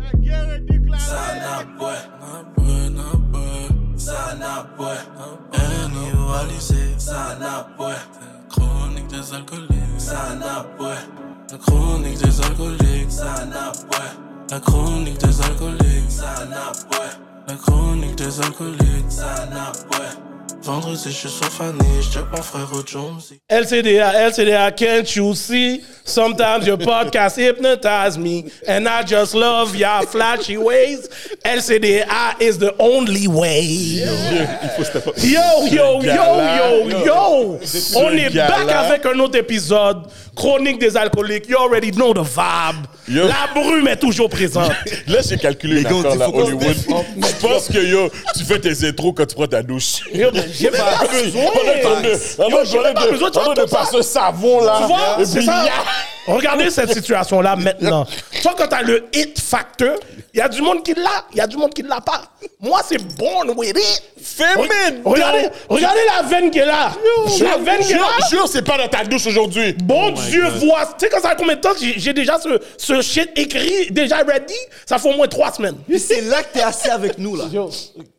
baby clown. Sana boy, na boy, na boy. Sana boy, annualisé. Sana boy, chronique des alcooliques. Sana boy, la chronique des alcooliques. Sana boy, la chronique des alcooliques. Sana boy, la chronique des alcooliques. Sana boy. Vendredi, je suis sur Fanny, je pas frère au Jonesy. LCDA, LCDA, can't you see? Sometimes your podcast hypnotize me, and I just love your flashy ways. LCDA is the only way. Il faut step up. Yo, yo, yo, gars-là, yo, yo! Ce On est gars-là. back avec un autre épisode. Chronique des alcooliques, you already know the vibe. Yo. La brume est toujours présente. Là, j'ai calculé une gars, on affaire, dit, là, faut qu'on se Hollywood. défende. Je pense que, yo, tu fais tes intros quand tu prends ta douche. Yo, ben, J'ai pas besoin. On est en train de- Yo, j'ai on est en pas train de- besoin de on est en train faire de tout ça. passer un savon, là. Tu vois, Et c'est puis, ça. ya. Ah, Regardez cette situation-là maintenant. Toi, quand t'as le hit factor, il y a du monde qui l'a, il y a du monde qui l'a pas. Moi, c'est born with it. Fémine, Re- Regardez, donc. regardez la veine qui est là. La veine qui est là. Jure, jure, c'est pas dans ta douche aujourd'hui. Bon Dieu, vois. Tu sais, quand ça fait combien de temps j'ai j'ai déjà ce, ce shit écrit, déjà ready? Ça fait au moins trois semaines. Puis c'est là que t'es assis avec nous, là. Yo,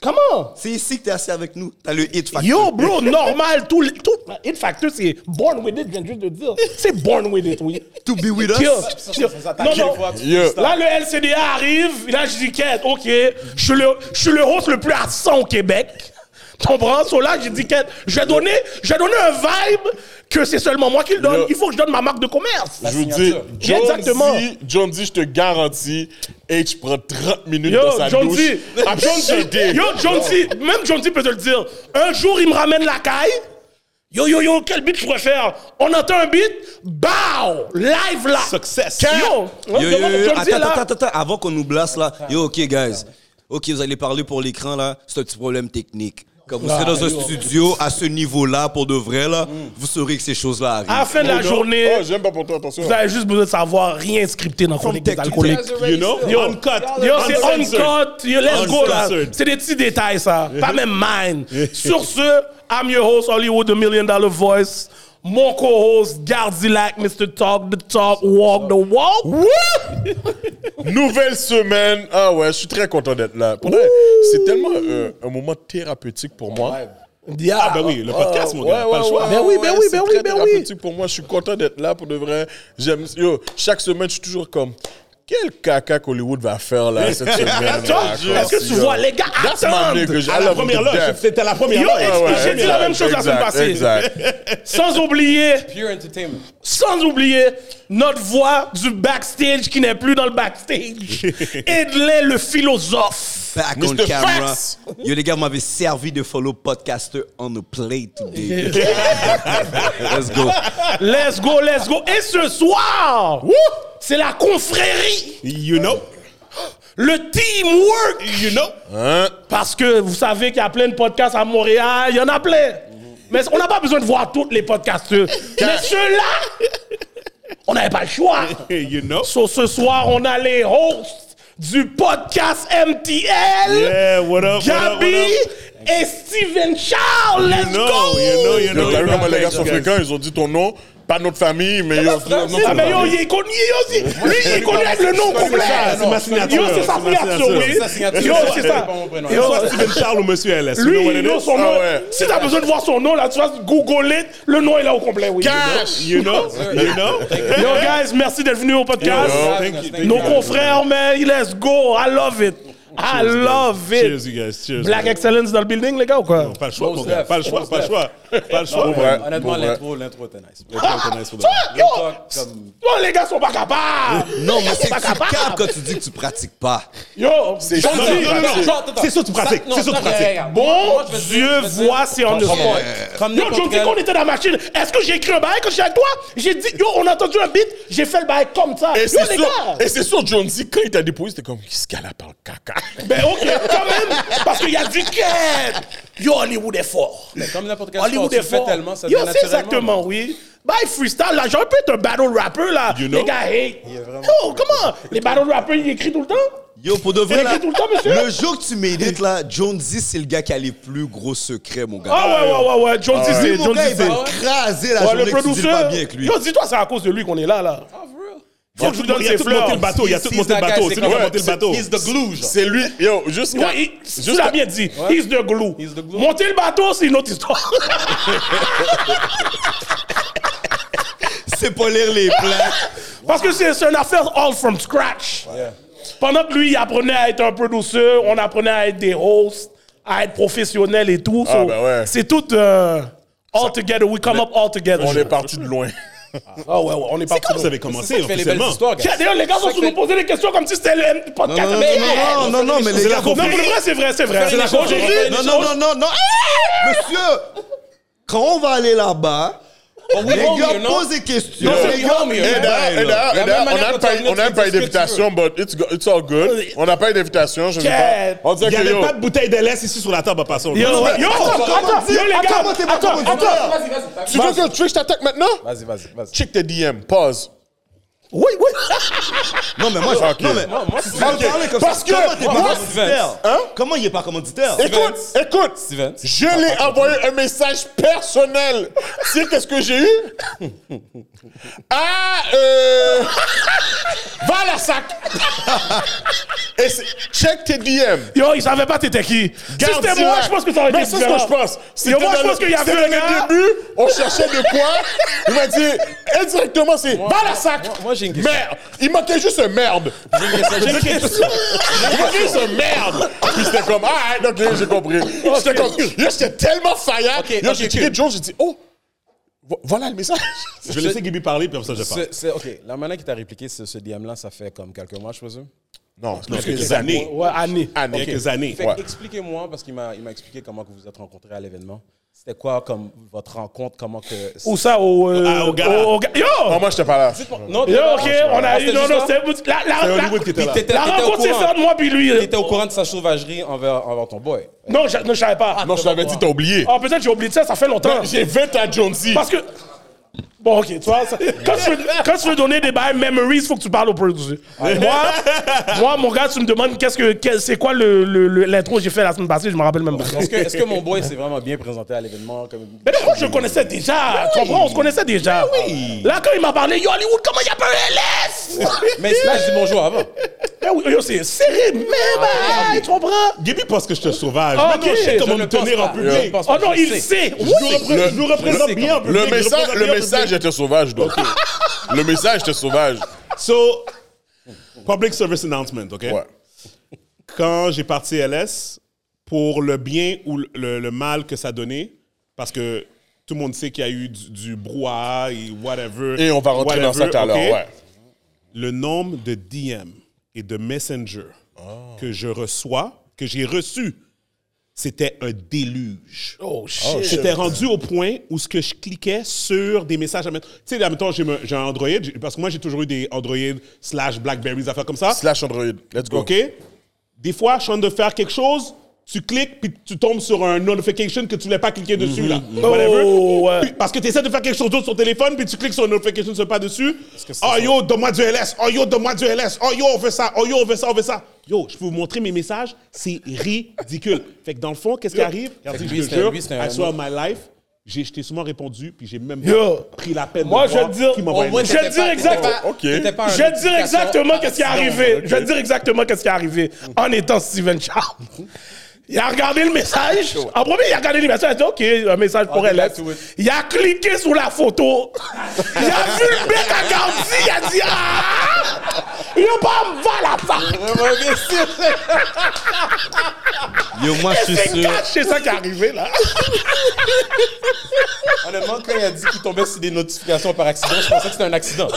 comment? C'est ici que t'es assis avec nous. T'as le hit factor. Yo, bro, normal, tout, le- tout, in factor, c'est born with it, je viens juste de dire. C'est born with it, oui. To be with us. Yo, yo, s'attaquer non, une fois, non. tu- Yo. Là, le LCDA arrive. Là, je dis, quête, OK, je suis le, je suis le host le plus à 100 au Québec. Tu comprends? So là, j'ai dit, quête, je vais donner, je vais donner un vibe que c'est seulement moi qui le donne. Yo. Il faut que je donne ma marque de commerce. Je vous dis, John Exactement. D, John D, je te garantis, H prend 30 minutes Yo, dans sa John douche. Ah, D. à John D. checker. Yo, John D. Même John D peut te le dire. Un jour, il me ramène la caille. Yo, yo, yo, quel beat je pourrais faire? On entend un beat. Bow! Live là. Success. Yo! Yo, yo, yo, yo, John D est Attends, là. Ah. attends, attends, avant qu'on nous blasse là. Yo, ok, guys. Ok, vous allez parler pour l'écran là. C'est un petit problème technique. Quand Ah, vous serez dans un studio à ce niveau-là, pour de vrai là, vous saurez que ces choses-là arrivent. À la fin de la Non. journée, Oh, j'aime pas pour toi, attention. vous avez juste besoin de savoir rien scripté dans Chronique des tech to alcooliques. You know? Yo, Uncut. Yo, c'est Uncensored. uncut. Yo, let's go là. Uncensored. C'est des petits détails ça. Pas même mine. Sur ce, I'm your host Hollywood, The Million Dollar Voice. Mon co-host, Gardilac, Mr. Talk the Talk, Walk the Walk. Nouvelle semaine. Ah ouais, je suis très content d'être là. Pour vrai, c'est tellement euh, un moment thérapeutique pour moi. Ah, ben oui, le podcast, mon gars, pas le choix. Ben oui, ben oui, c'est très ben oui, ben oui. thérapeutique pour moi. Je suis content d'être là pour de vrai. J'aime. Yo, chaque semaine, je suis toujours comme. Quel caca qu'Hollywood va faire là cette semaine Toi, Est-ce que tu vois les gars That's my attendre? nigga, je À la love première you to loge, death. c'était la première Yo, loge. est-ce que j'ai dit la même chose la semaine Exact, passée. Exact. Sans oublier, Pure entertainment. sans oublier notre voix du backstage qui n'est plus dans le backstage. Edley le philosophe. Back on Mr. camera. Facts. Yo, les gars, vous m'avez servi de follow podcaster on the plate today. Let's go. Let's go, let's go. Et ce soir, c'est la confrérie, You know, le teamwork. you know. Hein? Parce que vous savez qu'il y a plein de podcasts à Montréal, il y en a plein. Mais on n'a pas besoin de voir tous les podcasteurs. Mais ceux-là, on n'avait pas le choix. You know. So, ce soir, on a les hosts du podcast MTL. Yeah, what up, what up, what Gabi up? et Steven Charles, let's know, go! you know, you Yo, know. T'as vu comment les gars Guys, sont guys. fréquents? Ils ont dit ton nom, pas notre famille, mais yo, frère, notre c'est- Ah, mais famille. yo, il est connu, yo, si- lui, il est connu avec le nom C'est complet! ça, c'est ma signature, Yo, c'est sa c'est ma signature, signature. oui! C'est sa signature. Yo, c'est C'est ça! pas mon prénom. Yo, Soit Steven Charles ou Monsieur LS. you know what Lui, it yo, is? son Ah nom, ouais. si t'as besoin de voir son nom, là, tu vas google it, le nom est là au complet, oui! Cash! You know, you know. Yo, guys, merci d'être venus au podcast! Yo, thank you, thank Nos you. confrères, man, let's go! I love it! I love it! Cheers, you guys. Cheers. Black Excellence dans le building, les gars, ou quoi? Pas le choix, mon Most gars. left, Pas le choix, most pas le left. choix. Pas le choix. Pour vrai, Honnêtement, pour vrai. l'intro, l'intro était nice. Ah, nice for toi, that. yo, Real talk, comme- yo, les gars sont pas capables! Non, Les mais gars c'est sont que pas tu capes capables! quand tu dis que tu pratiques pas. Yo, C'est j'en ça, dis- non, non, non. C'est sûr que tu pratiques, c'est sûr que tu pratiques. Bon Dieu, voici en Comme- spot. comme Yo, n'importe je dis quel- qu'on était dans la machine. Est-ce que j'ai écrit un bail quand j'étais avec toi? J'ai dit, yo, on a entendu un beat, j'ai fait le bail comme ça. Et yo, c'est les sûr, gars! et c'est sûr, John C, quand il t'a déposé, t'es comme, qu'est-ce qu'elle a parlé caca? Ben, ok, quand même, parce qu'il y a du quête. Yo, Hollywood est fort. Comme n'importe quel sport, Hollywood tu est le fais fort. tellement, ça Yo, devient c'est naturellement. exactement, oui. Bye freestyle, là, j'aurais pu être un battle rapper, là. You know? Les gars, hey. Yo, comment? Les battle rappers, ils écrivent tout le temps? Yo, pour de vrai, Il là, écrit tout le temps, monsieur. le jour que tu médites, là, Jonesy, c'est le gars qui a les plus gros secrets, mon gars. Ah, ouais, ouais, ouais, ouais. John Si Dizzy, mon John gars, il Dizzy. va écraser la Ouais, journée le que tu deals producer. pas bien avec lui. Yo, dis-toi, c'est à cause de lui qu'on est là, là. Ah, for real? Faut que je vous donne ses fleurs. le bateau, il a tout monté le bateau. C'est lui qui a monté le bateau. He's the glue, genre. C'est lui, yo, juste. Ouais, il- tu l'as bien dit. Ouais. He's the glue. He's the glue. Monter le bateau, c'est une autre histoire. C'est pas lire les plans. Parce que c'est c'est une affaire all from scratch. Yeah. Pendant que lui, il apprenait à être un producer, on apprenait à être des hosts, à être professionnel et tout. Ah, So, ben ouais. C'est tout euh, all together. We come up all together. On est parti de loin. Ah ouais, ouais, on est C'est parti. comme ça avait C'est commencé ça qui fait les belles officiellement. histoires, gars. Tiens, D'ailleurs, les gars sont Ça sous nous fait- poser des questions comme si c'était le Non, podcast. non, Mais- non, non, non, non, mais les gars, Non, pour le vrai, c'est vrai, c'est vrai. C'est la Aujourd'hui, conférence. Non, non, non, non, non. Ah! Monsieur, quand on va aller là-bas, But we les home gars here, non? posent des questions. Non, Les we gars, home here. ils Et là, baillent, et là. là, La et là, même manière dont t'as on n'a venu, pas tu eu dis ce que tu d'invitation, but it's, go- it's all good. On n'a pas eu d'invitation, je sais Yeah. pas. On Il dirait n'y que avait yo, pas de bouteille de lait ici sur la table en passant. Yo, Non, yo, attends, attends, yo, les gars, Attends, t'es pas attends, commanditaire. attends. Vas-y, vas-y, vas-y. tu veux que, tu veux que je t'attaque maintenant? Vas-y, vas-y, vas-y. Check tes DM, pause. Oui, oui. Non, mais moi, je. Ok. Non, mais. c'est Parle- parle comme Parce ça. que Comment t'es pas moi, commanditaire? Hein? Comment il est pas commanditaire? Écoute, écoute, Steven. je l'ai envoyé un message personnel. tu sais qu'est-ce que j'ai eu? Ah, euh... Va à la sac! Et c'est- check tes DM. Yo, ils savaient pas t'étais qui. Si Garde c'était ça. moi, je pense que ça aurait été Non, c'est ce que différent. je pense. C'était Yo, moi, dans je le- pense qu'il y avait c'était un le gars- début, on cherchait de quoi. Il m'a dit, indirectement, c'est Balassac. moi- moi, j'ai une question. Merde. Il manquait juste un merde. J'ai une question. Il manquait juste un merde. Puis c'était comme, ah, ouais, ok, j'ai compris. J'étais comme, yo, j'étais tellement faillant. Ok, Yo, ok, j'ai tiré cool. Joe, j'ai dit, oh, vo- voilà le message. Je vais laisser Gibi parler, puis comme ça, je parle. C'est- c'est- OK, la manière qui t'a répliqué ce, ce DM-là, ça fait comme quelques mois, je présume. Non, Non, quelques années. Ouais, Annie. Années. Quelques années. Fait Ouais. que Expliquez-moi, parce qu'il m'a il m'a expliqué comment que vous vous êtes rencontrés à l'événement. C'était quoi comme votre rencontre, comment que... Ou ça, au... euh, Ah, au gala. au- au ga- Yo! Non, moi, j'étais pas là. Non, t'es Yo, là, ok, je- on a eu. Ah, c'était Non, juste non, là? c'est. La, la, C'est la- Hollywood qui était là. Puis t'étais- la t'étais au rencontre s'est courant. faite de moi puis lui. T'étais au courant de sa sauvagerie envers, envers ton boy. Non, je ne savais pas. Ah, Non, je t'avais dit, t'as oublié. Ah, peut-être j'ai oublié de ça, ça fait longtemps. J'ai 20 à Jonesy. Parce que. Bon, ok, tu vois, ça- quand, tu veux, quand tu veux donner des bails memories, faut que tu parles au producer. Moi, moi, mon gars, tu me demandes qu'est-ce que, quel- c'est quoi l'intro le, le, l'intro que j'ai fait la semaine passée, je me rappelle même pas. Est-ce que, est-ce que mon boy s'est vraiment bien présenté à l'événement comme... Mais non, je le connaissais déjà, tu comprends, on se connaissait déjà. Là, quand il m'a parlé, yo Hollywood, comment j'appelle LS Mais là, je dis bonjour avant. Ben oui, yo, c'est serré, mais Ah, bah, tu comprends Gibi pense que je te sauvage. Ah, Mais non, ok, je sais Je comment ne me pense tenir en pas. Je ne public. pense Oh pas, non, je il sais. sait Je nous repré- je nous représente bien en public. Le je représente message, bien le en message public. était sauvage, donc. Le message était sauvage. So, public service announcement, OK? Ouais. Quand j'ai parti LS, pour le bien ou le, le- le mal que ça donnait, parce que tout le monde sait qu'il y a eu du, du brouhaha et whatever. Et on va rentrer dans ça whatever, tout à l'heure, OK? ouais. Le nombre de DM et de Messenger Ah. que je reçois, que j'ai reçu, c'était un déluge. Oh shit. J'étais rendu au point où ce que je cliquais sur des messages à mettre. Tu sais, là, mettons, j'ai me- j'ai un Android, j'ai- parce que moi, j'ai toujours eu des Android slash Blackberries, affaires comme ça. Slash Android. Let's go. OK? Des fois, je suis en train de faire quelque chose, tu cliques, puis tu tombes sur un notification que tu voulais pas cliquer dessus, là. Whatever. Oh, ouais. Puis- parce que tu essaies de faire quelque chose d'autre sur ton téléphone, puis tu cliques sur une notification, tu ne pas dessus. Oh yo, donne-moi du LS. Oh yo, donne-moi du LS. Oh yo, on veut ça. Oh yo, on veut ça, on veut ça. Yo, je peux vous montrer mes messages. C'est ridicule. fait que dans le fond, qu'est-ce qui arrive? Regardez, que je lui, te c'est un- jure, lui, c'est un- I swear on my life, j'ai, je t'ai souvent répondu, puis j'ai même Yo. pas pris la peine Moi, de je vais voir te dire- qui au m'envoie un moins, message. Je vais te dire exactement- Ok. T'étais pas un Je vais te dire notification exactement qu'est-ce qui est accident. arrivé. Je vais te dire exactement qu'est-ce qui est arrivé en étant Steven Charles. Il a regardé le message. En premier, il a regardé le message. Il a dit, OK, un message pour I'll elle. get back to it. Il a cliqué sur la photo. Il a vu le mec à Gandhi. Il a dit, ah! Il a pas me va là-bas. Yo, moi, je suis C'est sûr. cash, c'est ça qui est arrivé, là. Honnêtement, quand il a dit qu'il tombait sur des notifications par accident, je pensais que c'était un accident.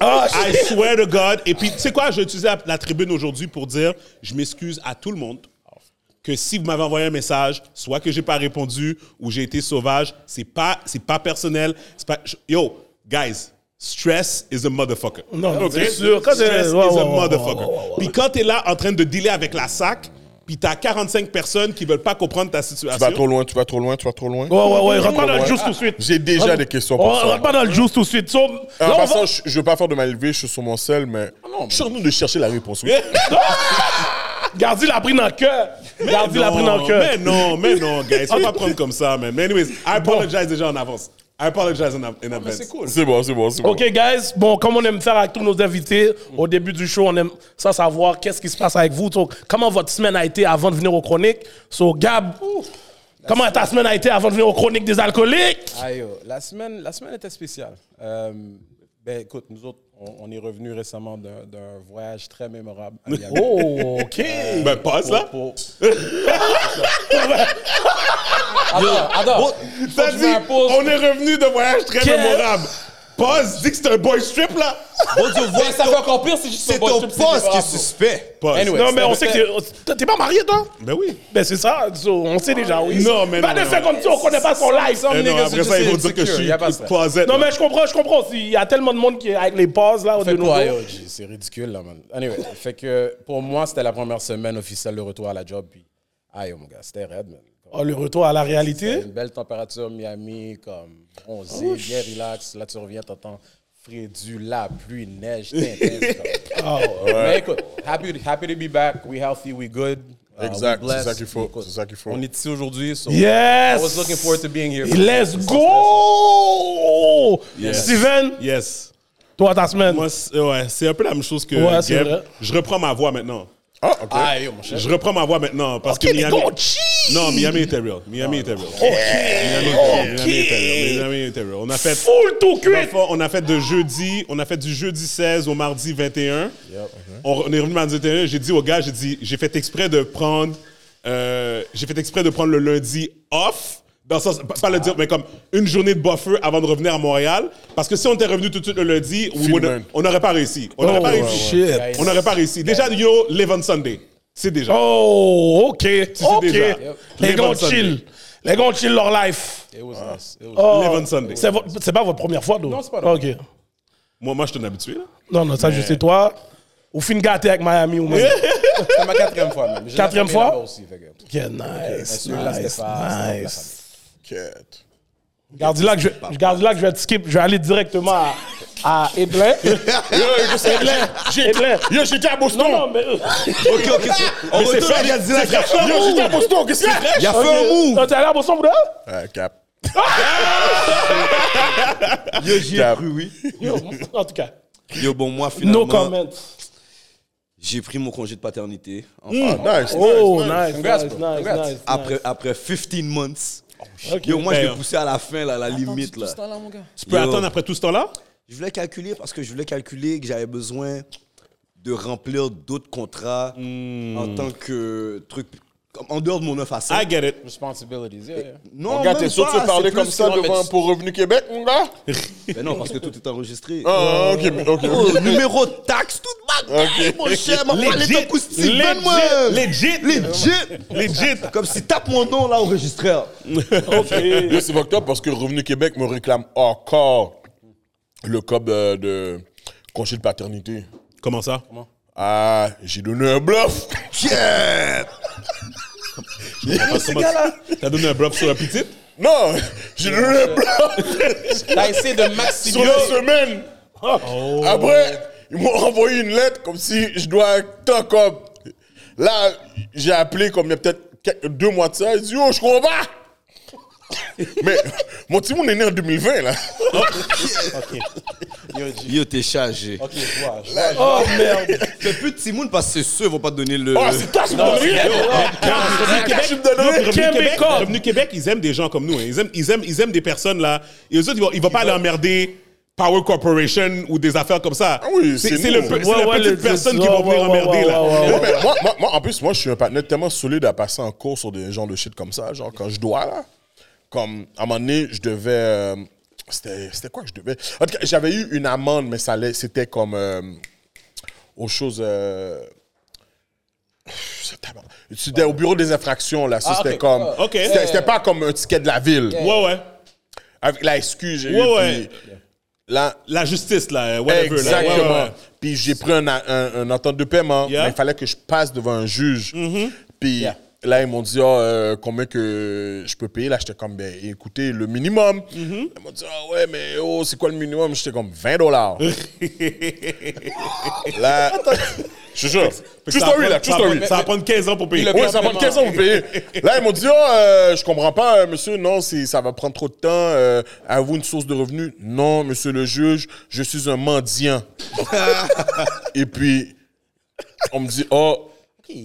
Ah, shit. I swear to God. Et puis, tu sais quoi, j'ai utilisé la, la tribune aujourd'hui pour dire je m'excuse à tout le monde que si vous m'avez envoyé un message, soit que j'ai pas répondu ou j'ai été sauvage, c'est pas, c'est pas personnel. c'est Pas, je- yo, guys, stress is a motherfucker. Non, Ok? c'est sûr, quand c'est- stress ouais, is ouais, a ouais, ouais, motherfucker. ouais, ouais, ouais. Puis quand t'es là en train de dealer avec la sac, puis t'as 45 personnes qui veulent pas comprendre ta Tu vas trop situation. loin, tu vas trop loin, tu vas trop loin. Ouais, ouais, ouais. Rentre pas dans le juice tout de suite. J'ai déjà des questions On pour ça. Ah, rentre pas dans le juice tout de suite. So, En là, on va- passant, je, je veux pas faire de mal élevé, je suis sur mon sel, mais je suis en train de chercher la réponse. Oui. Gardi l'a pris dans le cœur. Gardi l'a pris dans le cœur. Mais non, mais non, guys, faut pas prendre comme ça, man. Mais anyways, I apologize déjà en avance. I apologize in, in advance. C'est cool. C'est bon, c'est bon, c'est bon. OK, guys, bon, comme on aime faire avec tous nos invités, au début du show, on aime ça savoir qu'est-ce qui se passe avec vous. Donc, comment votre semaine a été avant de venir aux chroniques? So, Gab, comment ta semaine a été avant de venir aux chroniques des alcooliques? Ah, yo, la semaine, la semaine était spéciale. Euh, ben écoute, nous autres, on, on est revenus récemment d'un d'un voyage très mémorable. à Miami. Oh, OK. Ben, passe là. Pour- Attends, attends. oh. Faut que T'as je dit, mette un pause. on est revenu de voyage très Qu'est-ce- mémorable. Pause, dis que c'est un boy strip là. Bon Dieu, vois Mais ça ton- fait encore pire si je suis C'est ton poste qui est suspect. Pause. Anyway. non, mais on sait que t'es- t'es pas marié, toi? Ben oui. Ben, c'est ça. so, on sait déjà, oui. Non, mais Pas non, de non. faire comme si on connaît pas son live. Eh non, après ça, ils vont dire que je suis closet. Non, là. mais je comprends, je comprends. Il y a tellement de monde qui est avec les pauses, là, de Fait nos quoi, yo, G, c'est ridicule, là, man. Anyway, fait que pour moi, c'était la première semaine officielle de retour à la job. Puis, aïe, mon gars, c'était raide, man. Oh, le retour à la réalité. Ben, Une belle température, Miami, comme bronzé, bien relax. Là, tu reviens, t'entends frédu, la pluie, neige, t'es intense. comme. Mais écoute, happy, happy to be back. We healthy, we good. Uh, we Exact, c'est blessed. ça qu'il faut. Écoute, C'est ça qu'il faut. On est ici aujourd'hui. So Yes! I was looking forward to being here. Let's go! Steven, Yes. toi, ta semaine. Moi, c'est- ouais, c'est un peu la même chose que Ouais, c'est Gab. vrai. Je reprends ma voix maintenant. Ah, ok. Ah, yo, mon cher. Je reprends ma voix maintenant parce Ok, que les Miami. gars, chill! Non, Miami était real. Miami était real. Miami était real. Ah. Oh. Ok, Oh. Miami était real. ok. Miami était real. On a fait. Full tout Dans le cuit! fond, Eh ben, on a fait de jeudi, on a fait du jeudi 16 au mardi 21. on, on est revenu mardi 21. J'ai dit au gars, j'ai dit, j'ai fait exprès de prendre, euh, j'ai fait exprès de prendre le lundi off. Dans le sens, pas- pas le dire, mais comme une journée de buffer avant de revenir à Montréal. Parce que si on était revenu tout de suite le lundi, we would've- on n'aurait pas réussi. On n'aurait Oh, pas réussi. shit. On n'aurait pas réussi. Déjà, yo, live on Sunday. C'est déjà. Oh, OK. OK. déjà. Les Yep. gars, Sunday. chill. Les gars, chill leur life. It was Ah. nice. It was Oh. Live on Sunday. C'est vo- c'est pas votre première fois, donc? Non, c'est pas la OK. Moi, moi, je suis un habitué. là. Non, non, ça, je sais, toi. Ou fin gâté avec Miami ou même. C'est ma quatrième fois, même. J'ai la Quatrième famille fois? là-bas aussi, fait que- Ok, nice, celui-là, c'était nice, pas- c'était nice. Quête. Garde là que je, je garde là que je vais te skip, je vais aller directement à, à Edlin. Edlin, Edlin. Yo, j'étais à Boston. Non, non, mais. euh, Ok, ok. On retourne à la direction. Yo, j'étais à Boston. Qu'est-ce que Il a fait un move. Non, T'es allé à Boston pour de vrai? Ah, cap. Yo, j'y ai Cap. cru, oui. Yo, En tout cas, Yo, bon, moi, no finalement, comment. j'ai pris mon congé de paternité. Enfin, Ah, Nice. Oh, nice. nice, Congrats, nice, nice, bro. Congrats. nice. Après, après 15 months. Ok. Yo, moi, je l'ai Ben, poussé à la fin, là, à la limite, là. Tu peux Yo. attendre après tout ce temps-là? Je voulais calculer parce que je voulais calculer que j'avais besoin de remplir d'autres contrats Hmm. en tant que truc. comme En dehors de mon 9 à 5. I get it. Responsibilities, yeah, yeah. non, Mon gars, même t'es sûr de pas, se parler c'est plus comme ça que- non, mais- devant pour Revenu Québec, mon gars? Mais non, parce que tout est enregistré. Ah, ok, ok. Oh, numéro de taxe, toute ma gueule, mon cher, m'a parlé Legit, de Coustin, moi legit, Legit! legit. Comme si tape mon nom là, enregistreur. Yo, c'est fucked up parce que Revenu Québec me réclame encore le cob euh, de congé de paternité. Comment ça? Ah, j'ai donné un bluff. Yeah. Ah, Comment- T'as donné un bluff sur la petite? Non, j'ai donné un bluff T'as essayé Ben, de sur maximiser. la semaine. Oh. Après, ils m'ont envoyé une lettre comme si je dois un temps comme. Là, j'ai appelé comme il y a peut-être quelques- deux mois de ça. Ils disent Yo, je comprends pas. Mais mon petit monde est né en 2020 là. Yo, t'es chargé. Ok, toi, je- Oh merde! Fais plus de Timoun parce que c'est sûr, ils vont pas te donner le. Oh, c'est tâche mon Revenu Québec, Québécois. Revenu Québec, ils aiment des gens comme nous. hein. Ils aiment, ils aiment, ils aiment des personnes là. Et eux autres, ils vont, ils vont pas aller emmerder Power Corporation ou des affaires comme ça. Ah oui, c'est c'est c'est nous. le pe- c'est Ouais, la ouais, petite le- personne ouais, qui va venir ouais, emmerder ouais, là. ouais, ouais, Ouais, mais moi, moi, moi, en plus, moi, je suis un partenaire tellement solide à passer en cours sur des gens de shit comme ça. Genre, quand je dois, là, comme à un moment donné, je devais. euh, C'était c'était quoi que je devais En tout cas, j'avais eu une amende, mais ça allait- c'était comme. euh, aux choses. euh, c'était- C'était au bureau des infractions, là. ça, Ah, c'était ok. comme. Ah, ok. C'était c'était pas comme un ticket de la ville. Ouais, ouais. Avec la SQ, j'ai eu. Ouais, ouais. puis Là, La justice là, whatever. là. Ouais, Exactement. ouais, ouais. Puis j'ai pris un, un, un entente de paiement, Yeah. Mm-hmm. mais il fallait que je passe devant un juge. Puis Yeah. Là, ils m'ont dit, ah, euh, combien que je peux payer. Là, j'étais comme, ben, écoutez, le minimum. Mm-hmm. Ils m'ont dit, ah ouais, mais oh, c'est quoi le minimum? J'étais comme 20 dollars. là, je te jure. True story, là, true story. Ça va prendre 15 ans pour payer. Le Oui, ça prend 15 ans, vous payez. Là, ils m'ont dit, Ah, euh, je comprends pas, euh, monsieur, non, c'est- ça va prendre trop de temps. euh, à vous une source de revenus. Non, monsieur le juge, je suis un mendiant. Et puis, on me dit, oh,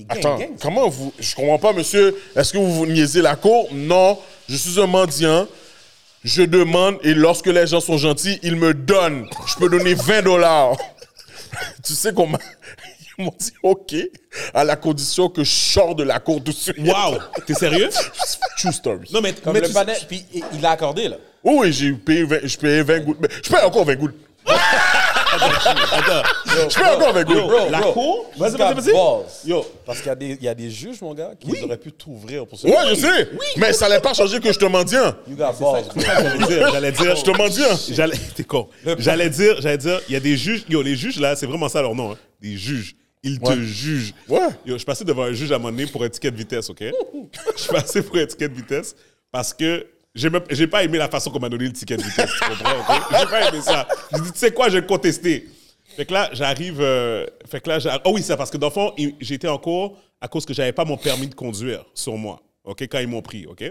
attends, comment vous. Je comprends pas, monsieur, est-ce que vous niaisez la cour? Non, je suis un mendiant. Je demande et lorsque les gens sont gentils, ils me donnent. Je peux donner 20 dollars. tu sais comment Ils m'ont dit OK, à la condition que je sors de la cour tout de suite. Wow! T'es sérieux? True story. Non, mais, Comme mais le tu- panel, puis il- il l'a accordé, là. Oui, oui, j'ai payé 20, je payais 20 gouttes. Mais je paye encore 20 gouttes. Je paye encore 20 gouttes. la cour? Vas-y, vas-y, vas-y. Yo. Parce qu'il y a des- il y, a des juges, mon gars, qui auraient pu t'ouvrir pour ça. Ouais, je sais. Mais ça n'allait pas changer que je te mendiant. You got balls. J'allais dire, j'allais dire. Je te mendiant. J'allais, t'es con. J'allais dire, j'allais dire, il y a des juges. Yo, les juges là, c'est vraiment ça leur nom. hein. Des juges. Ils te jugent. Ouais. Yo, je suis passé devant un juge à un moment donné pour un ticket de vitesse, ok? Je suis passé pour un ticket de vitesse parce que j'ai même- j'ai pas aimé la façon qu'on m'a donné le ticket de vitesse. tu comprends? ok? J'ai pas aimé ça. J'ai dit, tu sais quoi, je vais contester. Fait que là, j'arrive. euh, fait que là, j'arrive. Oh oui, c'est ça, parce que dans le fond, il- j'étais en cours à cause que j'avais pas mon permis de conduire sur moi, ok? Quand ils m'ont pris, ok?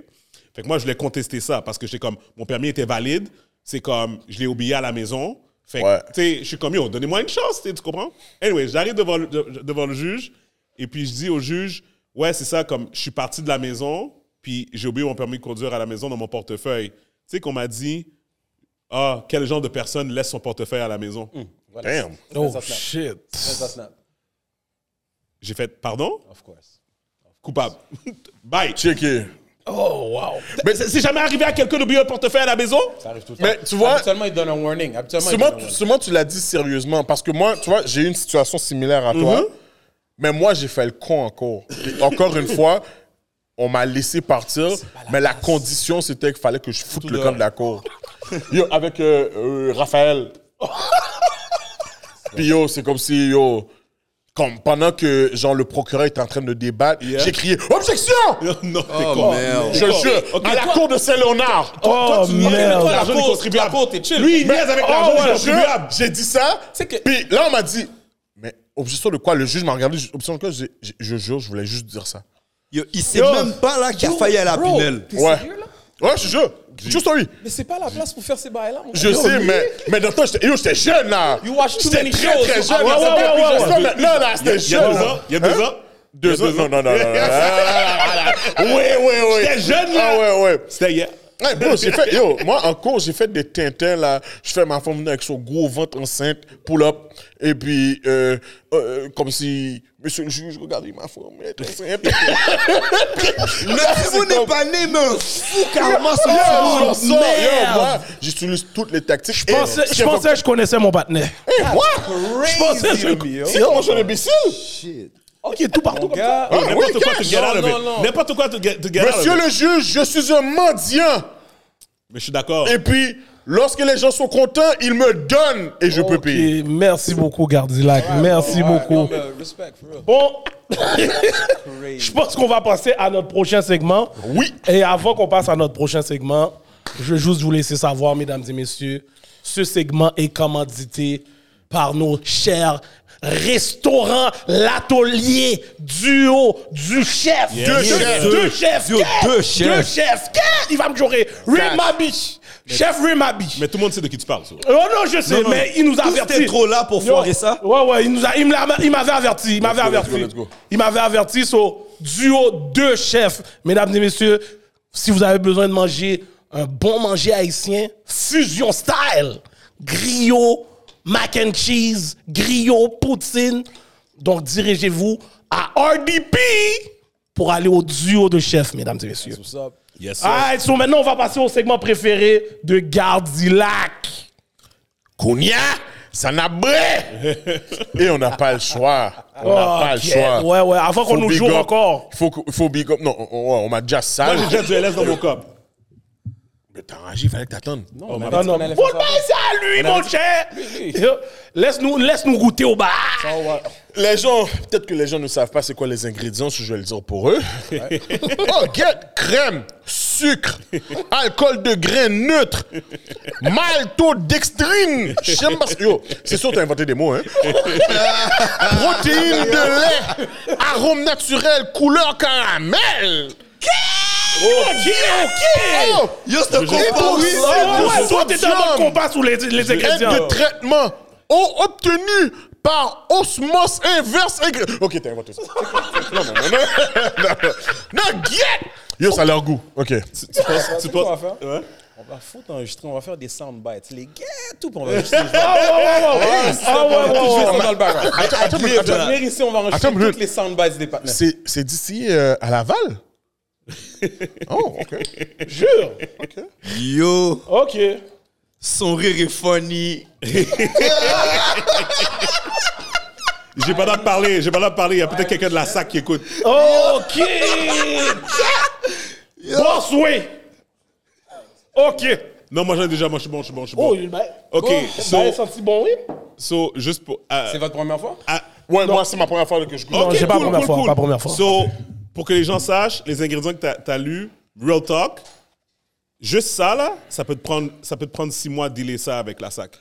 Fait que moi, je voulais contester ça parce que j'étais comme, mon permis était valide. C'est comme, je l'ai oublié à la maison. Fait que, Ouais. tu sais, je suis comme, yo, donnez-moi une chance, tu sais, tu comprends? Anyway, j'arrive devant, le- de- devant le juge et puis je dis au juge, ouais, c'est ça, comme, je suis parti de la maison, puis j'ai oublié mon permis de conduire à la maison dans mon portefeuille. Tu sais, qu'on m'a dit, ah, quel genre de personne laisse son portefeuille à la maison? Voilà. Damn. Oh, shit. J'ai fait, pardon? Of course. Coupable. Bye. Checké. Mais c'est c'est jamais arrivé à quelqu'un d'oublier un portefeuille à la maison? Ça arrive tout le Mais temps. tu vois- Habituellement, ils donnent un warning. Habituellement, ils Sûrement, donnent un tu- warning. sûrement, tu l'as dit sérieusement. Parce que moi, tu vois, j'ai eu une situation similaire à Mm-hmm. toi. Mais moi, j'ai fait le con encore. Et encore une fois, on m'a laissé partir. mais la condition, c'était qu'il fallait que je foute le camp de la cour. Yo, avec euh, euh, Raphaël. Puis yo, c'est comme si, yo... Comme pendant que, genre, le procureur était en train de débattre, j'ai crié « Objection non, t'es Oh, con. merde. Je le jure, Ok, à la toi- cour de Saint-Léonard. Oh, merde. L'argent La des cause- contribuables. la cause, t'es chill. Lui, il niaise avec Ah l'argent ouais, des je- contribuables. J'ai dit ça. C'est que- Puis là, on m'a dit, mais objection de quoi Le juge m'a regardé, objection de quoi J'ai- j'ai- Je jure, je voulais juste dire ça. Yo, il sait même pas là qu'il a failli à la Bro, Pinel. t'es Ouais. sérieux, là? Ouais, je jure. True story. Mais c'est pas la place pour faire ces bails-là, mon gars. Je sais, mais, mais dans le temps, j'étais yo, j'étais jeune, là. You watch too J'étais many très, shows. très jeune. Ah, ouais, là. ouais, C'était ouais, plus ouais, jeune. ouais. Maintenant, là, c'était Il y a jeune. deux là. ans. Il y a deux Hein? ans. Deux ans. Non, non, non, non, non. Ah, là, là, là, là. Oui, oui, oui. J'étais jeune, là. Ah, ouais, ouais. C'était hier. Hey, bro, j'ai fait, yo, moi, en cours, j'ai fait des tintins, là. Je fais ma femme venir avec son gros ventre enceinte, pull-up. Et puis, euh, euh, comme si, monsieur le juge, regardez ma femme, elle est enceinte. Le vous n'est pas né, mais fou carrément Yo, sur le Oh, je sors, yo, moi, j'utilise toutes les tactiques. Je pensais, je pensais que je connaissais mon partenaire. Moi, Crazy, Je pensais, le je- mio. c'est comment je suis un imbécile? Ok, tout partout. Mon comme ça. gars, Ah, N'importe oui, quoi, cash. tu galères Non, avec. non, non. N'importe quoi, tu ga- tu galères Monsieur avec. le juge, je suis un mendiant. Mais je suis d'accord. Et puis, lorsque les gens sont contents, ils me donnent et je peux payer. Et merci beaucoup, Gardilac. Merci Ouais, non, beaucoup. mais respect, for real. Bon, je Crazy. pense qu'on va passer à notre prochain segment. Oui. Et avant qu'on passe à notre prochain segment, je veux juste vous laisser savoir, mesdames et messieurs, ce segment est commandité par nos chers restaurants L'Atelier Duo du Chef. Deux, Yes. chefs. Deux Deux chefs. Yo, Quatre. deux Deux chefs. chefs. Quatre. Il va me jurer. Rimabi. Chef Rimabi. Mais tout le monde sait de qui tu parles. ça. Oh non, je sais, non. mais il nous a Tous averti. t'es trop là pour Yo. foirer ça. Ouais, ouais, il, nous a, il, me l'a- il m'avait averti. Il m'avait go, let's averti. go, let's go. Il m'avait averti sur duo deux chefs. Mesdames et messieurs, si vous avez besoin de manger un bon manger haïtien, fusion style, griot, mac and cheese, griot, poutine. Donc dirigez-vous à RDP pour aller au duo de chefs, mesdames et messieurs. What's up? Yes, sir. Alright, so maintenant on va passer au segment préféré de Gardilac. Kounia, ça n'a bré. Et on n'a pas le choix. On n'a pas le Oh, Ok, choix. Ouais, ouais, avant qu'on Faut nous big joue up. encore. Ah, Faut, que- faut big up. Non, on, on- on m'a déjà Moi, sale. j'ai déjà du LS dans mon cop. Mais t'as enragé, il fallait que t'attendes. Non, mais Non, non, on allait bon, ben, faire ça. c'est à lui, mon cher! Yo, Laisse-nous laisse -nous goûter au bar! Ça, on va- Les gens, peut-être que les gens ne savent pas c'est quoi les ingrédients, si je vais le dire pour eux. oh, get crème, sucre, alcool de grain neutre, maltodextrine. Je sais pas si- Yo, c'est sûr que t'as inventé des mots, hein. Protéines de lait, arôme naturel, couleur caramel. Ok, ok! Oh, Yo, c'est un Et compas, pour oui. ça, Oh, ouais, pour toi, t'es sodium. dans le combat sous les, Aide les ingrédients. de traitement o- obtenu par osmose inverse. ingré- Ok, t'as inventé ça. non, non, non, non. non, non, get! Yo, ça a leur goût. Ok. Tu penses, ça, tu c'est penses- quoi on va faire? Ouais. On va foutre enregistrer, on va faire des soundbites. Les gars, tout, puis on va enregistrer. Oh, ouais, ouais, ouais. Ah, ouais, ouais, Tout ouais. ça dans le background. Attends, attends, Les- attends. venir ici, on va enregistrer Attends, minute. toutes les soundbites des partenaires. C'est c'est d'ici euh, à Laval? Oh, ok. Jure! Yo, Ok. son rire est funny. J'ai pas le droit de parler, j'ai pas le droit de parler. Il y a peut-être quelqu'un de la SAC qui écoute. Ok! Boss way! Ok! Non, moi j'en ai déjà, moi je suis bon, je suis bon, je suis Oh, bon. il bah, Ok, oh, so, bah, il senti bon, oui? so, juste pour. euh, C'est votre première fois? ah, Ouais, moi, c'est ma première fois que je goûte. ok, c'est pas la première fois, pas la première fois. So, pour que les gens sachent, les ingrédients que t'as as lus, real talk, juste ça là, ça peut te prendre, ça peut te prendre six mois de dealer ça avec la SAC.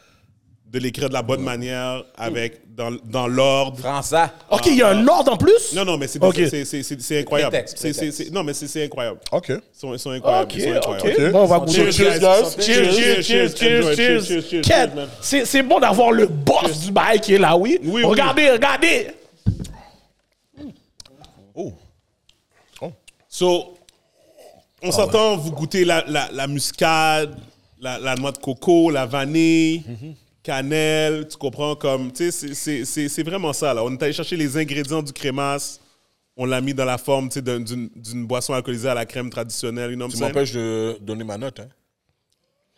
De l'écrire de la bonne manière, avec, dans, dans l'ordre. Prends ça. Ok, il y a un ordre en plus? Non, non, mais c'est Ok. c'est- c'est- c'est- c'est incroyable. Prétexte, C'est- c'est- prétexte. c'est- Non, mais c'est c'est incroyable. Ok. Ils sont, ils sont incroyables. Ok, ils sont ok. incroyables. Bon, on va Cheers, goûter. guys. Cheers, cheers, cheers, Enjoy. cheers, cheers. cheers, Quête, man. c'est c'est bon d'avoir le boss du bail qui est là, oui. Oui, oui. regardez, regardez. So, Ah, on s'entend, vous goûtez la, la, la muscade, la, la noix de coco, la vanille, cannelle, tu comprends comme, tu sais, c'est- c'est- c'est c'est vraiment ça là. On est allé chercher les ingrédients du crémasse, on l'a mis dans la forme, tu sais, d'un- d'une d'une boisson alcoolisée à la crème traditionnelle, you know what Tu I'm saying? m'empêches de donner ma note, hein?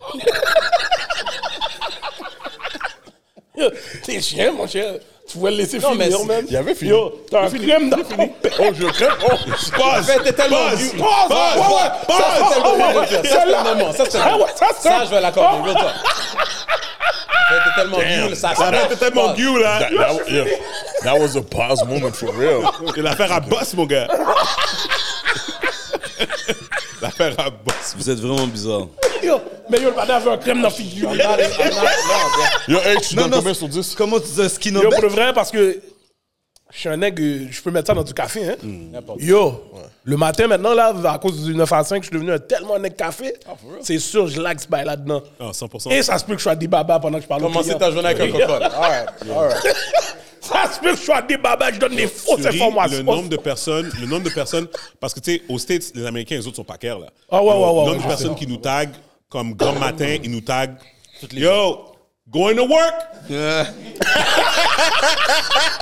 T'es chien, mon cher. Tu pouvais le laisser Non, mais finir, c'est- man. Il y avait fini. Yo, t'as un crème dans ton père. Oh, je crème. Oh, Pause! Mais t'es tellement Pause! vieux. Pause! Pause, ouais, ouais, Pause! Ça, c'est le moment. ouais, Ça, ouais, c'est le celle-là. moment. Ça, c'est le Ah moment. ouais, ça, ça. Ça, je vais l'accorder. real talk. Ça, T'es tellement nul, ça. Ça va être tellement gueux, là! hein. That, that- yeah. That was a pause moment for real. Et l'affaire à boss, mon gars! l'affaire à boss. Vous êtes vraiment bizarre. Ah, Yo, Mais yo, le père avait un crème dans la figure. Non, non, non, Yo, hey, tu Non, donnes non, combien sur 10? Comment tu dis un skin Yo, en pour le bec? vrai, parce que je suis un aigle, je peux mettre ça dans du café, hein. N'importe Yo, le matin maintenant, là, à cause du 9 à 5, je suis devenu un tellement nec café. c'est sûr, je lag ce bail là-dedans. Ah, 100%. Et ça se peut que je sois à des babas pendant que je parle au Commencez client. ta journée avec un cocotte. Alright, alright. Ça se peut que je sois à des babas, je donne des fausses tu ris, informations. le nombre de personnes, le nombre de personnes, parce que tu sais, aux States, les Américains, les autres sont pas clairs là. Ah ouais, ouais, ouais, Le ouais, nombre je de personnes qui nous taguent, comme grand matin, ils nous taguent. Yo, going to work. Euh,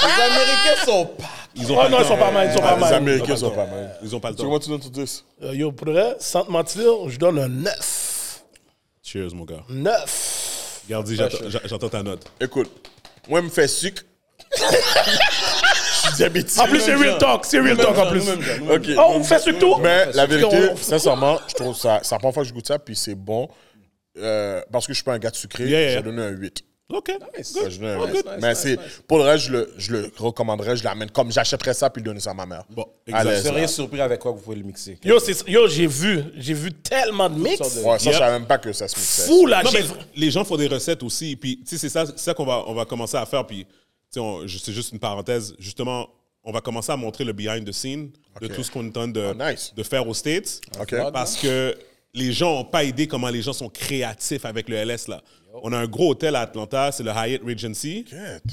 Les Américains sont pas. Ils ont Oh pas non, le ils sont temps. pas mal, ils sont Ah, pas les mal. Américains sont pas mal. Ils ont pas le Tu temps. vois, tu donnes sur 10? Euh, Yo, pour le vrai, sans te mentir, je donne un 9. Cheers, mon Hmm. gars. 9. Gardi, j'attends- j'a- j'attends ta note. Écoute, moi, il me fait sucre. Je suis diabétique. En plus, c'est real talk, c'est real talk en plus. Ok. Oh, on fait ce tour? Mais la vérité, on- sincèrement, je trouve ça. C'est la première fois que je goûte ça, puis c'est bon. Euh, parce que je suis pas un gars de sucré, Yeah, yeah. j'ai donné un 8. Ok. Ouais, je donne un 8. Mais c'est, pour le reste, je le, je le recommanderais, je l'amène comme j'achèterais ça, puis le donner ça à ma mère. Bon, À Vous l'aise, seriez là. surpris avec quoi vous pouvez le mixer. Yo, c'est- yo, j'ai vu, j'ai vu tellement de mix. sortes de- Ouais, ça, Yep. je savais même pas que ça se mixait. Fou là, Non, mais j'ai- les gens font des recettes aussi. Puis, tu sais, c'est ça, c'est ça qu'on va, on va commencer à faire. Puis, tu sais, on- je- c'est juste une parenthèse. Justement, on va commencer à montrer le behind the scene de tout ce qu'on est en train de, Ah, nice. de faire aux States. Ok. Parce que les gens n'ont pas idée comment les gens sont créatifs avec le LS, là. On a un gros hôtel à Atlanta, c'est le Hyatt Regency.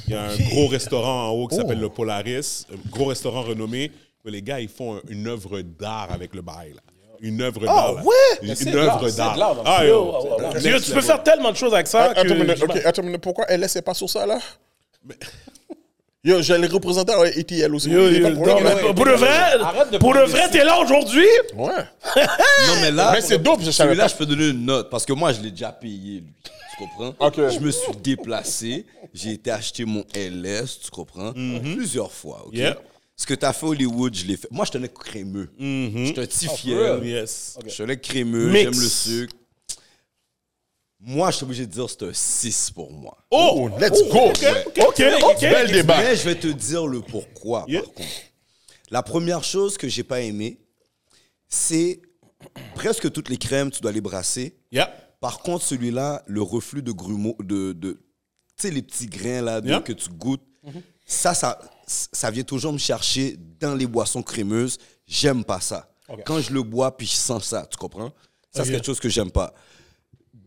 Il y a un gros restaurant en haut qui Oh. s'appelle le Polaris, un gros restaurant renommé. où les gars, ils font une œuvre d'art avec le bail, là. Une œuvre Ah d'art. là. ouais? Une- Mais c'est Une de l'art, œuvre c'est de l'art, d'art. dans Ah, le yo. Yo, tu peux faire tellement de choses avec ça. Attends que- une minute, ok, attends une minute, pourquoi LS est pas sur ça, là? Yo, je l'ai représenté à ETL aussi. Yo, Il y a yo, pas de problème. non, mais ouais, pour ouais, le ouais. Arrête vrai, de pour le prendre vrai, des- t'es là aujourd'hui. Ouais. Non, mais Ah, là, Mais c'est dope, je savais celui-là, pas. je peux donner une note parce que moi, je l'ai déjà payé, lui. Tu comprends? Ok. Je me suis déplacé, j'ai été acheter mon LS, tu comprends? Plusieurs fois, OK? Yeah. Ce que t'as fait Hollywood, je l'ai fait. Moi, je tenais crémeux. Je suis un petit fier. real? Yes. Je tenais crémeux, Mix. j'aime le sucre. Moi, je suis obligé de dire c'est un 6 pour moi. Oh, let's go! Ok, ok. Bel débat. Mais je vais te dire le pourquoi, Yeah. par contre. La première chose que j'ai pas aimé, c'est presque toutes les crèmes, tu dois les brasser. Yeah. Par contre, celui-là, le reflux de grumeaux, de, de tu sais, les petits grains là de- Yeah. que tu goûtes, ça, ça, ça vient toujours me chercher dans les boissons crémeuses. J'aime pas ça. Quand je le bois, puis je sens ça, tu comprends? Ça, c'est quelque chose que j'aime pas.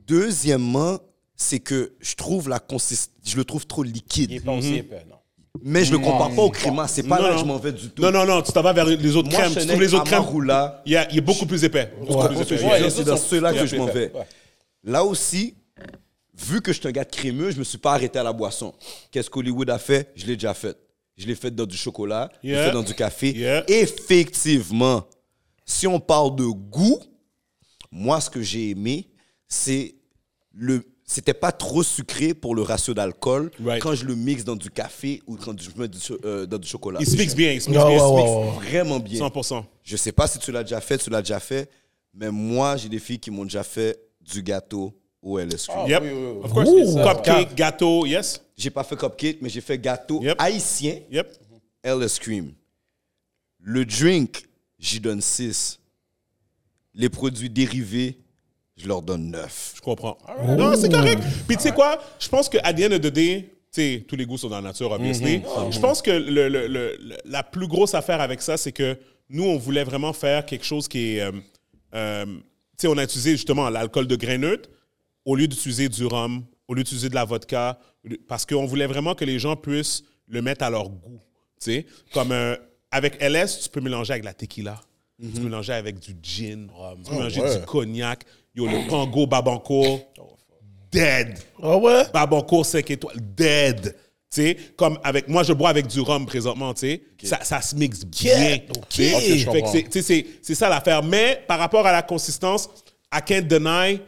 Deuxièmement, c'est que je trouve la consistance, je le trouve trop Il est liquide. pas aussi épais, non. Mais je le compare pas au créma, c'est pas Non, là que non. je m'en vais du tout. Non, non, non, tu t'en vas vers les autres Moi, crèmes. Tu Chanel trouves les autres crèmes. Amarula. Il y a- il est beaucoup plus épais. Beaucoup plus épais. Ouais, les c'est autres dans sont ceux-là que plus je m'en épais. vais. Là aussi, vu que je suis un gars de crémeux, je me suis pas arrêté à la boisson. Qu'est-ce qu'Hollywood a fait Je l'ai déjà fait. Je l'ai fait dans du chocolat, je l'ai Yeah. fait dans du café. Yeah. Effectivement, si on parle de goût, moi, ce que j'ai aimé, c'est le. C'était pas trop sucré pour le ratio d'alcool Right. quand je le mixe dans du café ou quand je mets du cho- euh, dans du chocolat. Il se fixe bien, il se fixe Ouais, bien, il se ouais, fixe ouais, Vraiment bien. 100%. Je sais pas si tu l'as déjà fait, tu l'as déjà fait, mais moi, j'ai des filles qui m'ont déjà fait du gâteau au LSQ. Yep. Ah, oui, oui, oui. Of course. Ouh. Cupcake, gâteau, yes. J'ai pas fait cupcake, mais j'ai fait gâteau Yep. haïtien Yep. LS Cream. Le drink, j'y donne 6. Les produits dérivés, je leur donne 9. Je comprends. Non, c'est correct. Puis tu sais quoi? Je pense que at the end of the day, tu sais, tous les goûts sont dans la nature, obviously. Mm-hmm. Je pense que le, le- le- le- la plus grosse affaire avec ça, c'est que nous, on voulait vraiment faire quelque chose qui est... euh, euh, tu sais, on a utilisé justement l'alcool de grain neutre au lieu d'utiliser du rhum, au lieu d'utiliser de la vodka, parce qu'on voulait vraiment que les gens puissent le mettre à leur goût. Tu sais, comme euh, avec LS, tu peux mélanger avec la tequila. Tu peux mélanger avec du gin, tu peux mélanger ouais. du cognac. Yo, le Congo Babancourt, dead. Ah ouais? Hein? Babancourt 5 étoiles, dead. Tu sais, comme avec moi, je bois avec du rhum présentement, tu sais. Ça, ça se mixe bien. tu sais. Ok, je Fait que c'est- tu sais, c'est- c'est ça l'affaire. Mais par rapport à la consistance, I can't deny,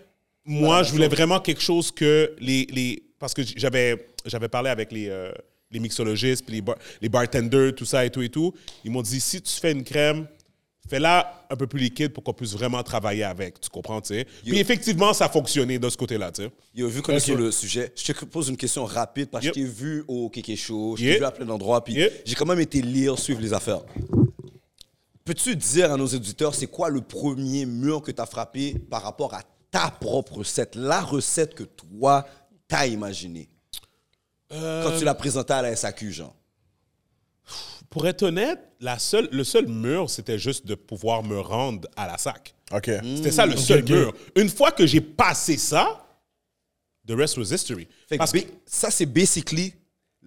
moi, Bah, je voulais vraiment quelque chose que les. les parce que j'avais j'avais parlé avec les, euh, les mixologistes, puis les, bar- les bartenders, tout ça et tout et tout. Ils m'ont dit si tu fais une crème, fais-la un peu plus liquide pour qu'on puisse vraiment travailler avec. Tu comprends, tu sais? Puis effectivement, ça a fonctionné de ce côté-là, tu sais. Yo, vu qu'on est sur le sujet, je te pose une question rapide parce Yep. que je t'ai vu au Kéké Show, je t'ai Yep. vu à plein d'endroits, puis Yep. j'ai quand même été lire, suivre les affaires. Peux-tu dire à nos auditeurs, c'est quoi le premier mur que tu as frappé par rapport à ta propre recette, la recette que toi, t'as imaginée quand Euh, tu l'as présentée à la SAQ, genre? Pour être honnête, la seule, le seul mur, c'était juste de pouvoir me rendre à la sac. OK. C'était ça Mm. le seul mur. Une fois que j'ai passé ça, the rest was history. Fait que Parce que, ba- Ça, c'est basically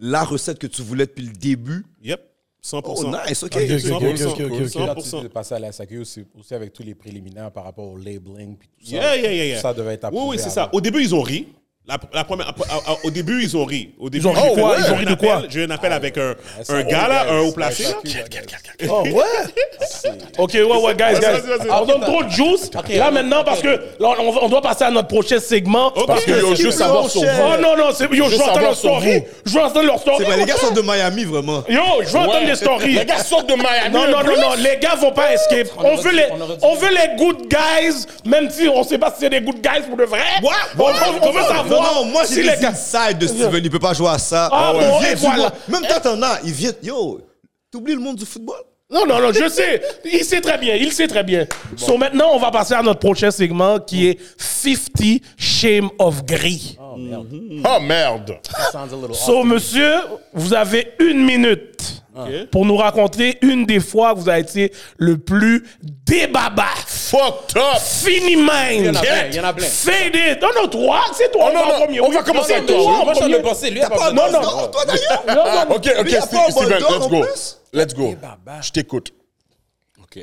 la recette que tu voulais depuis le début. yep, 100%. Oh, nice, OK. Ok, ok, 100%, ok, ok, ok, ok. Là, tu 100%. es passé à la SAQ aussi, aussi avec tous les préliminaires par rapport au labeling. Puis tout ça. Yeah, yeah, yeah, yeah. Tout Ça devait être Oui, approuvé. oui, c'est ça. avant. Au début, ils ont ri. La, la première, à- à- au début, ils ont ri. Au début, ont ri j'ai de fait- quoi? j'ai Ils eu ont un ri de appel- quoi? J'ai eu un appel avec un, ça, un oh, gars, là, guys, un haut la placé. là. SAQ, la guys. Oh ouais? Ok, ouais, ouais, guys, guys. Vas-y, vas-y, vas-y. On donne trop de juice. Là, maintenant, parce que là, on, on doit passer à notre prochain segment. Parce que yo, juste savoir sur Oh vous. non, non, c'est- yo, je veux Juste entendre savoir leur sur story. vous. Je veux entendre leur story. C'est vrai, les gars sont de Miami, vraiment. Yo, je veux entendre des stories. Les gars sortent de Miami. Non, non, en non, plus. non, les gars vont pas escape. On, aurait veut, dit- les, on aurait dit- on veut les good guys, même si on sait pas si c'est des good guys pour de vrai. on, veut- on veut savoir Non, non, moi, si j'ai les des gars. insides de Steven, il peut pas jouer à ça. Ah, Il bon, vient et du voilà. monde. Même quand t'en as, il vient. Yo, t'oublies le monde du football? Non, non, non, je sais. Il sait très bien, il sait très bien. So, maintenant, on va passer à notre prochain segment qui est 50 Shame of Gris. Oh, merde. Oh, merde. That sounds a little So, monsieur, vous avez une minute pour nous raconter une des fois où vous avez été le plus débaba. Fucked up. Fini mind. Il y en a plein, il y en a plein. Faded. Non, non, toi, c'est toi. Oh, non, on va en non, premier, on oui. va commencer Non, avec non, toi. en Moi, je suis premier. le passé. Lui, il a Pas pas de besoin de ballon le d'or, voir. toi d'ailleurs? Ah, OK, OK, Mais y a Ste- pas un Steven, bol d'or let's en go. plus? Let's go. babas. Je t'écoute. OK.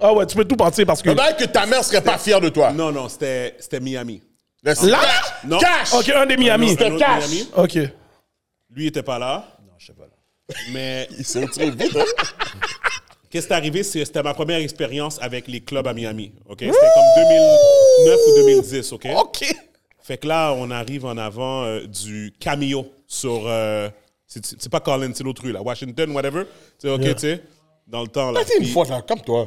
Ah ouais, tu peux tout penser parce que. Le bail que ta mère serait pas fière de toi. Non, non, c'était c'était Miami. Let's- Là? Non. Cash. Ok, un des Miami. Un autre cash. Miami. Ok. Lui, il était pas là. Non, je sais pas. Mais Ils sont trop vite. hein. qu'est-ce qui est arrivé? c'est- C'était ma première expérience avec les clubs à Miami. OK? C'était comme 2009 ou 2010. OK? OK. Fait que là, on arrive en avant euh, du cameo sur. euh, c'est c'est pas Collins, c'est l'autre rue, là. Washington, whatever. Tu sais, OK, tu sais. dans le temps. Là. C'est une Puis- fois, là, comme toi.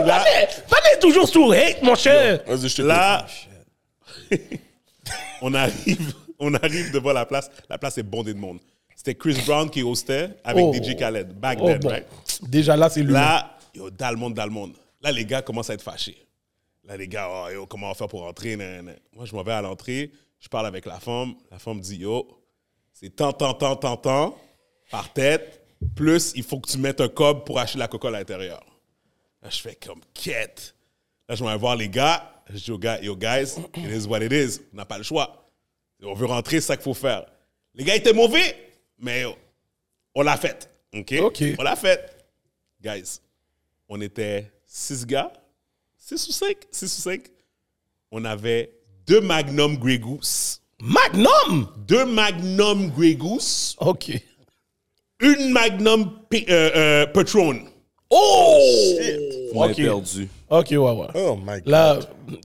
là, Fallait toujours sous hate, mon cher. Vas-y, je te là, on arrive, on arrive devant la place. La place est bondée de monde. C'était Chris Brown qui hostait avec Oh. DJ Khaled, back Oh, then, bon. right? Déjà là, c'est lui. Là, yo, Dalmonde, Dalmonde. Là, les gars commencent à être fâchés. Là, les gars, oh, yo, comment on va faire pour entrer? nan, nan, nan. Moi, je m'en vais à l'entrée, je parle avec la femme. La femme dit, yo, c'est tant, tant, tant, tant, tant, par tête, plus il faut que tu mettes un cob pour acheter la coca à l'intérieur. Là, je fais comme quête. Là, je m'en vais voir les gars. Je dis aux gars, yo, guys, it is what it is. On n'a pas le choix. On veut rentrer, c'est ça qu'il faut faire. Les gars étaient mauvais, mais yo, on l'a fait. OK? OK. On l'a fait. Guys, on était six gars, six ou cinq, six ou cinq. On avait deux Magnum Grey Goose, Magnum! deux Magnum Grey Goose, Ok. une Magnum P- euh, euh, Patron. Oh! On Ok. est perdu. Ok, ouais, ouais. Oh my god. Là,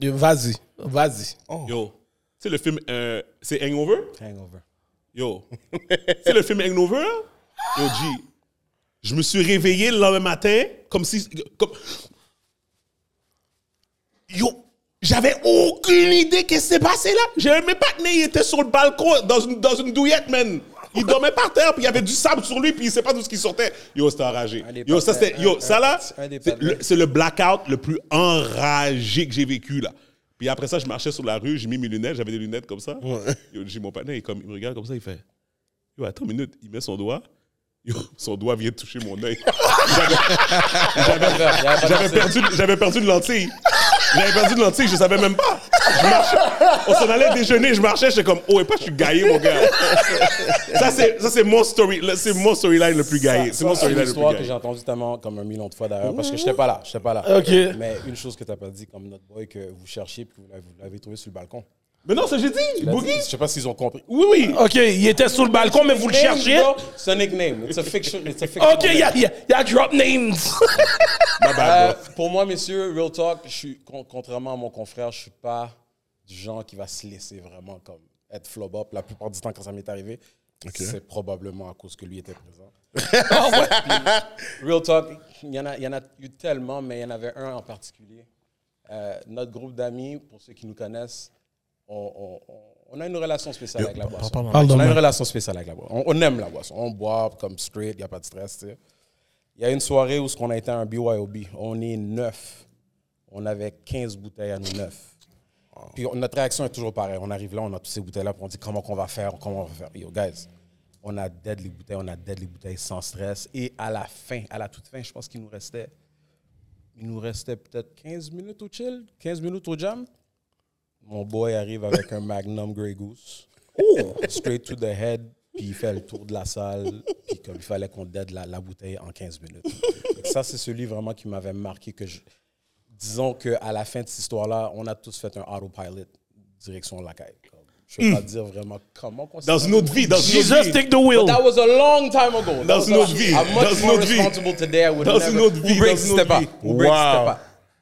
euh, vas-y, vas-y. Yo, c'est le film, euh, c'est Hangover? Oh. Hangover. Yo, c'est le film Hangover? là? Yo, G, je me suis réveillé le lendemain matin comme si... Comme... Yo, j'avais aucune idée qu'est-ce qui s'est passé là. J'avais même pas né, il était sur le balcon dans une, dans une douillette, man. Il dormait par terre, puis il y avait du sable sur lui, puis il sait pas d'où ce qui sortait. Yo, c'était enragé. Un des Yo, ça, partenaires- c'était, yo, un- ça là, un des c'est le, partenaires. c'est le blackout le plus enragé que j'ai vécu là. Puis après ça, je marchais sur la rue, j'ai mis mes lunettes, j'avais des lunettes comme ça. Yo, j'ai mon partenaire, il, comme, il me regarde comme ça, il fait Yo, attends une minute, il met son doigt. Yo, son doigt vient de toucher mon œil. J'avais perdu, j'avais perdu une lentille. J'avais perdu une lentille, je savais même pas. Je marchais- on s'en allait déjeuner, je marchais, j'étais comme, oh, et pas, je suis gaillé, mon gars. Ça, c'est, ça, c'est mon story, le- c'est mon storyline le plus gaillé. C'est mon C'est une storyline le histoire plus que j'ai gaillé. entendue tellement comme un million de fois d'ailleurs parce que j'étais pas là, j'étais pas là. Ok. Mais une chose que t'as pas dit comme notre boy que vous cherchiez puis que vous l'avez- vous l'avez trouvé sur le balcon. Mais non, ça, j'ai dit, Boogie. Je sais pas s'ils ont compris. Oui, oui. Ok, il était sur le balcon, mais vous le cherchiez. Bro, C'est un nickname. It's a fiction. It's a fiction. Ok, il y a, y a- y a drop names. Ma Ah, bad, Euh, bro. pour moi, messieurs, real talk, je suis con- contrairement à mon confrère, je suis pas du genre qui va se laisser vraiment comme être flop up la plupart du temps quand ça m'est arrivé. C'est probablement à cause que lui était présent. Puis, real talk, il y en a, il y en a eu tellement, mais il y en avait un en particulier. Euh, notre groupe d'amis, pour ceux qui nous connaissent, on, on- on- on a une relation spéciale avec la boisson. On a une relation spéciale avec la boisson. On, on aime la boisson. On boit comme straight, il n'y a pas de stress. tu sais. Il y a une soirée où ce qu'on a été à un BYOB. On est neuf. On avait 15 bouteilles à nous neuf. Puis on- notre réaction est toujours pareille. On arrive là, on a toutes ces bouteilles-là, puis on dit comment qu'on va faire, comment on va faire. Yo, guys, on a dead les bouteilles, on a dead les bouteilles sans stress. Et à la fin, à la toute fin, je pense qu'il nous restait, il nous restait peut-être 15 minutes au chill, 15 minutes au jam. Mon boy arrive avec un Magnum Grey Goose. Oh! Straight to the head. Puis il fait le tour de la salle. Puis comme il fallait qu'on dead la, la bouteille en 15 minutes. Fait que ça, c'est celui vraiment qui m'avait marqué. que je- Disons qu'à la fin de cette histoire-là, on a tous fait un autopilot direction la caille. Comme, Je ne vais pas dire vraiment comment on s'est- Hmm. Dans une autre vie, dans une autre Jesus, vie. take the wheel. Oh. That was a long time ago. Dans That une was a- autre vie. I'm much Dans une more autre vie. responsible today. I would Dans never- une autre vie. Uber Dans existait une autre pas. vie. Uber existait pas.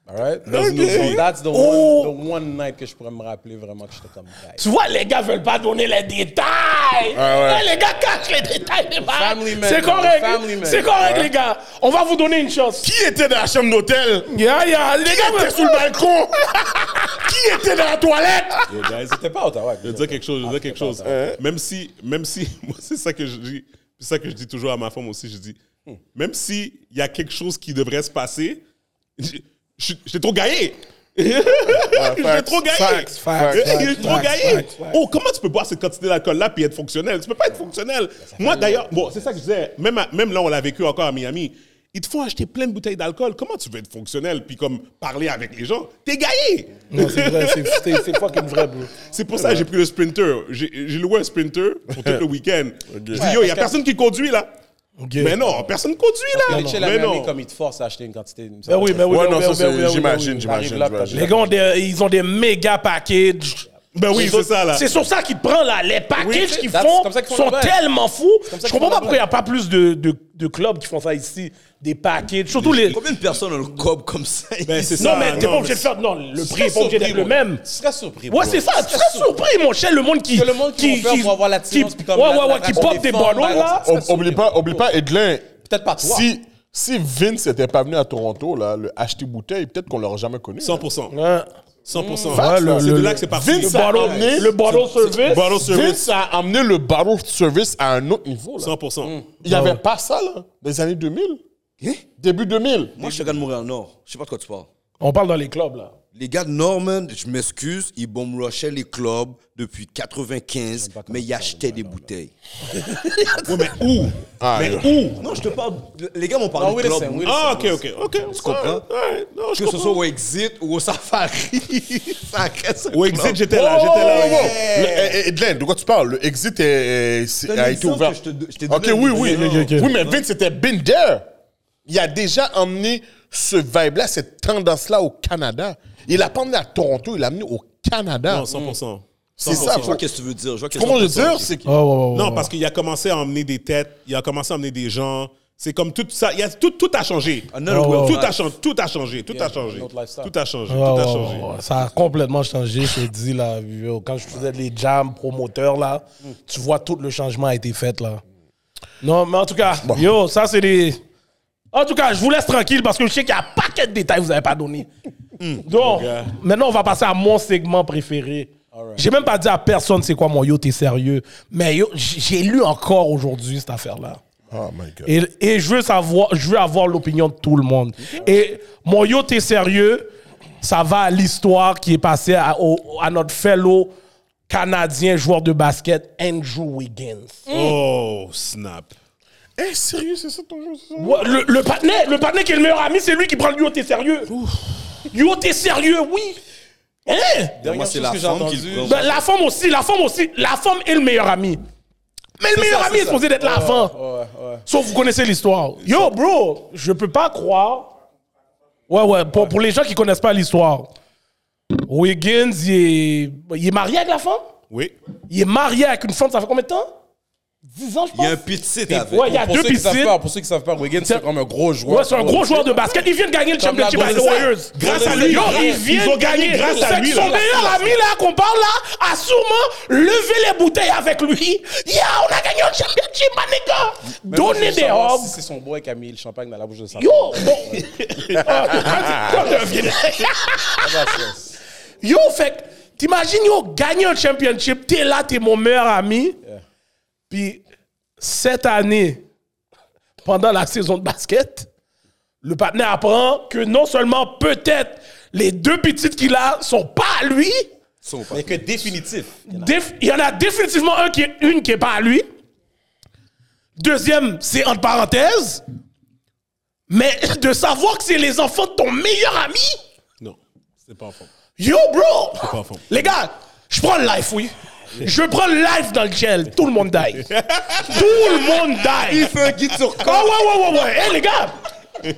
All right? Dans une autre So vie. that's the Oh. one, the one night que je pourrais me rappeler vraiment que j'étais comme guy. Tu vois, les gars veulent pas donner les détails. Ah ouais. Les gars cachent les détails des bails. Family man, C'est correct. family man. C'est correct, les gars. On va vous donner une chance. Qui était dans la chambre d'hôtel? Yeah, yeah. Les Qui gars, était veulent- sous le balcon? Qui était dans la toilette? Yo, guys, C'était pas Ottawa. Je veux dire quelque chose, je veux dire quelque chose. Même si, même si, moi, c'est ça que je dis, c'est ça que je dis toujours à ma femme aussi, je dis, même s'il y a quelque chose qui devrait se passer, je- je- j'étais trop gaillé. J'étais facts, trop gaillé. facts, facts, J'étais facts, trop facts, gaillé. facts, facts. Oh, comment tu peux boire cette quantité d'alcool-là puis être fonctionnel? Tu peux pas être fonctionnel. Moi, d'ailleurs, bon, c'est ça que je disais, même, à- même là, on l'a vécu encore à Miami. Il te faut acheter plein de bouteilles d'alcool. Comment tu veux être fonctionnel puis comme parler avec les gens? T'es gaillé! Non, c'est vrai, c'est- c'est c'est fucking vrai, bro. C'est pour ça que j'ai pris le Sprinter. J'ai j'ai loué un Sprinter pour tout le week-end. Je dis, yo, il n'y a personne qui conduit là. Mais non, personne conduit Les là. chill à Mais Miami, non. comme ils te forcent à acheter une quantité. une Ben oui, ben oui, Ouais, ben non, oui, ça, ben oui, ben c'est- oui, ben oui. j'imagine, j'imagine, T'arrives là, j'imagine. t'as- Les gars, ont des- ils ont des méga packages. Ben oui, c'est ça là. C'est sur ça qu'ils prennent là. Les Oui, packages c'est- qu'ils that's- font c'est comme ça qu'ils font sont le bail. tellement fous. comme ça Je qu'ils font comprends pas le pourquoi il n'y bail. a pas plus de, de, de clubs qui font ça ici. Des packages. Surtout les. Combien de personnes ont le cob comme ça? Ben, c'est ça. Non, mais t'es pas non, obligé de faire. Non, le prix n'est serais pas obligé surpris, d'être le moi. même. Tu serais surpris. Ouais, bro. c'est ça. Tu Tu serais surpris, mon cher, le monde qui. Que le monde qui vont faire pour avoir l'attirance, qui- puis comme Ouais, la- ouais, la ouais, qui raconte pop des des formes, ballons, la- là. Ob- Oublie pas, oublie pas, Edlin, Peut-être pas toi. Ah, Si, si Vince n'était pas venu à Toronto, là, le acheter bouteille, peut-être qu'on l'aurait jamais connu. 100%. Ouais. 100%. Fact, là. C'est de là que c'est parti. Vince a Bottle- amené- le bottle service. Bottle service. Vince a amené le barrel service à un autre niveau. Là. 100%. Il n'y avait pas ça, là, dans les années 2000. Hein? Début 2000. Moi, je suis un gars de Montréal-Nord. Je sais pas de quoi tu parles. On parle dans les clubs, là. Les gars de Norman, je m'excuse, ils bomb rushaient les clubs depuis 95, mais ils achetaient des bouteilles. Ouais, mais où Ah, Mais là. où Non, je te parle. Les gars m'ont Non, parlé oui, de Ah, listen, clubs. oui, Ah, ok, listen. ok, ok. Tu comprends? Non, je Que ce soit au Exit ou au Safari. ça reste un Au club. exit, j'étais là, j'étais Oh, là. oh, oh. Le- eh, eh, Edlain, de quoi tu parles? Le exit est- Ah, est- c'est- Donne a été l'exemple ouvert. que je te do- je t'ai ok, donné. oui, oui. Ok, ok, Oui, mais Vince était been there. Il a déjà emmené ce vibe-là, cette tendance-là au Canada. Il l'a pas emmené à Toronto, il l'a amené au Canada. Non, 100%. c'est ça. Je vois qu'est-ce que tu veux dire. Je vois qu'est-ce Comment que je tu veux dire? C'est que- Oh, ouais, ouais, ouais, Non, ouais. parce qu'il a commencé à emmener des têtes, il a commencé à emmener des gens. C'est comme tout ça, il y a, tout, tout a changé. Ah, Another way of tout, life. a changé tout a changé, tout a changé. notre lifestyle. Tout a changé, Ouais, tout a ouais, changé. ouais, ouais. Ça a complètement changé, je te dis, là. Yo, Quand je faisais les jams promoteurs, là, tu vois, tout le changement a été fait, là. Non, mais en tout cas, yo, ça, c'est des... En tout cas, je vous laisse tranquille parce que je sais qu'il y a un paquet de détails que vous n'avez pas donné. Hmm. Donc, maintenant, on va passer à mon segment préféré. J'ai même pas dit à personne c'est quoi mon yo, t'es sérieux. Mais yo, j- j'ai lu encore aujourd'hui cette affaire-là. Oh my God. Et, et je veux savoir, je veux avoir l'opinion de tout le monde. Et mon yo, t'es sérieux, ça va à l'histoire qui est passée à, au- à notre fellow Canadien joueur de basket, Andrew Wiggins. Oh, snap. Eh, sérieux, c'est ça ton jeu? c'est Mm. ça? Ouais, Le, le patinet, le patinet qui est le meilleur ami, c'est lui qui prend le yo, t'es sérieux. Yo, t'es sérieux, oui. Hein? Dernière Moi, c'est chose la que j'ai femme qui entendue, le prend. Ben, la femme aussi, la femme aussi, la femme est le meilleur ami. Mais le meilleur ça, ami c'est est supposé ça. d'être là avant. Ouais, ouais. Sauf vous connaissez l'histoire. Yo, bro, je peux pas croire. Ouais, ouais, pour, pour les gens qui connaissent pas l'histoire, Wiggins, il est, il est marié avec la femme Oui. Il est marié avec une femme, ça fait combien de temps 10 ans, je Il pense. y a un petit avec. Ouais, il y a Pour deux ceux qui savent piscines. pas, pour ceux qui savent pas, Wiggins c'est comme un gros joueur. Ouais, c'est un gros joueur de basket. Il vient de gagner le Comme la championship avec les Golden Warriors. State. Grâce Golden à State. lui, Yo, grâce- il vient ils ont de gagner. gagné grâce à Fait que lui, Son là. meilleur ami, là, qu'on parle, là, a sûrement levé les bouteilles avec lui. Yeah, on a gagné le championship, ma nigga. Donnez des robes. robes. Si c'est son boy qui a mis le champagne dans la bouche de sa Yo, femme. bon. Ah, quand tu- quand tu viens- Yo, fait que, t'imagines, yo, gagner un championship, t'es là, t'es mon meilleur ami. Puis, cette année, pendant la saison de basket, le partenaire apprend que non seulement peut-être les deux petites qu'il a sont pas à lui, Son papa. Mais que définitif. déf- il y en a définitivement un qui est, une qui est pas à lui. Deuxième, c'est entre parenthèses. Mais de savoir que c'est les enfants de ton meilleur ami, Non, c'est pas en forme. Yo, pas bro! faux. Les gars, je prends le life, oui. Je prends le life dans le gel. Tout le monde die. Tout le monde die. Il fait un guide sur Oh, quoi ouais, ouais, ouais, ouais. Hé, les gars! Yo,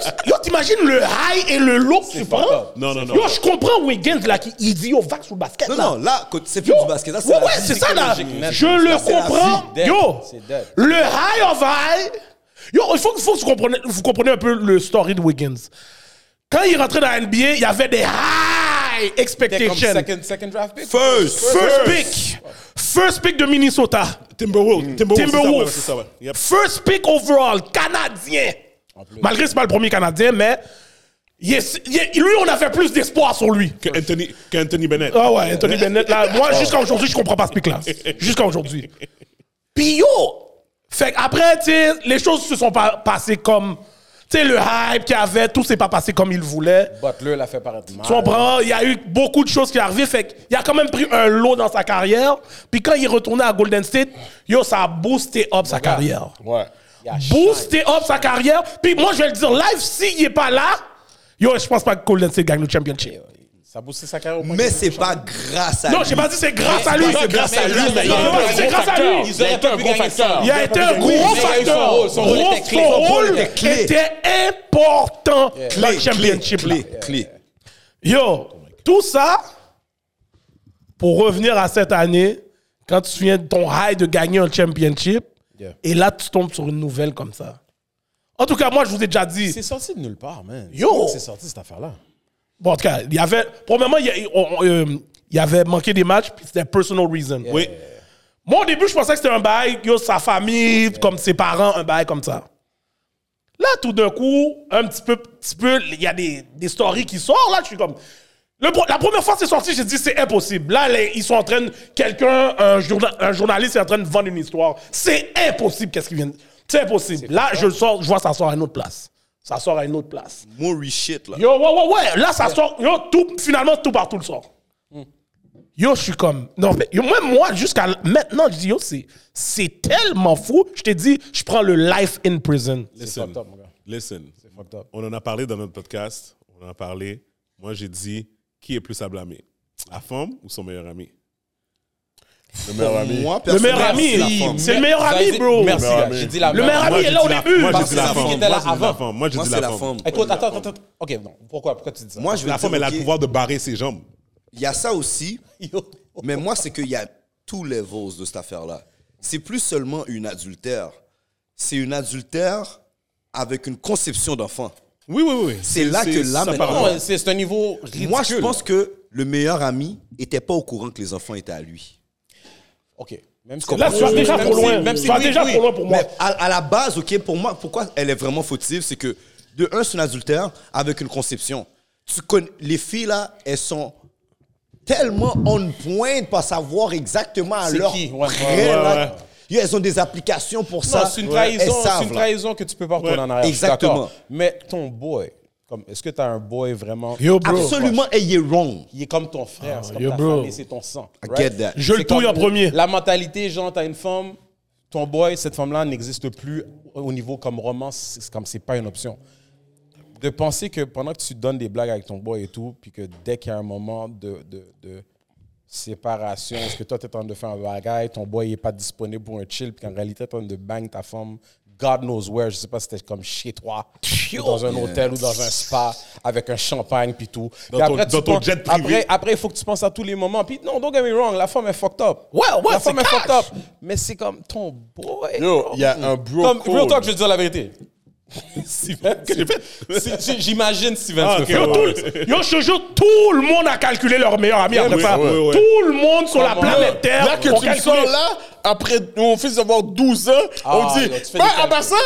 tu- Yo, t'imagines le high et le low que tu prends? fucked up. Non, non, non. Yo, je comprends Wiggins, là, qui il dit, yo, vax sur le basket, Non, là. non, là, quand c'est plus Yo, du basket. Là, c'est ouais, la ouais, vie c'est ça, là. psychologique. Je le c'est la comprends. vie. Yo, C'est dead. le high of high. Yo, il faut, il faut que vous compreniez, vous compreniez un peu le story de Wiggins. Quand il rentrait dans la NBA, il y avait des high T'es comme expectations. second, second draft pick. First, First pick. First pick de Minnesota. Timberwolves. Mm. Timberwolves. c'est ça, Timberwolves. ouais, C'est ça, ouais. Yep. First pick overall, Canadien. Malgré que c'est pas le premier Canadien, mais il est- il est- lui, on avait plus d'espoir sur lui. Que Anthony, que Anthony Bennett. Ah ouais, Anthony Bennett, là, moi, jusqu'à aujourd'hui, je comprends pas ce pic-là. Jusqu'à aujourd'hui. Puis yo, fait après, tu sais, les choses se sont pas passées comme. Tu sais, le hype qu'il y avait, tout s'est pas passé comme il voulait. Butler l'a fait paraître mal. Tu comprends? Il y a eu beaucoup de choses qui arrivaient. Fait qu'il a quand même pris un lot dans sa carrière. Puis quand il est retourné à Golden State, yo, ça a boosté up sa carrière. Ouais. Yeah, Boosté up sa carrière. Puis moi, je vais le dire live, s'il est pas là, yo, je pense pas que Golden State gagne le championship. Ça a boosté sa carrière au point Mais qu'il- c'est pas grâce à lui. Non, j'ai pas dit c'est grâce à lui. C'est grâce à lui, mais Non, il a non, été un c'est gros grâce à lui. Ils auraient pas pu gagner ça. Il a été un Oui, gros mais il a eu son facteur. rôle, son rôle Gros- était clé. Son Son rôle rôle était clé. était important dans le Clé, clé, championship. clé, Oh là. clé. Yo, tout ça pour revenir à cette année, quand tu viens de ton high de gagner un championship, Yeah. et là tu tombes sur une nouvelle comme ça. En tout cas, moi je vous ai déjà dit. C'est sorti de nulle part, man. Yo! Comment C'est sorti cette affaire-là. Bon, en tout cas, il y avait. Premièrement, il y, a- on- on, euh, il y avait manqué des matchs, puis c'était personal reason. Oui. Moi, au début, je pensais que c'était un bail, yo, sa famille, comme ses parents, un bail comme ça. Là, tout d'un coup, un petit peu, petit peu, il y a des, des stories qui sortent. Là, je suis comme. Le pro- la première fois que c'est sorti, j'ai dit c'est impossible. Là, les- ils sont en train de. Quelqu'un, un, journa- un journaliste est en train de vendre une histoire. C'est impossible, qu'est-ce qu'ils viennent. C'est impossible. Là, je le sors, je vois ça sort à une autre place. Ça sort à une autre place. Maury shit, là. Yo, ouais, ouais, ouais. Là, ça sort. Yo, tout, finalement, tout partout le sort. Yo, je suis comme. Non, mais yo, même moi, jusqu'à l- maintenant, je dis, yo, c'est, c'est tellement fou. Je t'ai dit, je prends le life in prison. Listen, fucked up, mon gars. listen. fucked up. On en a parlé dans notre podcast. On en a parlé. Moi, j'ai dit qui est plus à blâmer La femme ou son meilleur ami Le meilleur ami. Moi, Le meilleur personnellement, ami, c'est la femme. c'est le meilleur ami, bro. Merci, meilleur gars. ami. J'ai dit la Le meilleur merde. ami Moi, est j'ai là dit au la- début. Moi, j'ai Parce dit que la c'est femme. la Moi, fille j'ai qui était là dit la avant. femme. Moi, j'ai Moi, dit c'est la la femme. femme. Écoute, attends, attends, attends. Ok, non, pourquoi, pourquoi tu dis ça? Moi, je vais La dire, femme, elle a ok, le pouvoir de barrer ses jambes. Il y a ça aussi, Yo. mais moi, c'est qu'il y a tous les voses de cette affaire-là. C'est plus seulement une adultère. C'est une adultère avec une conception d'enfant. Oui, oui, oui. C'est là que là, ça maintenant, parle. Non, c'est c'est un niveau ridicule. Moi, je pense que le meilleur ami était pas au courant que les enfants étaient à lui. Ok. Même si Là, tu vas Oui, déjà même trop si- loin. Même Tu si vas oui, déjà oui. trop loin pour moi. Mais à, à la base, OK, pour moi, pourquoi elle est vraiment fautive, c'est que, de un, c'est un adultère avec une conception. Tu connais, les filles, là, elles sont tellement on point de pas savoir exactement à C'est leur qui? Ouais, près, ouais, là. ouais. Yo, Elles ont des applications pour Non, ça. c'est une Ouais. trahison, Elles c'est savent, une là. trahison que tu peux pas retourner en arrière. je suis exactement. d'accord. Mais ton boy, comme, est-ce que t'as un boy vraiment Yo, bro. Absolument, et il est wrong. Il est comme ton frère, c'est comme yo, ta bro. famille, c'est ton sang. I right? get that. Je le C'est comme touille en premier. La mentalité, genre, t'as une femme, ton boy, cette femme-là n'existe plus au niveau comme romance, c'est comme c'est pas une option. De penser que pendant que tu donnes des blagues avec ton boy et tout, puis que dès qu'il y a un moment de, de, de séparation, est-ce que toi, t'es en train de faire un bagage, ton boy n'est pas disponible pour un chill, puis qu'en réalité, t'es en train de bang ta femme, God knows where, je sais pas si c'était comme chez toi, ou dans un hôtel ou dans un spa, avec un champagne, puis tout. Puis Dans ton- dans tu ton penses- jet privé. après- après, il faut que tu penses à tous les moments. Puis non, don't get me wrong, la femme est fucked up. Ouais, ouais, La femme est fucked up. Mais c'est comme ton boy. Yo, il y a un bro Comme, code. real talk, je vais te dire la vérité. Steven, que j'ai fait- Si- j'ai- J'imagine Steven Ah, se ok, faire. ouais, Tout ouais. le- Yo, je te jure, tout le monde a calculé leur meilleur ami après oui, ça. oui, oui. Tout le monde sur la Comment? planète Terre. Là que ont tu me calculé. sors là, après mon fils d'avoir 12 ans, on dit yo, Ben, tu fais des calculs. à part ça,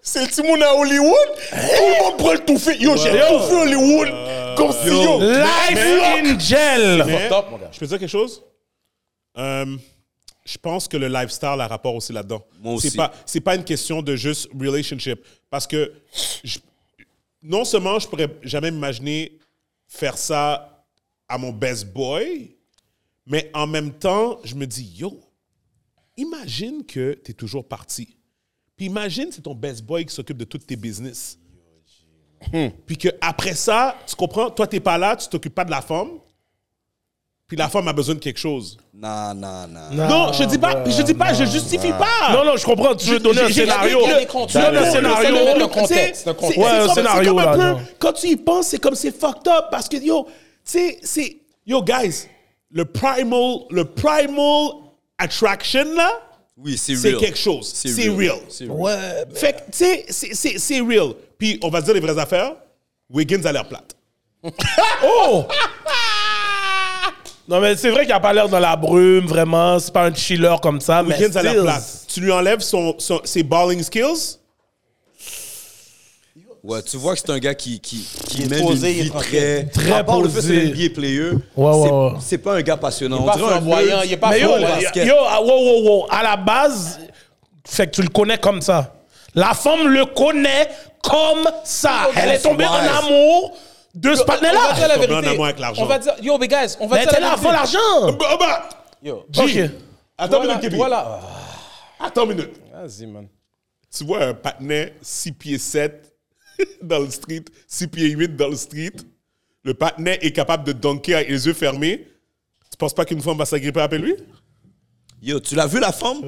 c'est le petit monde à Hollywood, tout le monde prend le tout fait. Yo, j'ai tout fait Hollywood, comme si yo. Life in gel. Mais, top, mon gars. Je peux dire quelque chose? Euh, je pense que le lifestyle a rapport aussi là-dedans. Moi C'est aussi. pas, c'est pas une question de juste relationship. Parce que je- non seulement je pourrais jamais m'imaginer faire ça à mon best boy, mais en même temps, je me dis, yo, imagine que tu es toujours parti. Puis imagine c'est ton best boy qui s'occupe de tous tes business. Hmm. Puis que après ça, tu comprends, toi t'es pas là, tu t'occupes pas de la femme. Puis la femme a besoin de quelque chose. Non, non, non. non, je dis pas, je dis pas, je justifie pas. Non, non, je comprends. Tu veux donner un scénario. il y a des Tu veux contraintes. le Dans le- scénario. dans le- Tu sais, contexte, le contexte. c'est- Ouais, c'est un comme- scénario, c'est comme un là, peu- non. quand tu y penses, c'est comme c'est fucked up parce que yo, tu sais, c'est yo guys, le primal, le primal attraction là, Oui, c'est c'est real. quelque chose. C'est real. C'est real. Ouais. Fait que, tu sais, c'est- c'est- c'est real. Puis, on va dire les vraies affaires. Wiggins a l'air plate. Oh! Non, mais c'est vrai qu'il a pas l'air dans la brume, vraiment. C'est pas un chiller comme ça. Mais Wiggins a l'air still. plate. Tu lui enlèves son, son- ses balling skills. Ouais, tu vois que c'est un gars qui, qui, qui est mène posé, il une est vie tranquille. très... Très à part le fait que c'est posé. un NBA player, Ouais, ouais, c'est- ouais. c'est pas un gars passionnant. Il est pas On dirait un flamboyant, nerd. il est pas Mais yo, flamboyant. basket. yo, ah, wow, wow, wow. à la base, fait que tu le connais comme ça. La femme le connaît comme ça. Elle est tombée wise. en amour de ce On va dire partenaire-là. la Ils sont vérité. vraiment en amour avec l'argent. On va dire, yo, mais guys, on va Mais elle dire était la là avant vérité. l'argent. Bah, bah, Yo, G. Attends une voilà, minute, Kevin. voilà. Attends une minute. Vas-y, man. Tu vois un patinet 6 pieds 7 dans le street, 6 pieds 8 dans le street. Le patinet est capable de dunker avec les yeux fermés. Tu penses pas qu'une femme va s'agripper après lui? Yo, tu l'as vu la femme?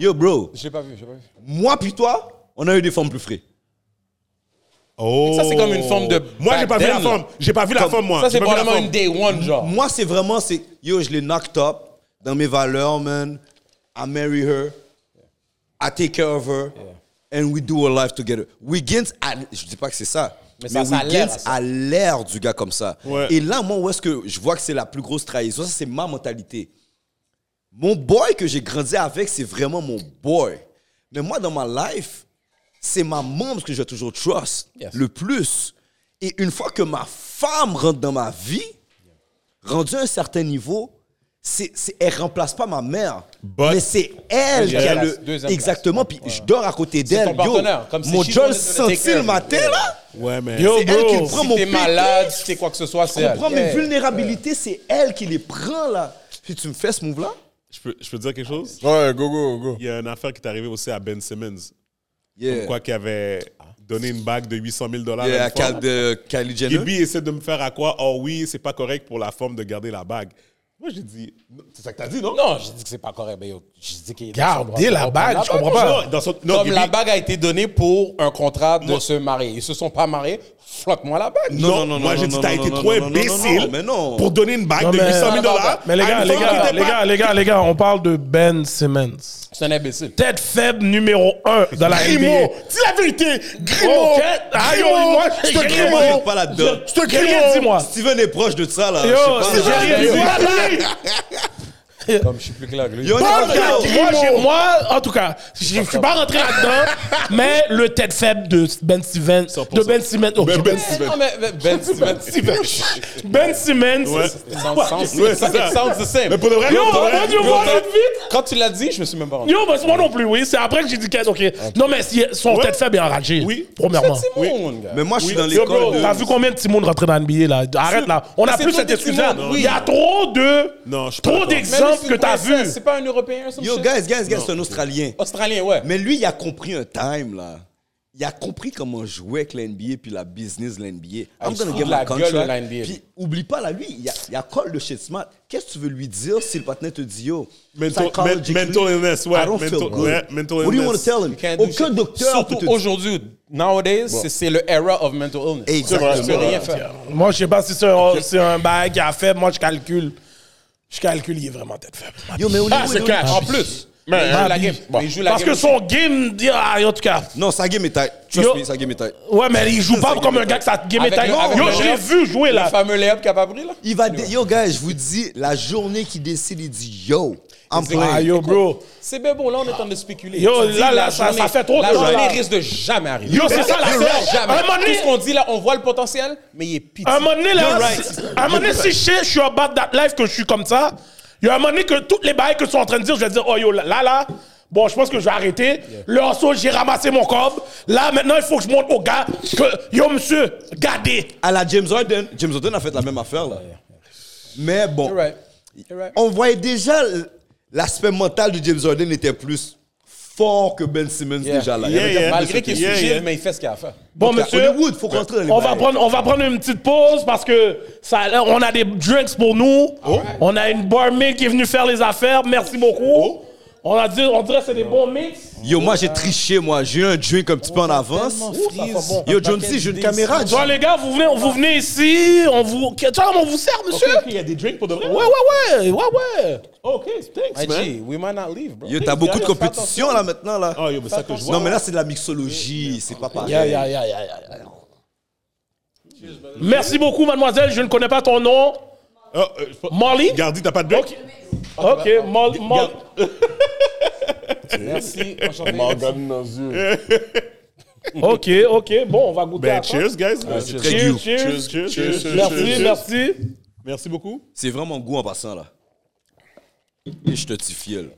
Yo, bro, J'ai pas vu, j'ai pas vu. moi puis toi, on a eu des formes plus frais. Oh. Ça, c'est comme une forme de Moi, j'ai pas back vu la then, là. femme. J'ai pas vu la femme, moi. Ça, J'ai c'est pas vu la probablement femme. une day one, genre. Moi, c'est vraiment, c'est yo, je l'ai knocked up dans mes valeurs, man. I marry her. I take care of her. And we do our life together. Wiggins, a- je dis pas que c'est ça. Mais Mais, ça, ça a l'air Wiggins à ça. a l'air du gars comme ça. Ouais. Et là, moi, où est-ce que je vois que c'est la plus grosse trahison? Ça, c'est ma mentalité. Mon boy que j'ai grandi avec, c'est vraiment mon boy. Mais moi, dans ma life, c'est ma membre que je vais toujours trust Yes. le plus. Et une fois que ma femme rentre dans ma vie, rendue à un certain niveau, c'est, c'est- elle remplace pas ma mère. But- mais c'est elle qui a Deuxième le. place, deuxième place. Exactement. Puis je dors à côté d'elle. ton Yo, partenaire, comme si mon she John wanted to take sentit care le of matin, you. là. Ouais, mais. Yo, C'est elle qui bro. prend Si mon t'es pic, malade, si t'es quoi que ce soit, c'est Je comprends elle. mes Yeah. vulnérabilités, c'est elle qui les prend, là. Puis tu me fais ce move-là? Je peux, je peux dire quelque chose? Ouais, go, go, go. Il y a une affaire qui est arrivée aussi à Ben Simmons. Yeah. Quoi qu'il avait donné une bague de 800 000 dollars. Yeah, à Cal- de Kylie Jenner. Gibby essaie de me faire à quoi? Oh oui, c'est pas correct pour la forme de garder la bague. Moi, j'ai dit. C'est ça que t'as dit, non? Non, je dis que c'est pas correct. mais yo, je dis qu'il Gardez la bague, je comprends pas. Non, dans son- non, Comme Gibby- la bague a été donnée pour un contrat de se marier. Ils se sont pas mariés, floque-moi la bague. Non, moi j'ai dit, t'as été trop imbécile Mais non. pour donner une bague Non, de mais- 800 000 dollars. Mais les gars, les gars, les gars, les gars, les gars, on parle de Ben Simmons. C'est un imbécile. Tête faible numéro 1 dans la NBA. Grimaud, dis la vérité. Grimaud, Ok, aïe, Grimaud, moi, je te j'ai rien Moi, je Grimaud. suis pas là-dedans. Je te J'ai rien dit, Grimaud. moi. Steven est proche de ça, là. Yo, Je sais j'ai pas, là. rien dit. Comme je suis plus clair que lui. Yo, on est Moi, rentré là. moi, j'ai- moi, en tout cas, je ne suis pas rentré là-dedans, mais le tête faible de Ben Simmons, de Ben Simmons, oh, Ben- Ben Eh, non, mais Ben Steven, Steven. Ben Simmons, Ouais, It c'est ça. sounds the same. Mais pour de vrai, Yo, pour de vrai, moi, Dieu, pour de voilà. vrai, vite. Quand tu l'as dit, je me suis même pas rendu. Yo, bah, c'est moi non plus, oui. C'est après que j'ai dit qu'elle, ok. Non, mais si- son tête faible est enragé. Oui. Premièrement. C'est Timon, gars. Mais moi, je suis dans Yo, bro, l'école. de- t'as vu combien de Timoun rentrer dans NBA, là? Arrête, là. On n'a c'est plus tous cette des excuse-là. Timons, Il oui. y a trop de. Non, je suis pas Trop d'accord. Même si d'exemples c'est que une t'as princesse, vus. C'est pas un Européen, ça Yo, guys, guys, guys, c'est un Australien. Australien, ouais. Mais lui, il a compris un time, là. Il a compris comment jouer avec l'NBA puis la business de l'NBA. Ah, il se fout de give la my gueule de la NBA. Puis oublie pas, là, lui, il a, il a call de shit smart. Qu'est-ce que tu veux lui dire si le partenaire te dit, yo, Mental- psychologically, men- mental illness, ouais, I don't feel mental- good. ouais, mental What do you want to illness. tell You can't him? do Aucun shit. docteur peut te Surtout aujourd'hui, nowadays, c'est- c'est le era of mental illness. Exactement. Tu peux rien faire. Moi, je sais pas si c'est un, c'est un bail qui a fait. Moi, je calcule. Je calcule, il est vraiment tête faible. Yo, mais au Ah, niveau- c'est clair. En plus, mais il joue la game. Mais il joue la Parce que game. son game, dit, ah, en tout cas. Non, sa game est tight. Yo. Trust me, sa game est tight. Ouais, mais il joue pas comme un gars que ça game est Avec taille. le- avec Yo, le je l'ai layup, vu jouer, Le là. fameux layup qu'il a pas pris, là. Il va dé- Yo, guys, je vous dis, la journée qu'il décide, il dit, yo, I'm Ah, playing. yo, bro. C'est bien bon, là, on est en train de spéculer. Yo, Tu dis, là, là, la ça- ça fait trop La de temps, journée là. risque de jamais arriver. Yo, c'est ça, la Yo, affaire. Jamais. Un moment donné- Tout ce qu'on dit, là, on voit le potentiel, mais il est pitié. À un moment donné, là, You're right. si- à un moment donné, si je sais, je suis about that life, que je suis comme ça, il y a un moment donné que toutes les bails que tu es en train de dire, je vais dire, oh yo, là, là, bon, je pense que je vais arrêter. Le hustle, j'ai ramassé mon cob. Là, maintenant, il faut que je montre au gars que, yo, monsieur, gardez. À la James Harden, James Harden a fait la même affaire, là. Mais bon. You're right. You're right. on voyait déjà l- l'aspect mental de James Harden était plus fort que Ben Simmons Yeah. déjà là. Il y Yeah, avait yeah. Malgré qu'il est Yeah, fragile, yeah. mais il fait ce qu'il a à faire. Bon, Donc, à monsieur, Hollywood, faut qu'on rentre dans les on va, bails. prendre, on va prendre une petite pause parce que ça, a l'air- on a des drinks pour nous. On a une barmaid qui est venue faire les affaires. Merci beaucoup. On, a dit, on dirait que c'est des bons mix. Yo, moi j'ai triché, moi. J'ai eu un drink un petit peu en avance. Yo, John C, j'ai une caméra. Toi, les gars, vous venez, vous venez ici. On vous, tu vois comment on vous sert, monsieur? Il y a des drinks pour de vrai? Ouais, ouais, ouais, ouais, ouais. Ok, thanks, man. IG, we might not leave, bro. Yo, t'as beaucoup de Fais compétition là maintenant là. Oh, yo, mais ça que je vois. Non, mais là c'est de la mixologie, c'est pas pareil. Yeah, yeah, yeah, yeah, yeah, yeah. Merci beaucoup, mademoiselle. Je ne connais pas ton nom. Ah, euh, je- Molly? Gardi, t'as pas de drink? Eh, Ok. Ok, Molly. Merci. enchanté. Regarde nos yeux. Ok, ok. Bon, on va goûter à Ben, ça. cheers, guys. Très Cheers, doux. cheers. Cheers, cheers, cheers, cheers, Merci, cheers. merci. Merci beaucoup. C'est vraiment goût en passant là. Et je te dis fiel.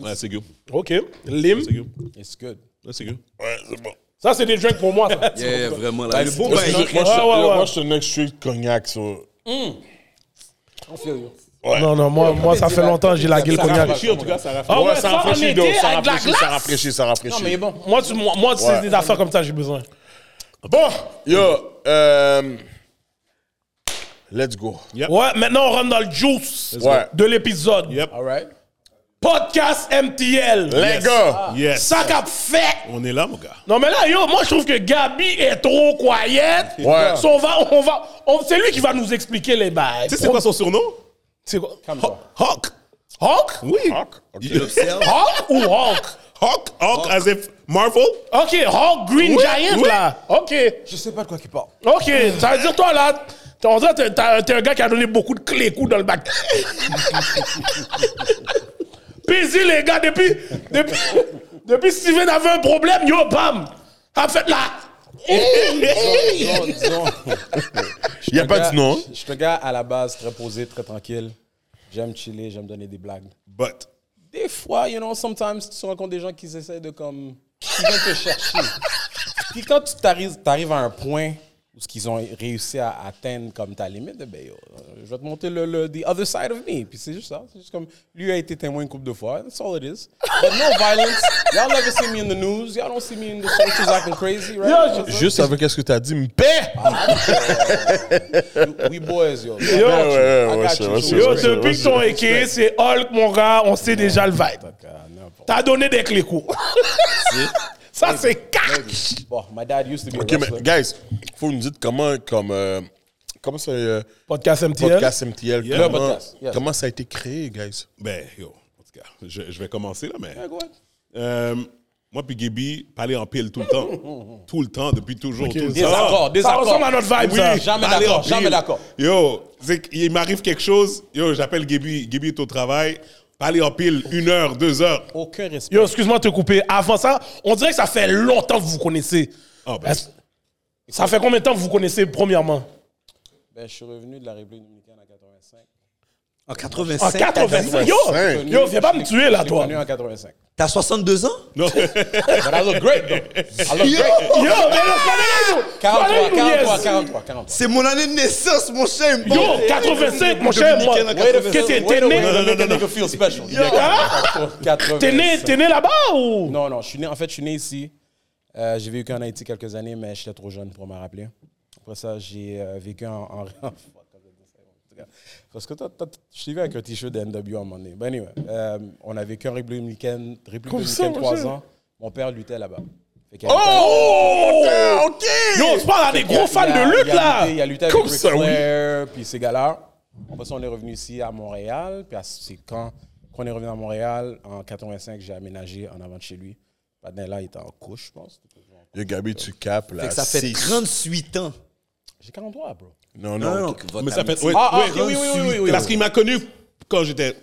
Ouais, c'est good. Ok. Lim. C'est good. It's good. Ouais, c'est good. Ouais, c'est bon. Ça, c'est des drinks pour moi. ça. Yeah, vraiment là. Le bon Moi, je bail. suis- moi, je Ouais, suis- ouais, ouais. moi, je suis next street cognac, so. On feel you. Non, non, moi, moi ça fait longtemps que j'ai la gueule Ça cognac. rafraîchit, en tout cas, ça Ah rafraîchit. ouais, ça, en été, donc, ça avec de la rafraîchit, ça glace. rafraîchit, ça rafraîchit. Non, Ah, mais il est bon. Moi, tu- moi, moi, c'est Ouais. des affaires comme ça que j'ai besoin. Bon, yo, euh, let's go. Ouais, maintenant, on rentre dans le juice Ouais. de l'épisode. Yep. All right. Podcast MTL. Les gars, Yes. Ah. Ça qu'a fait. On est là, mon gars. Non, mais là, yo, moi, je trouve que Gabi est trop quiet. Ouais. So, on va, on va, on- c'est lui qui va nous expliquer les bails. Tu sais, c'est quoi son surnom? C'est quoi? Ah, Calme-toi. Hawk. Hawk? Oui. J'observe. Hawk ou Hawk? Hawk, Hawk, as if Marvel. OK, Hawk Green Oui, Giant, oui. là. OK. Je sais pas de quoi qu'il parle. OK. Ça veut dire, toi, là, t'es- on dirait que t'es- t'as- t'es un gars qui a donné beaucoup de clés coups dans le bac. Paisy, les gars, depuis, depuis, depuis Steven avait un problème, yo, bam! Ah, faites là Disons- disons- Il n'y a pas de nom. hein? Je suis un gars à la base très posé, très tranquille. J'aime chiller, j'aime donner des blagues. But. Des fois, you know, sometimes tu rencontres des gens qui essaient de comme. qui viennent te chercher. Puis quand tu t'arrives, t'arrives à un point où ce qu'ils ont réussi à atteindre comme ta limite, eh ben, yo, euh, je vais te montrer le, le- the other side of me. Puis c'est juste ça. C'est juste comme. Lui a été témoin une couple de fois. That's all it is. But no violence. Y'all never see me in the news. Y'all don't see me in the socials acting crazy, right? Yo, Juste avec ce que tu as dit, me paix! We boys, Yo, yo. Ouais, ouais, ouais, I got c'est you. vrai, c'est Yo, vrai, c'est vrai, depuis que c'est ton vrai. équipe, c'est Hulk, mon gars, on sait déjà le vibe. God, uh, no. T'as donné des clicous. Ça, c'est cac. Bon, my dad used to be a Ok, wrestler. mais guys, il faut que vous me dites comment, comme, euh, comment c'est euh, Podcast MTL. podcast MTL, Yeah. comment, Le podcast, yes. comment ça a été créé, guys? Ben, yo, en tout cas, je, je vais commencer là, mais. Yeah, go ahead. Euh, moi puis Gaby, parler en pile tout le temps. tout le temps, depuis toujours. Tout le Désaccord, temps. désaccord. ressemble à notre vibe, Oui, ça. Jamais Parler en d'accord, pile. jamais d'accord. Yo, c'est qu'il m'arrive quelque chose, yo, j'appelle Gaby, Gaby est au travail, parler en pile, une heure, deux heures. Aucun respect. Yo, excuse-moi de te couper. Avant ça, on dirait que ça fait longtemps que vous vous connaissez. Ah ben. Est-ce- Ça fait combien de temps que vous vous connaissez, premièrement Ben, je suis revenu de la République dominicaine en 85. En En 85, t'as 85. Ah, Yo, Cinq. yo, viens pas me tuer là, Je l'ai toi. connu en 85. t'as 62 ans Non, But I look great, though. I look great. Yo, mais là, regardez-nous. 43, Regardez-nous, 43, yes. 43, 43. C'est mon année de naissance, mon cher. Yo, 85, mon cher, moi. Que t'es- t'es né Non, non, non, nigga feel special. T'es né, t'es né là-bas ou Non, non, je suis né, en fait, je suis né ici. Euh, j'ai vécu en Haïti quelques années, mais j'étais trop jeune pour me rappeler. Après ça, j'ai euh, vécu en... en... Parce que toi, toi, je t'ai vu avec un t-shirt de NW à un moment donné. Ben anyway, euh, on a vécu en République dominicaine, République Comme ça, dominicaine mon 3 cher. ans. Mon père luttait là-bas. Fait qu'il Oh Ah, OK! Yo, on se parle à Ah, des Il a- gros fans il a- de il lutte a là. lutté- Il a lutté avec Comme Ric ça, oui. Flair, puis ces gars-là. Après ça, on est revenu ici à Montréal. Puis à- c'est quand, quand on est revenu à Montréal, en 85, j'ai aménagé en avant de chez lui. Maintenant, là, il était en couche, je pense. Yo, Gabi, tu capes, là. Fait que ça fait six. 38 ans. J'ai 43, bro. Non, Non, non. non, votre mais ça amitié. fait. oui, Ah, ah, oui. ok, oui, oui, oui, oui, oui. Parce qu'il m'a connu quand j'étais.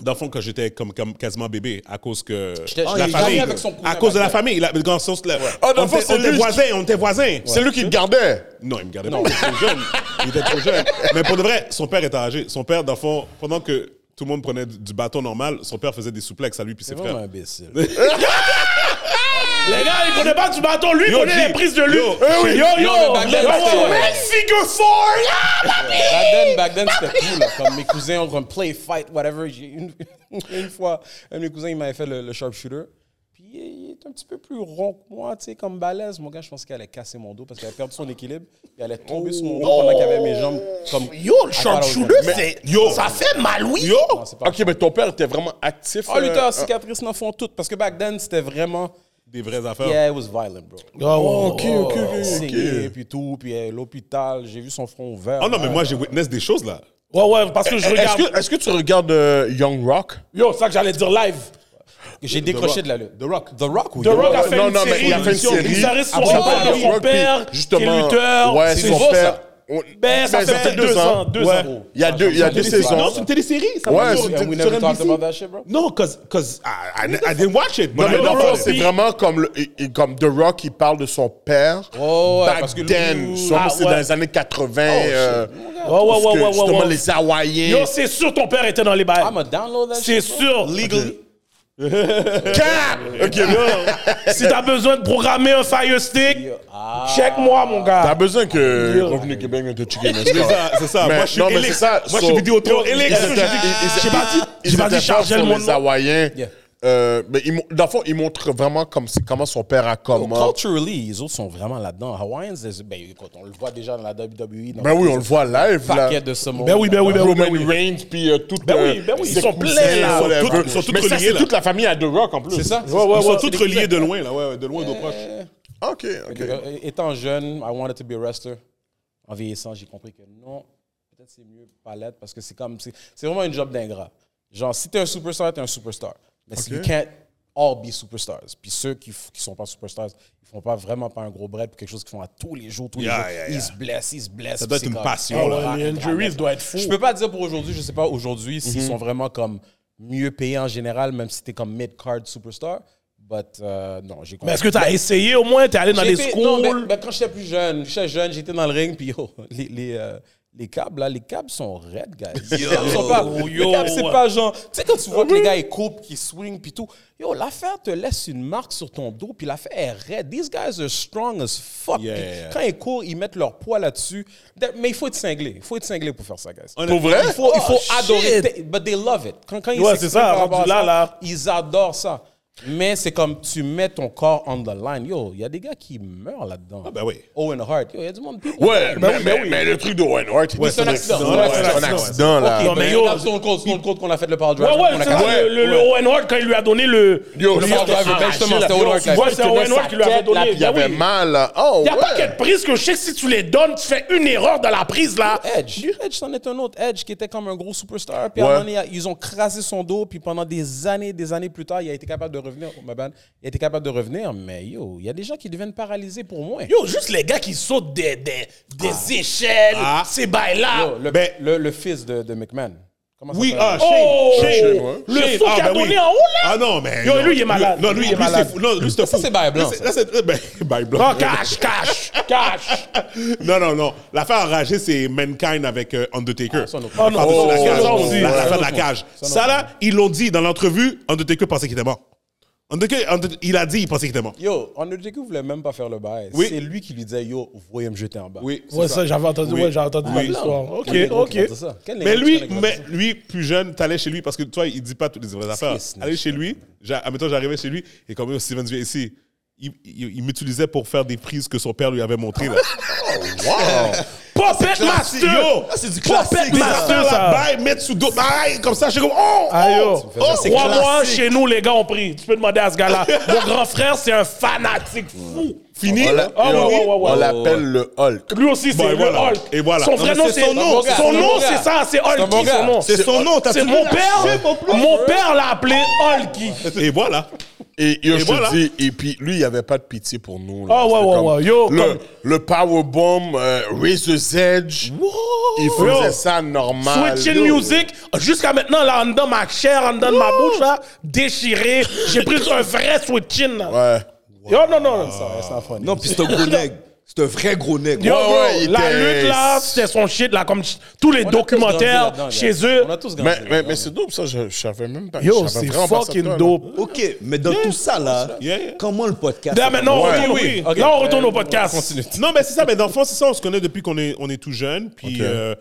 Dans le fond, quand j'étais comme, comme quasiment bébé, à cause que. J'étais- j'étais famille. avec son cousin à cause de la Michael. famille. La, dans le sens, là, Ah, dans on le fond, était c'est on était lui voisins, on était voisins. C'est lui qui le gardait. Non, il me gardait pas. Il était trop jeune. Il était trop jeune. Mais pour de vrai, son père était âgé. Son père, dans le fond, pendant que tout le monde prenait du- du bâton normal, son père faisait des souplexes à lui puis ses C'est vraiment frères. imbécile. Les gars, ils connaissent pas du bâton, lui, il Yo, connaît G. les prises de lutte. Yo, Eh oui. Yo, yo, Non, mais back then, yo, c'était- man, figure four, là. back then, back then, c'était cool. là. Comme mes cousins, on comme play, fight, whatever. J'ai Une, une fois, un de mes cousins, il m'avait fait le, le sharpshooter. Puis il, il est un petit peu plus rond que moi, tu sais, comme balèze. Mon gars, je pense qu'il allait casser mon dos parce qu'il avait perdu son équilibre. Il allait tomber sur mon dos pendant qu'il avait mes jambes comme. Yo, le sharpshooter, c'est. Yo. Ça fait mal, oui. Yo! Non, c'est pas- OK, mais ton père était vraiment actif. Ah, Luther, euh, cicatrices n'en font toutes. Parce que back then, c'était vraiment. Des vraies affaires. Yeah, it was violent, bro. Oh, OK, OK, Il OK, saignait, puis tout, puis euh, l'hôpital, j'ai vu son front ouvert. Oh non, mais moi, j'ai witness des choses, là. Ouais, ouais, parce Eh, que je Est-ce regarde. que, est-ce que tu regardes euh, Young Rock? Yo, ça que j'allais dire live. J'ai décroché de la lutte. The Rock. The Rock, oui. The Rock a ouais, fait non, une non, mais série. il a fait une série. Ils arrivent sur Après, son ça parle père, de son Rock, puis père, qui est justement, lutteur. ouais, c'est son nouveau, père. ça. on- Ben, ça fait deux ans, deux Ouais. ans. Il y a deux, il y a deux saisons. Non, c'est une télésérie. Ça Ouais, va sur- c'est une And we sur never talked NBC. about that shit, bro. Non, cause, cause I, I- I didn't watch it. Ah, Non, but I mais know dans le about fond, it. c'est vraiment comme, le- et- et comme The Rock, il parle de son père. Oh, ouais, back parce que lui- then. Sûrement, Ah, c'est ouais. dans les années 80. euh, Ouais, ouais, parce ouais, que, ouais, ouais, justement, ouais. les Hawaïens. Yo, c'est sûr ton père était dans les bails. I'm gonna download that C'est shit. bro. sûr. Cap! OK, yo. Euh, Si t'as besoin de programmer un Fire Stick, Ah. check-moi, mon T'as gars. besoin que Revenu Québec vienne te checker, n'est-ce pas? C'est ça, c'est ça. Mais- Moi, je suis non, mais Elix. c'est ça, Moi, je so- suis Vidéotron. Elix. Ils étaient- ils- ils- J'ai pas dit- ils j'ai pas dit étaient charger forts le sur monde, Les non. Hawaïens. Yeah. Euh, mais ils, mon- dans le fond, ils montrent vraiment comme, c'est- comment son père a comment. Culturally, les autres sont vraiment là-dedans. Hawaiians, les- ben, écoute, on le voit déjà dans la WWE. Dans Ben oui, on le voit live, là. paquet de ce monde. Ben oui, ben oui, ben oui. Roman ben oui. Reigns, puis euh, tout. Ben euh, oui, ben oui, ils ses sont cousins, pleins, là. whatever. Ils sont tous- ils sont Mais tous ça, reliés, c'est là. toute la famille à The Rock, en plus. C'est ça. Ils sont C'est tous des reliés cousins. de loin, là. Ouais, ouais, de loin, de proche. OK, OK. Euh, Étant jeune, I wanted to be a wrestler. En vieillissant, j'ai compris que non, peut-être c'est mieux pas l'être parce que c'est comme c'est c'est vraiment une job d'ingrat. Genre si t'es un superstar, t'es un superstar. Mais si you can't all be superstars. Puis ceux qui f- qui sont pas superstars, ils font pas vraiment pas un gros bread pour quelque chose qu'ils font à tous les jours, tous les Yeah, jours. yeah, yeah. Ils se blessent, ils se blessent. Ça doit puis c'est être une comme- passion, Oh, là. ouais, Les injuries doivent être fous. je peux pas dire pour aujourd'hui, je sais Mm-hmm. pas aujourd'hui s'ils sont vraiment comme mieux payés en général, même si t'es comme mid-card superstar. But, euh, non, j'ai Mais est-ce que t'as essayé au moins? T'es allé dans les J'étais- non, mais- schools? mais quand j'étais plus jeune, j'étais jeune, j'étais dans le ring, puis yo, les, les, euh, les câbles, là, les câbles sont raides, guys. Les câbles sont pas, les câbles, c'est pas genre... Tu sais, quand tu vois que les gars, ils coupent, qu'ils swingent, puis tout, yo, l'affaire te laisse une marque sur ton dos, puis l'affaire est raide. These guys are strong as fuck. Yeah, Puis yeah, yeah. Quand ils courent, ils mettent leur poids là-dessus. That- Mais il faut être cinglé. Il faut être cinglé pour faire ça, guys. Pour vrai? Il faut, il faut Oh, adorer. shit. They- But they love it. Quand, quand ils Ouais, c'est s'expriment ça, par rapport rendu là, à ça, là. ils adorent ça. Mais c'est comme tu mets ton corps on the line. Yo, il y a des gars qui meurent Ah, là-dedans. ben oui. Owen Hart. Yo, il y a du monde. people- Ben Ouais, mais, mais, mais le truc de Wayne Hart, Oui, c'est un accident. Ouais, c'est un accident, là. Non, mais Ben, yo, dans Stone Cold, Stone Cold qu'on a fait le power Ouais, drive. ouais, on a c'est cassé. ça, le- le le Owen Hart, quand il lui a donné le... Yo, Le lui, il power s'est drive, ben, justement, arraché, c'était là. Owen Hart. qui l'a Ouais, fait. c'est Owen Hart qui lui avait donné. Puis il avait Ben oui. mal, là. Oh, Il n'y a pas ouais. qu'une prise que je sais que si tu les donnes, tu fais une erreur dans la prise là. Edge. Edge, c'en est un autre. Edge qui était comme un gros superstar. Puis à Ouais. un moment, donné, ils ont crasé son dos. Puis pendant des années, des années plus tard, il a été capable de revenir. Oh, my bad. Il a été capable de revenir. Mais yo, il y a des gens qui deviennent paralysés pour moi. Yo, juste les gars qui sautent des, des, des échelles, Ah. ces bails-là. Yo, le, ben- le, le fils de, de McMahon. Comment ça Oui, s'appelle? ah, Shane. Oh! Shane. Le Shane. saut Ah, qu'il a ben oui. donné en haut, là. Ah non, mais. Yo, non. lui, il est malade. Non, lui, Lui, il est lui, c'est malade. fou. Non, lui, c'est Ça, fou. c'est bail blanc, Lui, ça. là, c'est- euh, Ben, bail blanc. Non, cache, cache, cache. Non, non, non. L'affaire enragée, c'est Mankind avec euh, Undertaker. Ah, ça, on a- Oh non, L'affaire de la ça, cage. ça aussi. La- L'affaire Ça, de la non. cage. Ça, non. Ça, là, ils l'ont dit dans l'entrevue, Undertaker pensait qu'il était mort. Undertaker, Undert- il a dit, il pensait qu'il était mort. Yo, Undertaker voulait même pas faire le bail. Oui. C'est lui qui lui disait Yo, voyez me jeter en bas. Oui. Ouais, ça, j'avais entendu, Oui. ouais, j'ai entendu Oui. pas l'histoire. Ok, Il y a des gens qui ok. font ça. Quel Mais négatif, lui, quel négatif. mais lui, plus jeune, t'allais chez lui parce que toi, il dit pas toutes les vraies affaires. snitch, Allez chez lui, j'a- admettons, j'arrivais chez lui et comme oh, Steven vient ici, il, il- il m'utilisait pour faire des prises que son père lui avait montrées. Là. Puppet Master! Yo, Ah, c'est du Puppet classique, Master, ça. Bye, mettre sous dos, bye, comme ça, je suis comme, oh! Ah, yo. oh, Oh, c'est Crois-moi, classique. chez nous, les gars ont pris. Tu peux demander à ce gars-là. Mon grand frère, c'est un fanatique fou. Fini? On l'a- Ah, ouais, ouais, ouais, ouais. On l'appelle le Hulk. Lui aussi, c'est Bon, et le voilà. Hulk. Et voilà. Son Non, vrai mais nom, c'est c'est son nom, Hulk. c'est Son mon nom, gars. c'est ça, c'est C'est Hulk. mon Son gars. nom. C'est son nom, t'as C'est tout mon la chip en père. plus. Mon père l'a appelé Hulky. Et voilà. Et yo, Et je voilà. te dis, et puis lui, il avait pas de pitié pour nous. là. Ah, ouais, C'était ouais, comme ouais, yo, Le, comme- le Powerbomb, euh, Razor's Edge, il faisait Yo. ça normal. Switching yo. music, jusqu'à maintenant, là, en dedans de ma chair, en dedans de ma bouche, là, déchiré. J'ai pris un vrai switching, là. Ouais. Yo, non, non, non. Ah, Ah, Non, puis c'est un gros nègre. C'est un vrai gros nègre. Yo, Ouais, bro, ouais, il la était- lutte, là, c'était son shit, là, comme tous les On a tous grandi documentaires là-dedans, chez gars. eux. On a tous Mais, grandi. mais, mais c'est dope, ça, je, je savais même pas. Yo, je savais c'est vraiment pas ça de toi, fucking là. dope. OK, mais dans tout ça, là, Yeah, yeah. comment le podcast... Là, maintenant, Ouais. on retourne, Oui, oui. Ok. Là, on retourne Euh, au podcast. on continue. Non, mais c'est ça, mais dans le fond, c'est ça, on se connaît depuis qu'on est, on est tout jeune, puis Ok. euh,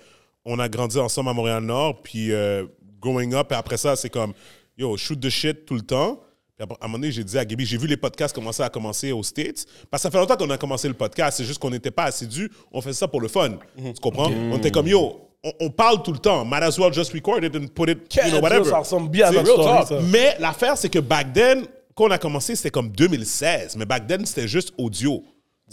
on a grandi ensemble à Montréal-Nord, puis euh, growing up, et après ça, c'est comme, yo, shoot the shit tout le temps. Puis après- à un moment donné, j'ai dit à Gaby, j'ai vu les podcasts commencer à commencer aux States, parce que ça fait longtemps qu'on a commencé le podcast, c'est juste qu'on n'était pas assidus, on faisait ça pour le fun, tu comprends? On était comme, yo, on, on parle tout le temps, might as well just record it and put it, you know, whatever. Ça ressemble bien à C'est notre real story, talk. ça. Mais l'affaire, c'est que back then, quand on a commencé, c'était comme 2016. Mais back then, c'était juste audio.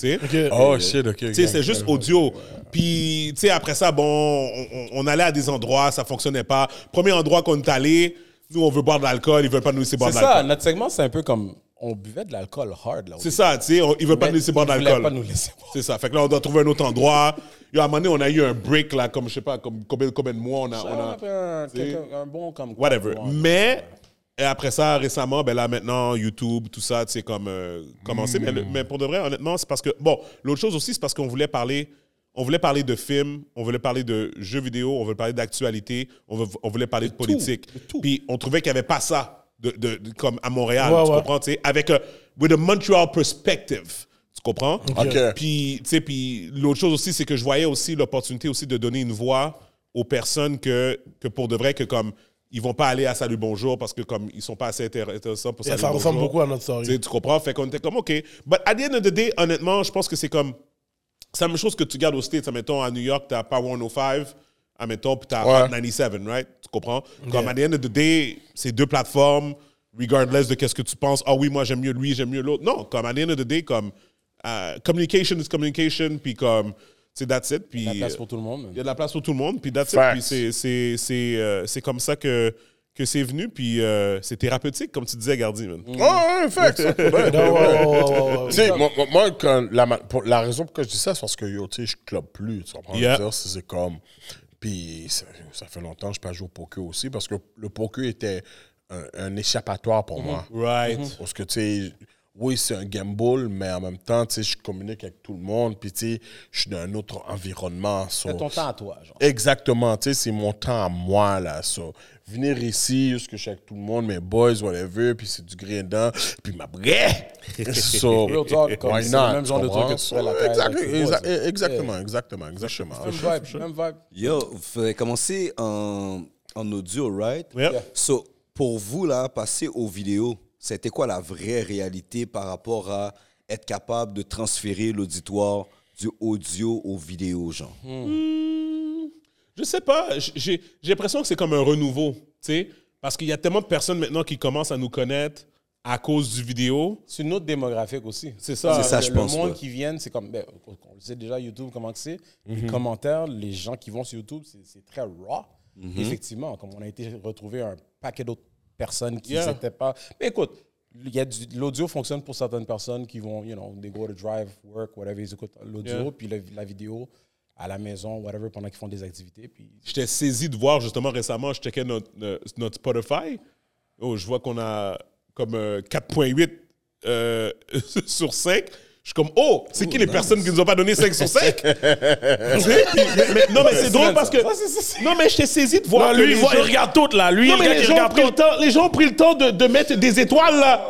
Tu sais? Oh shit, ok. Tu sais, c'était juste audio. Puis, tu sais, après ça, bon, on, on- on allait à des endroits, ça fonctionnait pas. Premier endroit qu'on est allé, nous, on veut boire de l'alcool, ils veulent pas nous laisser boire C'est de ça, l'alcool. notre segment, c'est un peu comme on buvait de l'alcool hard. là. au C'est ça, tu sais, on- ils veulent pas Mais nous laisser boire de ils voulaient l'alcool. pas nous laisser boire. C'est ça. Fait que là, on doit trouver un autre endroit. Yo, à un moment donné, on a eu un break, là, comme, je sais pas, comme combien, combien de mois on a- on a début. Un, quelqu'un- un bon comme. whatever. Ouais. Mais et après ça, récemment, ben là maintenant, YouTube, tout ça, tu sais, comme euh, commencer. Mais, le- mais pour de vrai, honnêtement, c'est parce que bon, l'autre chose aussi, c'est parce qu'on voulait parler, on voulait parler de films, on voulait parler de jeux vidéo, on voulait parler d'actualité, on, veut- on voulait parler de, politique. Puis on trouvait qu'il n'y avait pas ça, de, de- de- comme à Montréal, Ouais, tu ouais. comprends, tu sais, avec euh, with a Montreal perspective, tu comprends? Ok. Puis, tu sais, puis l'autre chose aussi, c'est que je voyais aussi l'opportunité aussi de donner une voix aux personnes que, que pour de vrai, que comme ils vont pas aller à Salut Bonjour parce que comme ils sont pas assez intér- intéressants pour Et Salut ça Bonjour. ressemble beaucoup à notre story. Tu sais, Tu comprends? Fait qu'on était comme, OK. But at the end of the day, honnêtement, je pense que c'est comme... C'est la même chose que tu gardes aux States. Admettons, à New York, t'as Power 105, admettons, puis t'as Ouais. Hot 97, right? Tu comprends? Comme, à the end of the day, c'est deux plateformes, regardless de qu'est-ce que tu penses. Ah oui, moi, j'aime mieux lui, j'aime mieux l'autre. Non, comme, à the end of the day, comme, euh, communication is communication, puis comme, c'est that's it. Puis, Il y a de la place pour tout le monde. il y a de la place pour tout le monde, puis that's it. Facts. Puis c'est- c'est- c'est euh, c'est comme ça que, que c'est venu, puis euh, c'est thérapeutique, comme tu disais, Gardi, man. Mm. Oh, ouais, fact. ça, pour vrai, Ben, Ouais, pour ouais, vrai. ouais, ouais, ouais. Tu sais, moi, moi- moi, quand la, ma- pour- la raison pourquoi je dis ça, c'est parce que yo, tu sais, je club plus. Tu comprends? Yeah. Je veux dire, C'est c'est comme. Puis ça, ça fait longtemps que je ne pas jouer au poker aussi, parce que le poker était un, un échappatoire pour moi. Mm-hmm. Right. Mm-hmm. Parce que, tu sais, oui, c'est un gamble, mais en même temps, tu sais, je communique avec tout le monde, puis, tu sais, je suis dans un autre environnement. so- C'est ton temps à toi, genre. Exactement, tu sais, c'est mon temps à moi, là, ça. Venir ici, juste que je suis avec tout le monde, mes boys, whatever, puis c'est du grindant, puis ma brée! So, Real talk, comme why c'est le not, même genre de comprends? truc que tu fais à la caille Exact- avec tes boys, exact- là. Exactement, exactement, exactement. Même vibe, même vibe. Yo, vous avez commencé en, en audio, right? Yep. Yeah. So, pour vous, là, passer aux vidéos, c'était quoi la vraie réalité par rapport à être capable de transférer l'auditoire du audio aux vidéos, genre? Je sais pas, j- j'ai j'ai l'impression que c'est comme un renouveau, tu sais, parce qu'il y a tellement de personnes maintenant qui commencent à nous connaître à cause du vidéo. C'est une autre démographique aussi. C'est ça. C'est ça, le, je le pense, monde ouais. qui viennent, c'est comme. ben, on le sait déjà, YouTube, comment que c'est. Les Mhm. commentaires, les gens qui vont sur YouTube, c'est- c'est très raw. Mhm. Effectivement, comme on a été retrouvé un paquet d'autres personnes qui Yeah. n'étaient pas. Mais écoute, il y a du- l'audio fonctionne pour certaines personnes qui vont, you know, they go to drive, work, whatever, ils écoutent l'audio, Yeah. puis le- la vidéo à la maison, whatever, pendant qu'ils font des activités. Puis J'étais saisi de voir justement récemment, je checkais notre, euh, notre Spotify. Oh, je vois qu'on a comme euh, 4.8 euh, sur 5. Je suis comme, oh, c'est qui les personnes qui nous ont pas donné 5 sur 5? non, mais c'est drôle parce que. Non, mais j'étais saisi de voir. Non, que lui, il, les voit- il gens- regarde tout, là. Lui, Non, il mais regarde, les il gens, ont regarde pris le tout. temps, les gens ont pris le temps de, de mettre des étoiles là.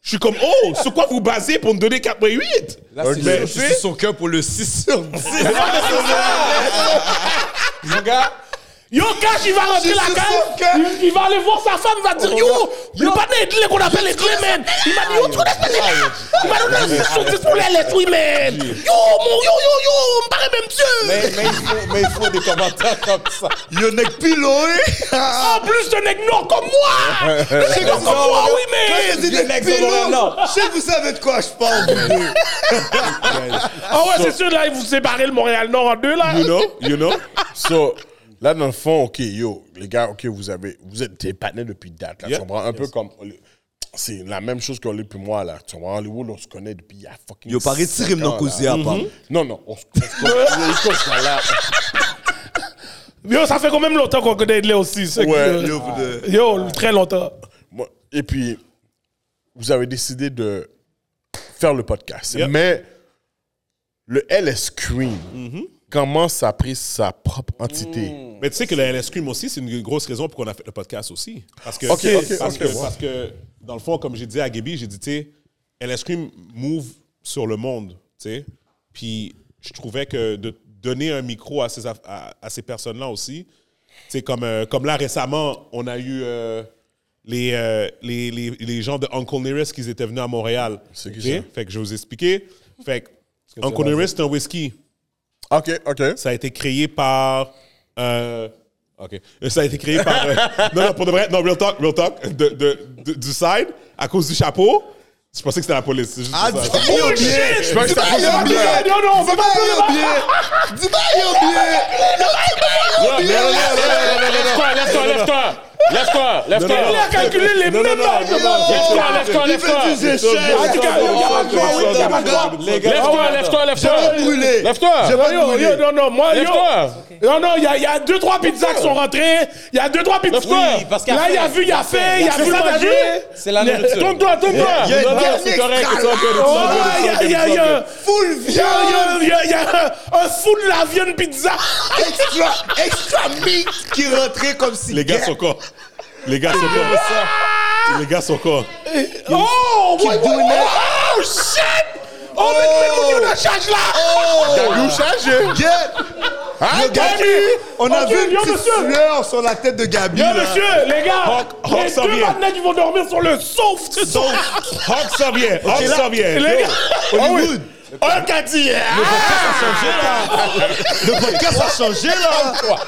Je suis comme, oh, sur quoi vous basez pour me donner 4.8? là, c'est Mais- le- Je suis son cœur pour le 6 sur 10. Mon gars, Yo, Cash, il va rentrer la cale. Il, il va aller voir sa femme, il va dire Yo, le panneau est clé qu'on appelle les clés, man. Il m'a dit Yo, tu connais ce panneau là Il m'a donné un 6 sur 10 pour les lettres, oui, man. Yo, mon yo, yo, yo, on me paraît même Dieu. mais, mais il faut, mais il faut des commentaires comme ça. Yo, n'est piloré! En plus, un nègre noir comme moi. Un nègre noir comme moi, oui, man. Non. sais vous savez de quoi je parle. Ah ouais, c'est sûr, là, ils vous séparez le Montréal-Nord en deux, là. You know, you know. So, là, dans le fond, OK, yo, les gars, OK, vous, avez, vous êtes des partenaires depuis date. Là, Yeah. Tu comprends? Un peu comme. C'est la même chose qu'Hollywood puis moi, là. Tu comprends? Hollywood, on se connaît depuis il y a fucking. Yo, pareil, cinq tirez ans, mon là. causé à part. Non, non, on se on se connaît. on se connaît, là. Yo, ça fait quand même longtemps qu'on connaît Edley aussi. c'est que- Ouais, Yo, vous de- Yo, très longtemps. Moi, Et puis, vous avez décidé de faire le podcast. Yep. Mais le LS Cream commence à pris sa propre entité. Mais tu sais que le LS Cream aussi, c'est une grosse raison pour qu'on a fait le podcast aussi. Parce que, Ok, ok, parce ok, que, ouais. parce que, dans le fond, comme j'ai dit à Gaby, j'ai dit, tu sais, LS Cream move sur le monde, tu sais. Puis je trouvais que de donner un micro à ces, aff- à, à ces personnes-là aussi, tu sais, comme, euh, comme là récemment, on a eu euh, les, euh, les, les, les gens de Uncle Nearest qui étaient venus à Montréal. C'est qui Ok? ça? Fait que je vais vous expliquer. Fait que Uncle vas-y. Nearest, c'est un whisky. OK, OK. Ça a été créé par. euh, ok. Ça a été créé par. euh, non, non, pour de vrai. Non, real talk, real talk. De, de- de- du side, à cause du chapeau. Je pensais que c'était la police. c'est juste Ah, ça. dis pas yo bien! Je pense que Dis ça pas cause yo du bien! bleu. Non, non, on Dis veut pas pas yo bien! Dis pas yo bien! Dis pas yo bien! Lève-toi, Ah, lève-toi, lève-toi. Lève-toi, lève-toi. Il a calculé les mêmes. Lève-toi, lève-toi, Il lève-toi. fait des échelles! Lève-toi, lève-toi, lève-toi. Je vais brûler. Lève-toi. Je vais Yo, brûler. yo, non, non, moi, yo. Lève-toi. Non, non, il y, a- il y a deux, trois pizzas qui sont rentrées. Il y a deux, trois pizzas. Lève-toi. Oui, parce qu'il y a Là, il y a fait. vu, il y a fait, il y a C'est vu ça, t'as manger. vu? C'est la nourriture. Tourne-toi, tourne-toi. Il y a Non, une non, dernière c'est correct, cale. it's all good, it's all good, it's all Oh, good, it's all yeah, yeah, good. yeah. Full Il y a- il y viande! a- il y a- il y a un fou de la viande pizza. Extra, extra meat qui rentrait comme si... Les gars sont corps. Les gars sont corps. Les gars sont corps. Oh, ouais, ouais, doing that. oh, shit! Oh, mais mais nous, nous, on a charge là! Oh! Nous chargez. Yeah. Ah, Le Gabi, Gabi. on a Ok, vu une yo, petite monsieur. sueur sur la tête de Gabi. Yo, là. monsieur, les gars, Hawk- Hawk les s'en deux vient. maintenant qui vont dormir sur le sauf, tu sais. Hawk s'en vient. Hawk là, s'en vient. Les gars, Hollywood. un qu'a dit, hein. Le podcast a changé, là.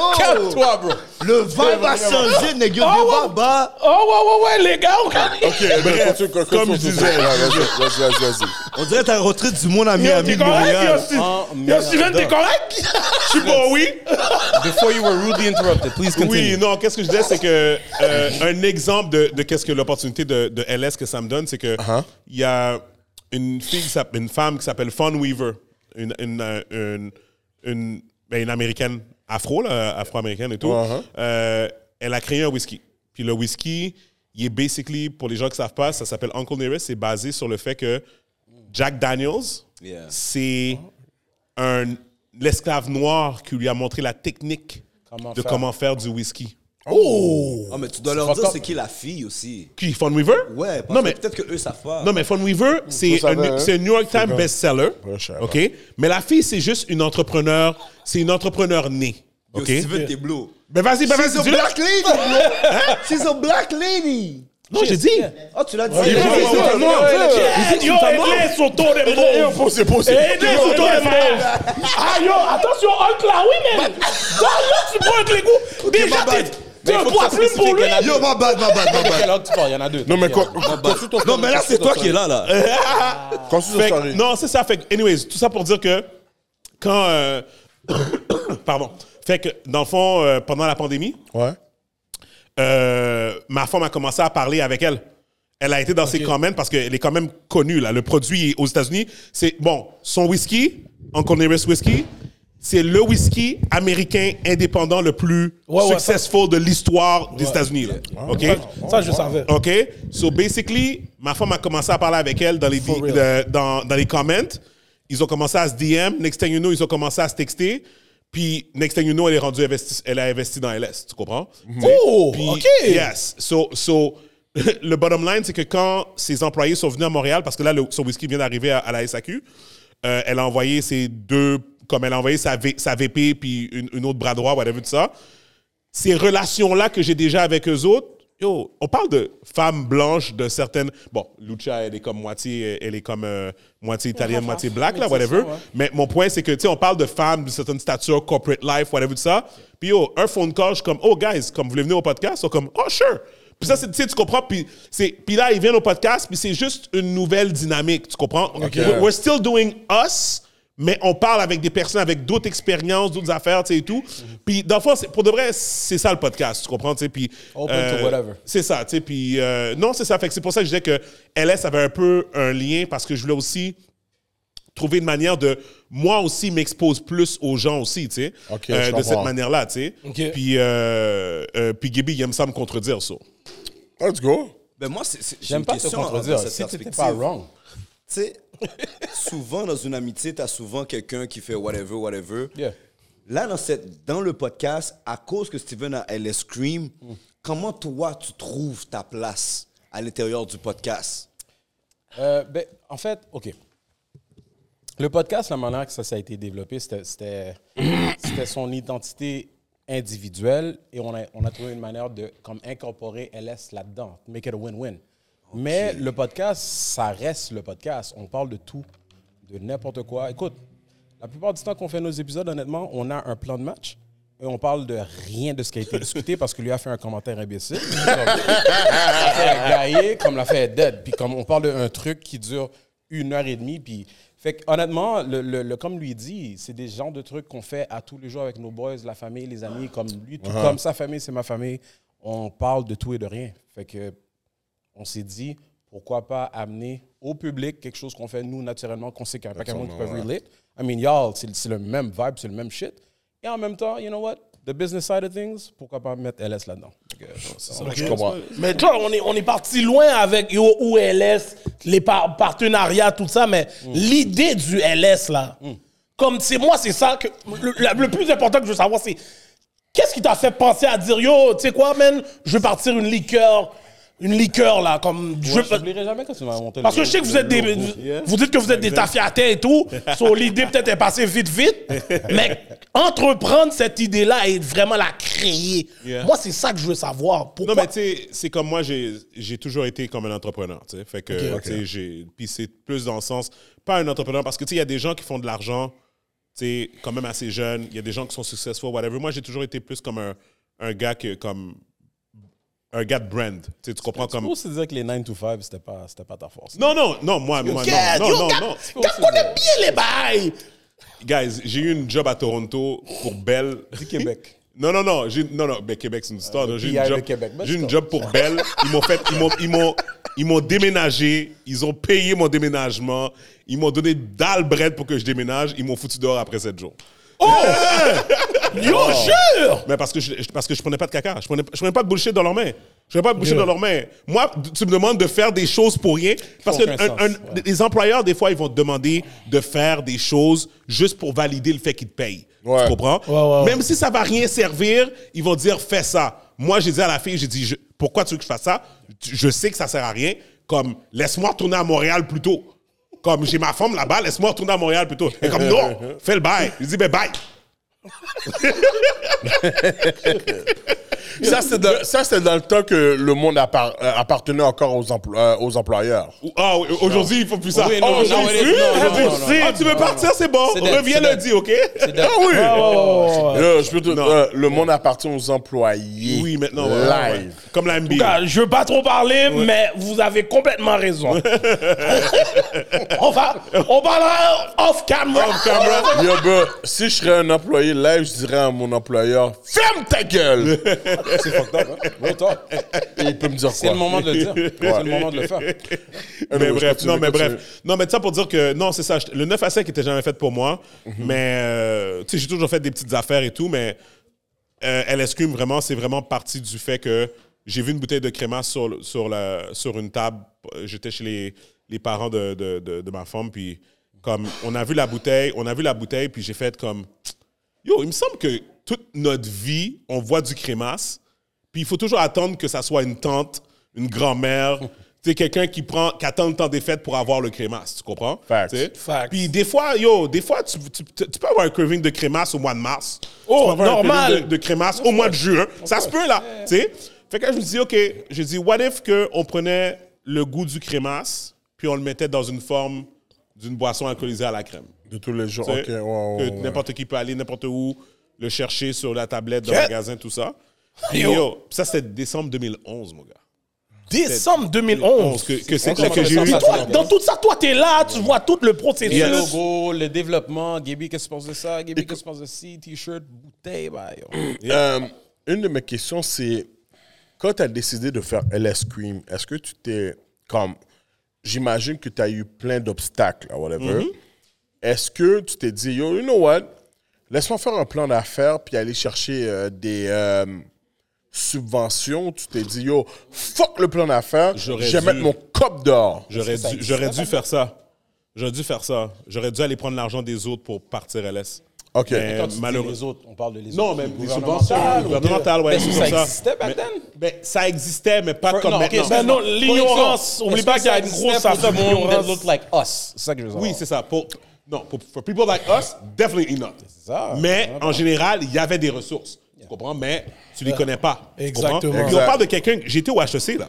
Oh. Calme-toi, bro. Le vibe a changé, nègre de Oh, ouais. baba. Ah, Oh, ouais, ouais, ouais, les gars, on OK, bref, comme je disais. Vas-y, vas-y, vas-y. On dirait t'as rentré du monde à Yo, Miami, t'es de correct, yo, Montréal. Steve- Oh, Yo, merde. Steven, t'es correct? Je suis pas oui. Before you were oh! rudely interrupted, please continue. Oui, non, qu'est-ce que je disais, c'est que euh, un exemple de, de qu'est-ce que l'opportunité de, de LS que ça me donne, c'est que il Uh-huh. y a une fille, qui s'appelle- une femme qui s'appelle Fawn Weaver, une une, euh, une, une- Uh-huh. ben, une américaine afro là, afro-américaine et tout. Euh, elle a créé un whisky. Puis le whisky, il est basically, pour les gens qui savent pas, ça s'appelle Uncle Nearest. C'est basé sur le fait que Jack Daniels, Yeah. c'est un l'esclave noir qui lui a montré la technique Comment de faire. comment faire du whisky. Ah, mais tu dois leur fucked dire up. c'est qui la fille aussi. Qui, Fun Weaver? Ouais, parce non, mais, que peut-être que eux savent pas. non, mais Fun Weaver, c'est savez, un, hein? c'est un New York Times best-seller. Ouais, je savais. OK? Mais la fille, c'est juste une entrepreneur. C'est une entrepreneur née. Yo, OK? Steven Deblo. Ben vas-y, ben vas-y, dis-le. lady, bro. She's a black lady. Non, j'ai dit. Oh, tu l'as dit. ouais, ouais, ouais, ouais, ouais, ouais, ouais. Yo, Edley, son tour de Yo, mauve. posez, posez. Edley, son tour de mauve. Ah, yo, attention, Hulk là, oui, mais. Bah, Toi, là, Ah, tu prends avec les goûts. Déjà, ma t'es- bad. t'es un poids plume pour lui. Yo, ma bad, ma bad, ma bad. Quel autre sport? Il y en a deux. Non, mais Ok, quoi? alors. Non, mais là, c'est toi qui es là, là. Quand tu Fait que- non, c'est ça. Fait que, anyways, tout ça pour dire que quand. euh, pardon. Fait que, dans le fond, euh, pendant la pandémie, Ouais. euh, ma femme a commencé à parler avec elle. Elle a été dans ses comments parce qu'elle est quand même connue, là. Le produit aux États-Unis, c'est, bon, son whisky, Uncle Nearest Whisky, c'est le whisky américain indépendant le plus Ouais, ouais, successful de l'histoire des États-Unis, là. OK? Ça, je savais. OK? So basically, ma femme a commencé à parler avec elle dans les, di- le- dans, dans les comments. Ils ont commencé à se DM. Next thing you know, ils ont commencé à se texter. Puis, next thing you know, elle est rendue investi- elle a investi dans LS. Tu comprends? Oh, Puis, ok. Yes. So, so, le bottom line, c'est que quand ses employés sont venus à Montréal, parce que là, le- son whisky vient d'arriver à, à la SAQ, euh, elle a envoyé ses deux, comme elle a envoyé sa, V- sa VP puis une, une autre bras droit, whatever, tout ça. Ces relations-là que j'ai déjà avec eux autres, yo, on parle de femmes blanches de certaines. Bon, Lucha, elle est comme moitié, elle est comme euh, moitié italienne, moitié black, là, whatever. Mais mon point, c'est que, tu sais, on parle de femmes d'une certaine stature, corporate life, whatever, tout ça. Puis, yo, un phone call, je suis comme, oh, guys, comme vous voulez venir au podcast, ils sont comme, oh, sure. Puis ça, c'est, tu sais, tu comprends. Puis, c'est, puis là, ils viennent au podcast, puis c'est juste une nouvelle dynamique, tu comprends? We're, we're still doing us, mais on parle avec des personnes avec d'autres expériences, d'autres affaires, tu sais, et tout. Puis, dans le fond, c'est- pour de vrai, c'est ça le podcast, tu comprends? Tu sais, puis, euh, Open to whatever. c'est ça, tu sais. Puis, euh, non, c'est ça. Fait que c'est pour ça que je disais que LS avait un peu un lien parce que je voulais aussi trouver une manière de moi aussi m'expose plus aux gens aussi, tu sais, Ok, euh, je de cette comprends. manière-là, tu sais. Ok. Puis, euh, euh, puis Gibby, il aime ça me contredire, ça. Let's go. Ben moi, c'est- c'est- j'ai J'aime une pas te question en rentrant contredire. dans cette Si t'étais perspective. pas wrong. Tu sais, souvent dans une amitié, t'as souvent quelqu'un qui fait whatever, whatever. Yeah. Là, dans, cette, dans le podcast, à cause que Steven a LS Scream, Mm. comment toi, tu trouves ta place à l'intérieur du podcast? Euh, ben, en fait, OK. Le podcast, la manière que ça, ça a été développé, c'était- c'était c'était son identité individuelle et on a, on a trouvé une manière de comme, incorporer LS là-dedans, make it a win-win. Mais le podcast, ça reste le podcast. On parle de tout, de n'importe quoi. Écoute, la plupart du temps qu'on fait nos épisodes, honnêtement, on a un plan de match. Et on parle de rien de ce qui a été discuté parce que lui a fait un commentaire imbécile. l'affaire Gaillé, comme l'affaire Dead. Puis comme on parle d'un truc qui dure une heure et demie. Puis, fait que, honnêtement, le, le- le- comme lui dit, c'est des genres de trucs qu'on fait à tous les jours avec nos boys, la famille, les amis, comme lui. Tout comme sa famille, c'est ma famille. On parle de tout et de rien. Fait que on s'est dit, pourquoi pas amener au public quelque chose qu'on fait nous naturellement, qu'on sait qu'il y a un paquet de monde qui peuvent relate. I mean, y'all, c'est c'est le même vibe, c'est le même shit. Et en même temps, you know what? The business side of things, pourquoi pas mettre LS là-dedans? Fait que, c'est ça. Je comprends. Mais toi, on est, on est parti loin avec yo, OLS, les par- partenariats, tout ça, mais Mm. l'idée du LS, là, comme c'est moi, c'est ça que. Le, la- le plus important que je veux savoir, c'est qu'est-ce qui t'a fait penser à dire, yo, tu sais quoi, man, je vais partir une liqueur, une liqueur, là, comme. je Je veux- n'oublierai jamais quand tu m'as monté parce le- que je sais que vous êtes des. le vous- logo. Yeah. Vous dites que vous êtes des tafiatins et tout. so, l'idée peut-être est passée vite, vite. Mais entreprendre cette idée-là et vraiment la créer, Yeah. moi, c'est ça que je veux savoir. Pourquoi? Non, mais tu sais, c'est comme moi, j'ai j'ai toujours été comme un entrepreneur, tu sais. Fait que, tu sais, j'ai- puis c'est plus dans le sens, pas un entrepreneur, parce que, tu sais, il y a des gens qui font de l'argent, tu sais, quand même assez jeunes, il y a des gens qui sont successful, whatever. Moi, j'ai toujours été plus comme un, un gars que, comme, un gars de brand, tu sais, tu comprends Tu peux comme... aussi dire que les 9 to 5, c'était pas, c'était pas ta force. Non, non, non, moi, moi, Yes, non, yo, non, non, gars, non. gars, connais bien les bails. Guys, j'ai eu une job à Toronto pour Bell. Du Québec. Non, non, non, j'ai- non, non, ben, Québec, c'est une histoire. non, j'ai une PI de job, Québec, ben, j'ai une stop. job pour Bell. Ils m'ont fait, ils m'ont, ils m'ont, ils m'ont déménagé. Ils ont payé mon déménagement. Ils m'ont donné dalle bread pour que je déménage. Ils m'ont foutu dehors après sept jours. Oh! Yo, jure! Mais parce que je, je- parce que je prenais pas de caca. Je prenais, je prenais pas de bullshit dans leurs mains. Je vais pas me boucher Yeah. dans leurs mains. Moi, tu me demandes de faire des choses pour rien. Parce que aucun un- sens, un- ouais. les employeurs, des fois, ils vont te demander de faire des choses juste pour valider le fait qu'ils te payent. Ouais. Tu comprends? ouais, ouais. Hein? Même si ça va rien servir, ils vont dire fais ça. Moi, j'ai dit à la fille, j'ai dit Je- pourquoi tu veux que je fasse ça? Tu- Je sais que ça sert à rien. Comme laisse-moi retourner à Montréal plus tôt. Comme j'ai ma femme là-bas, laisse-moi retourner à Montréal plus tôt. Et comme non, fais le bail. Je dis ben bye. Ça, c'est dans, ça, c'est dans le temps que le monde appar- euh, appartenait encore aux, emplo- euh, aux employeurs. Ah, oui, aujourd'hui, il faut plus ça. Oui, non, Ah, aujourd'hui, non, non, tu- non, Ah, tu- non, non, non, ah, tu veux non, partir, non. c'est bon. C'est dead, Reviens c'est dead. lundi, OK? dead. Ah oui! Oh, ouais. Là, je peux te- euh, le monde appartient aux employés. Oui, maintenant. ouais, ouais, ouais. Live. Comme la NBA. Gars, Je veux pas trop parler, mais vous avez complètement raison. on va, on parlera off camera. Yo, bro, si je serais un employé live, je dirais à mon employeur Ferme ta gueule! C'est fucked up, hein? Real talk. Et il peut me dire quoi? C'est le moment de le dire. C'est le moment de le faire. Anyway, mais je bref, continue, non, mais continue. bref. Non, mais ça pour dire que, non, c'est ça. je- Le 9 à 5 était jamais fait pour moi. Mhm. Mais, euh, tu sais, j'ai toujours fait des petites affaires et tout, mais euh, LSQ, vraiment, c'est vraiment parti du fait que j'ai vu une bouteille de créma sur, le- sur, la, sur une table. Euh, J'étais chez les, les parents de, de, de, de ma femme, puis comme, on a vu la bouteille, on a vu la bouteille, puis j'ai fait comme, yo, il me semble que toute notre vie, on voit du crémasse, puis il faut toujours attendre que ça soit une tante, une grand-mère, tu sais, quelqu'un qui prend, qui attend le temps des fêtes pour avoir le crémasse, tu comprends? Facts. Tu sais? Facts. Puis des fois, yo, des fois, tu, tu- tu peux avoir un craving de crémasse au mois de mars. Oh, Tu peux avoir un normal. craving De, de crémasse au mois de juin. Ça se peut, là, tu sais? Fait que là, je me dis, OK, je dis, what if que on prenait le goût du crémasse, puis on le mettait dans une forme d'une boisson alcoolisée à la crème? De tous les jours. Tu sais, Ok, ouais, ouais, que ouais. n'importe qui peut aller n'importe où, le chercher sur la tablette de magasin, tout ça. Et Yo. ça c'était décembre 2011, mon gars. Décembre 2011. que, que c'est Oh, On là que commence j'ai à eu. faire Toi, dans tout ça, toi, t'es là, tu vois tout le processus. Le logo, le développement, Gaby, qu'est-ce que tu penses de ça? Gaby, qu'est-ce que tu penses de ci? T-shirt, bouteille, bah yo. Euh, une de mes questions, c'est quand tu as décidé de faire LS Cream, est-ce que tu t'es comme. J'imagine que tu as eu plein d'obstacles, or whatever. Mm-hmm. Est-ce que tu t'es dit, yo, you know what? Laisse-moi faire un plan d'affaires puis aller chercher euh, des euh, subventions. Tu t'es dit, yo, fuck le plan d'affaires, je J'aurais vais dû- mettre mon cop dehors. J'aurais dû, j'aurais dû faire ça. J'aurais dû faire ça. J'aurais dû aller prendre l'argent des autres pour partir LS. OK. Mais- Quand tu dis malheureux. les autres, on parle de les Non, autres. mais du des gouvernemental subventions ou- gouvernementales, ouais, Mais c'est ça comme ça. existait back Mais- then? Ben, ça existait, mais pas comme Non, ok, maintenant. excuse-moi. Ben non, l'ignorance. Correction. Oublie Est-ce pas que qu'il y a ça une existait grosse pour affaire people d'ignorance. that look like us. C'est ça que je veux savoir. Oui, c'est ça. Pour, non, pour for people like us, definitely not. ça. Mais en général, il y avait des ressources. Tu comprends? Mais tu les connais pas. Tu comprends? Exactement. Puis on Exact. parle de quelqu'un. J'étais au HEC, là.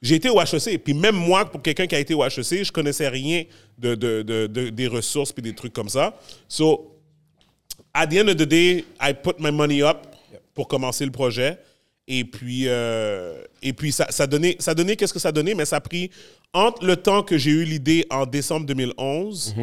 J'ai été au HEC. Puis même moi, pour quelqu'un qui a été au HEC, je connaissais rien de, de- de- de- des ressources puis des trucs comme ça. So, at the end of the day, I put my money up pour commencer le projet. Et puis, euh, et puis ça, ça donnait, ça donnait qu'est-ce que ça donnait, mais ça a pris entre le temps que j'ai eu l'idée en décembre 2011.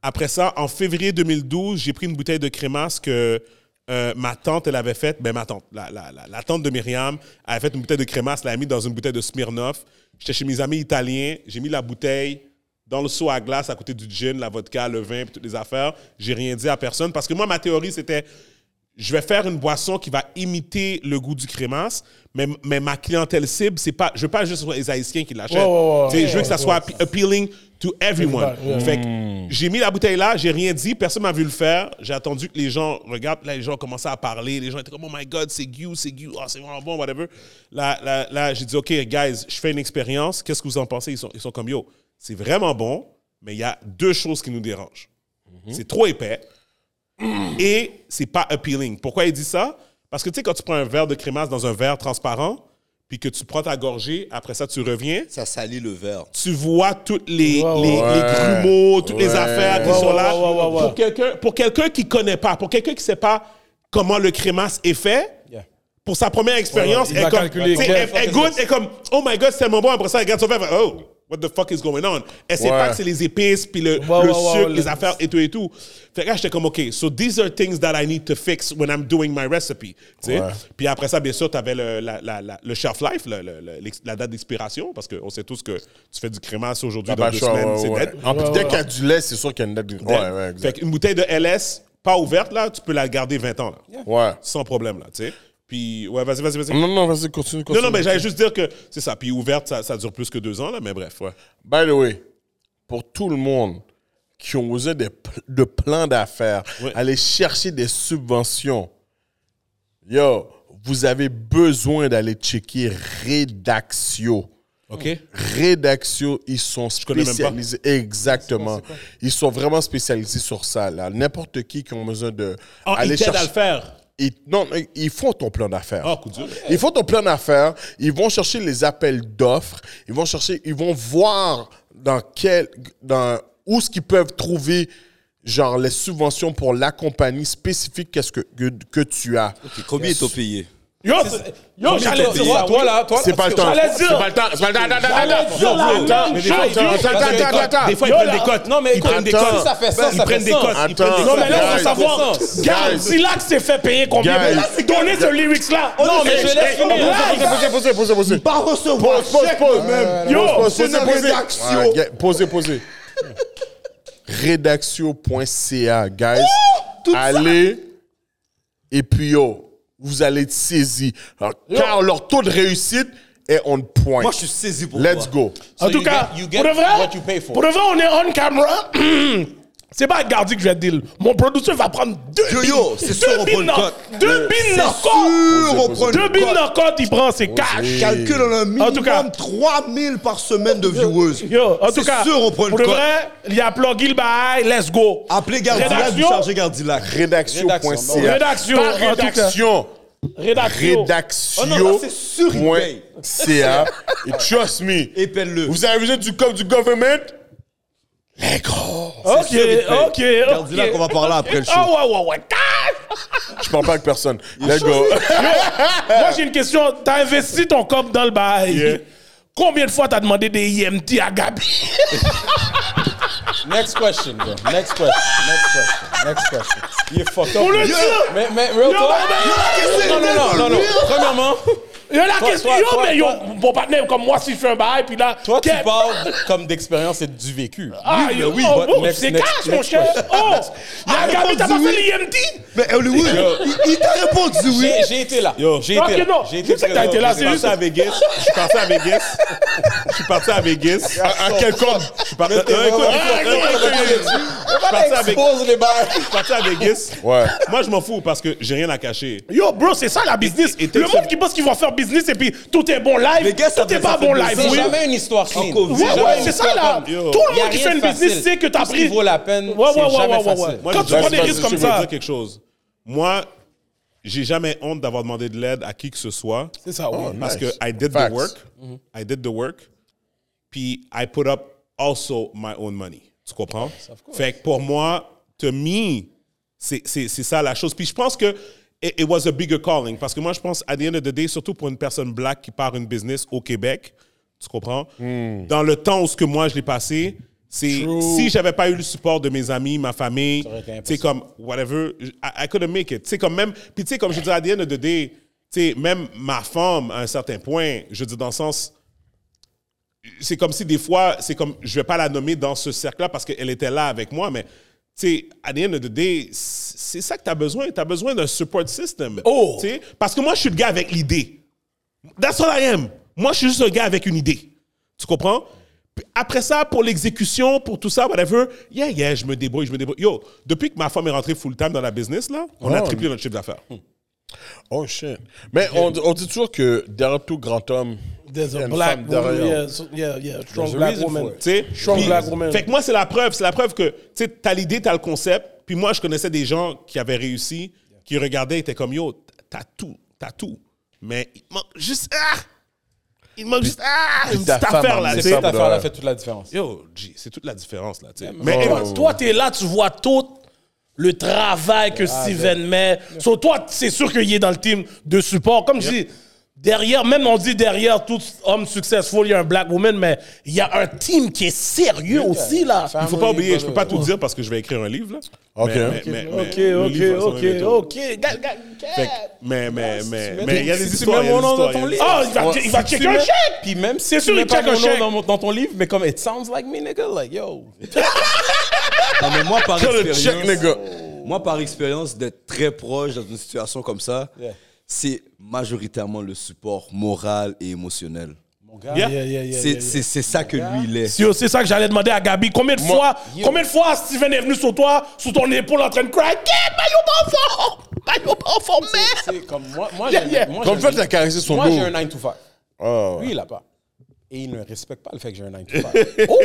Après ça, en février 2012, j'ai pris une bouteille de crémasse que euh, ma tante, elle avait faite. Ben, ma tante, la, la- la- la tante de Myriam, elle avait fait une bouteille de crémasse, l'a mis dans une bouteille de Smirnoff. J'étais chez mes amis italiens, j'ai mis la bouteille dans le seau à glace à côté du gin, la vodka, le vin, puis toutes les affaires. J'ai rien dit à personne parce que moi, ma théorie, c'était je vais faire une boisson qui va imiter le goût du crémasse, mais, mais ma clientèle cible, c'est pas, je veux pas juste que ce soit les Haïtiens qui l'achètent. Ouais, ouais, ouais. Tu sais, je veux que ça soit appe- appealing to everyone. Ouais. Fait que j'ai mis la bouteille là, j'ai rien dit, personne m'a vu le faire. J'ai attendu que les gens regardent, là, les gens commençaient à parler, les gens étaient comme, oh my god, c'est Gu, c'est Gu, Ah, c'est vraiment bon, whatever. Là, là, là, j'ai dit, OK, guys, je fais une expérience, qu'est-ce que vous en pensez? Ils sont, ils sont comme, yo, c'est vraiment bon, mais il y a deux choses qui nous dérangent. C'est trop épais et c'est pas appealing. Pourquoi il dit ça? Parce que tu sais, quand tu prends un verre de crémasse dans un verre transparent, puis que tu prends ta gorgée, après ça, tu reviens, Ça salit le verre. tu vois toutes les, les, les Ouais. grumeaux, toutes les Ouais. affaires qui Ouais, sont ouais, là. ouais, ouais, ouais. Pour quelqu'un pour quelqu'un qui connaît pas, pour quelqu'un qui sait pas comment le crémasse est fait, Yeah. pour sa première expérience, il elle, va comme, calculer. tu sais, Ouais. elle- elle goûte, elle comme, oh my god, c'est tellement bon. Après ça, elle regarde son verre, elle fait, oh, what the fuck is going on? Elle sait Ouais. pas que c'est les épices, puis le, Ouais, le ouais, ouais, sucre, ouais, les le- affaires et tout et tout. Fait que là, j'étais comme, OK, so these are things that I need to fix when I'm doing my recipe. tu sais. Puis après ça, bien sûr, tu avais le, la- la- la- le shelf life, le- le- le- l'ex- la date d'expiration, parce qu'on sait tous que tu fais du crémasse aujourd'hui, T'as pas dans deux le choix, semaines, ouais, c'est ouais. net. En plus, dès qu'il y a du lait, c'est sûr qu'il y a une date. Ouais, ouais, exact. fait qu'une bouteille de LS pas ouverte, là, tu peux la garder 20 ans. Là Ouais. sans problème là, tu sais. Puis, ouais, vas-y, vas-y, vas-y. Non, non, vas-y, continue, Non, continue. non, mais j'allais juste dire que c'est ça. Puis ouverte, ça, ça dure plus que deux ans, là, mais bref, ouais. By the way, pour tout le monde qui ont osé des pl- de plans d'affaires, Ouais. aller chercher des subventions, yo, vous avez besoin d'aller checker Redaxio. OK? Redaxio, ils sont connais même pas. spécialisés. Exactement. Ils sont vraiment spécialisés sur ça. là. N'importe qui qui ont besoin de Ah, il aller t'aide à chercher. le faire. Ils, non, non, ils font ton plan d'affaires. Ah, coup dur. Ils font ton plan d'affaires, ils vont chercher les appels d'offres, ils vont chercher, ils vont voir dans quel, dans où ce qu'ils peuvent trouver genre les subventions pour la compagnie spécifique qu'est-ce que, que, que tu as. Combien est-on payé Yo, c'est- yo, j'allais dire ça. toi là, toi C'est pas le temps. J'allais C'est dire. pas le temps. C'est pas le temps. Attends, attends, attends, Yo, la bro, même attends, mais chose. des fois, Attends, parce que- attends, attends, attends. Des fois, ils Yo, prennent là. des cotes. Non, mais ils prennent des attends. cotes. Ça fait ça, ils ça prennent fait des ça. cotes. Ils prennent des Attends. Non, cotes. mais là, on veut Guys. savoir. Garde, Guys. si l'axe s'est fait payer combien Guys. Donner Donnez ce lyrics-là. non, mais je laisse on finir. live. Posez, posez, posez, posez. Pas recevoir Pause, pause, pause. Yo, Pause, pause, c'est posez, une posez. rédaction. Ouais, gars, Posez, posez. Rédaction.ca, guys. Oh, Allez. Et puis, yo, vous allez être saisis. Alors, Car leur taux de réussite est on point. Moi, je suis saisi pour Let's toi. go. En tout you cas, get- you get pour de vrai, what you pay for. pour de vrai, on est on camera. C'est pas à Gardi que je vais deal. Mon producteur va prendre deux Yo, bins. yo, c'est sûr, on prend deux bins une dans cote. Deux bins dans Sûr, le on prend compte. une Deux bins cote. dans le compte, il prend ses cash. Calcule on a un minimum En tout cas. 3000 par semaine de viewers. Yo, en tout C'est cas, sûr, on prend une pour de cote. vrai, il y a plugué le bail, let's go. Appelez Gardilac, vous Rédaction. chargez Gardilac. Rédaction.ca. Rédaction, Pas en tout cas. rédaction. Rédaction. Rédaction. Oh non, ça, c'est sûr, il point paye. CA. Et trust me. Épelle-le. Vous avez besoin du cop du government? Les gars. Ok, ok, ok. Gardilac, on va parler après le show. Ah ouais, ouais, ouais. Cash! Je parle pas avec personne. Let's go. Moi, j'ai une question. T'as investi ton cop dans le bail. Combien de fois t'as demandé des IMT à Gabi? Next question, bro. Next question. Next question. Next question. You fucked Pour le up. dire! Mais, mais, real Yo, talk. Non, non, non, non, non. Premièrement, Yo, la Toi, question, toi, yo, toi, mais yo, toi. mon partenaire, comme moi, si je fais un bail, puis là. toi, tu qu'est- parles comme d'expérience et du vécu. Ah, yo, oui, oh, but bon, next- c'est next- cash, mon next cher. Oh! Ah, La Gabi, t'as pas répondu fait oui. l'IMT? Mais Hollywood, il, il t'a répondu oui. J'ai j'ai été là. J'ai Ok, été là. non. J'ai Je sais que t'as été là, présent. Ah, c'est Je suis juste. parti à Vegas. Je suis parti à Vegas. Je suis parti à Vegas. Ah, À, à quel cop? Je suis parti- Non, écoute, écoute, écoute, écoute, écoute. Je suis parti à Vegas. Expose les bails. Je suis parti à Vegas. Ouais. Moi, je m'en fous parce que j'ai rien à cacher. Yo, bro, c'est ça la business. Et- et- le monde qui pense qu'ils vont faire business et puis tout est bon live, Les gars, ça tout est fait- pas ça fait bon deux live. ans. C'est oui. jamais une histoire clean. Encore C'est vieux. jamais Ouais, ouais, une c'est histoire ça là. comme- Tout Yo. le Y a monde qui rien fait une de business facile. sait que t'as Tout ce qui pris. vaut la peine, Ouais, ouais, c'est ouais, jamais ouais, ouais, facile. ouais. Quand tu je- prends des je- risques je comme veux ça. dire quelque chose. Moi, j'ai jamais honte d'avoir demandé de l'aide à qui que ce soit. C'est ça, oui. Parce Oh, nice. que I did Facts. Mm-hmm. the work. I did the work. Puis I put up also my own money. Tu comprends? fait que pour moi, to me, c'est c'est- c'est ça la chose. Puis je pense que it, it was a bigger calling. Parce que moi, je pense, à the end of the day, surtout pour une personne black qui part une business au Québec, tu comprends? Hmm. Dans le temps où ce que moi, je l'ai passé, c'est si j'avais pas eu le support de mes amis, ma famille, aurait été impossible. c'est comme whatever, I, I couldn't make it. C'est comme même, puis tu sais, comme je dis à the end of the day, tu sais, même ma femme, à un certain point, je dis dans le sens, c'est comme si des fois, c'est comme, je vais pas la nommer dans ce cercle-là parce qu'elle était là avec moi, mais tu sais, à the end of the day, c'est c'est ça que tu as besoin. Tu as besoin d'un support system. Oh! Tu sais, Parce que moi, je suis le gars avec l'idée. That's all I am. Moi, je suis juste un gars avec une idée. Tu comprends? Puis Après ça, pour l'exécution, pour tout ça, whatever, yeah, yeah, je me débrouille, je me débrouille. Yo, depuis que ma femme est rentrée full-time dans la business, là, on a triplé notre chiffre d'affaires. Oh shit. Mais on, on dit toujours que derrière tout grand homme, There's il y a a une black femme woman, derrière. yeah, so- yeah, yeah, strong There's a black reason woman. for it. Tu sais? Strong Puis- black woman. Fait que moi, c'est la preuve. C'est la preuve que, tu sais, t'as l'idée, t'as le concept. Puis moi, je connaissais des gens qui avaient réussi, qui regardaient, étaient comme, yo, t'as tout, t'as tout. Mais il te manque juste, ah! Il te manque juste, ah! Une ta petite femme affaire, en là, est C'est tu sais. cette ça, affaire-là ouais. fait toute la différence. Yo, G, c'est toute la différence, là, tu sais. Mais Mais Emma, Eh, Oh. toi, t'es là, tu vois tout le travail Ah, que Steven met. So, toi, c'est sûr qu'il est dans le team de support. Comme je dis, derrière, même on dit derrière tout homme successful, il y a un black woman, mais il y a un team qui est sérieux aussi, là. il faut pas oublier, je peux pas tout dire parce que je vais écrire un livre, là. Ok. Mais- mais- mais- mais Ok, le livre va ok, s'en ok, aller bientôt. ok. Ga- ga- ga- Fait que- Mais, mais, mais, mets mais, il y a ton- des si tu histoires. mets il y a mon des nom histoires, dans ton il y a des lit. histoires. Ah, il va, il va Si tu checker un mets- chèque! Puis même si C'est tu sûr, mets il pas check un mon nom chèque. dans, mon- dans ton livre, mais comme it sounds like me, nigga, like yo. Non, mais moi, par Check, expérience, nigga. moi, par expérience d'être très proche dans une situation comme ça, Yeah. c'est majoritairement le support moral et émotionnel. Yeah, yeah, yeah, yeah, C'est- yeah. C'est c'est ça que lui, il est. Si, C'est ça que j'allais demander à Gabi. Combien de fois, combien de fois Steven est venu sur toi, sur ton épaule en train de crier, Get, maillot pas en forme, maillot pas en forme, merde. C'est comme moi, moi, Yeah, j'ai- yeah. moi, Comme fait, j'ai un- t'as caressé son Moi, dos. j'ai un 9 to 5. Ah, ouais. Lui, il n'a pas. Et il ne respecte pas le fait que j'ai un 9 to 5. Oh!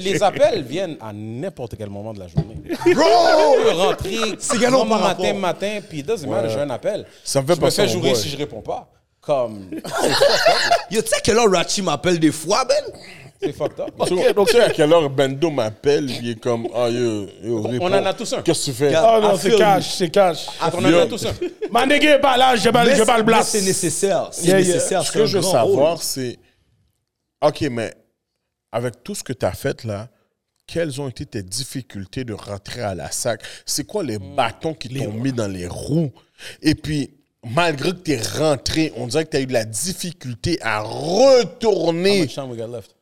Les appels viennent à n'importe quel moment de la journée. Bro! Je peux rentrer C'est galant comme par matin, rapport. matin, puis deux semaines, j'ai un appel. Ça me fait je me penser fais au jouer boy. si je réponds pas. Comme, Yo, tu sais quel heure Rachi m'appelle des fois, Ben c'est fucked up. Tu vois- tu sais à quelle heure Bendo m'appelle, il est comme, ah yo, yo, réponds. en a tous un. Qu'est-ce que tu fais? Regarde. Oh non, I c'est feel cash, c'est cash. Ah, On en a tous un. Ma nigga est pas là, je vais pas- je vais pas le Mais blast. c'est nécessaire. C'est Yeah, yeah. nécessaire. Ce c'est que un je veux grand savoir, rôle. c'est. OK, mais avec tout ce que tu as fait là, quelles ont été tes difficultés de rentrer à la sac? C'est quoi les bâtons qui t'ont mis dans les roues? Et puis, malgré que tu es rentré, on dirait que tu as eu de la difficulté à How retourner. much time we got left?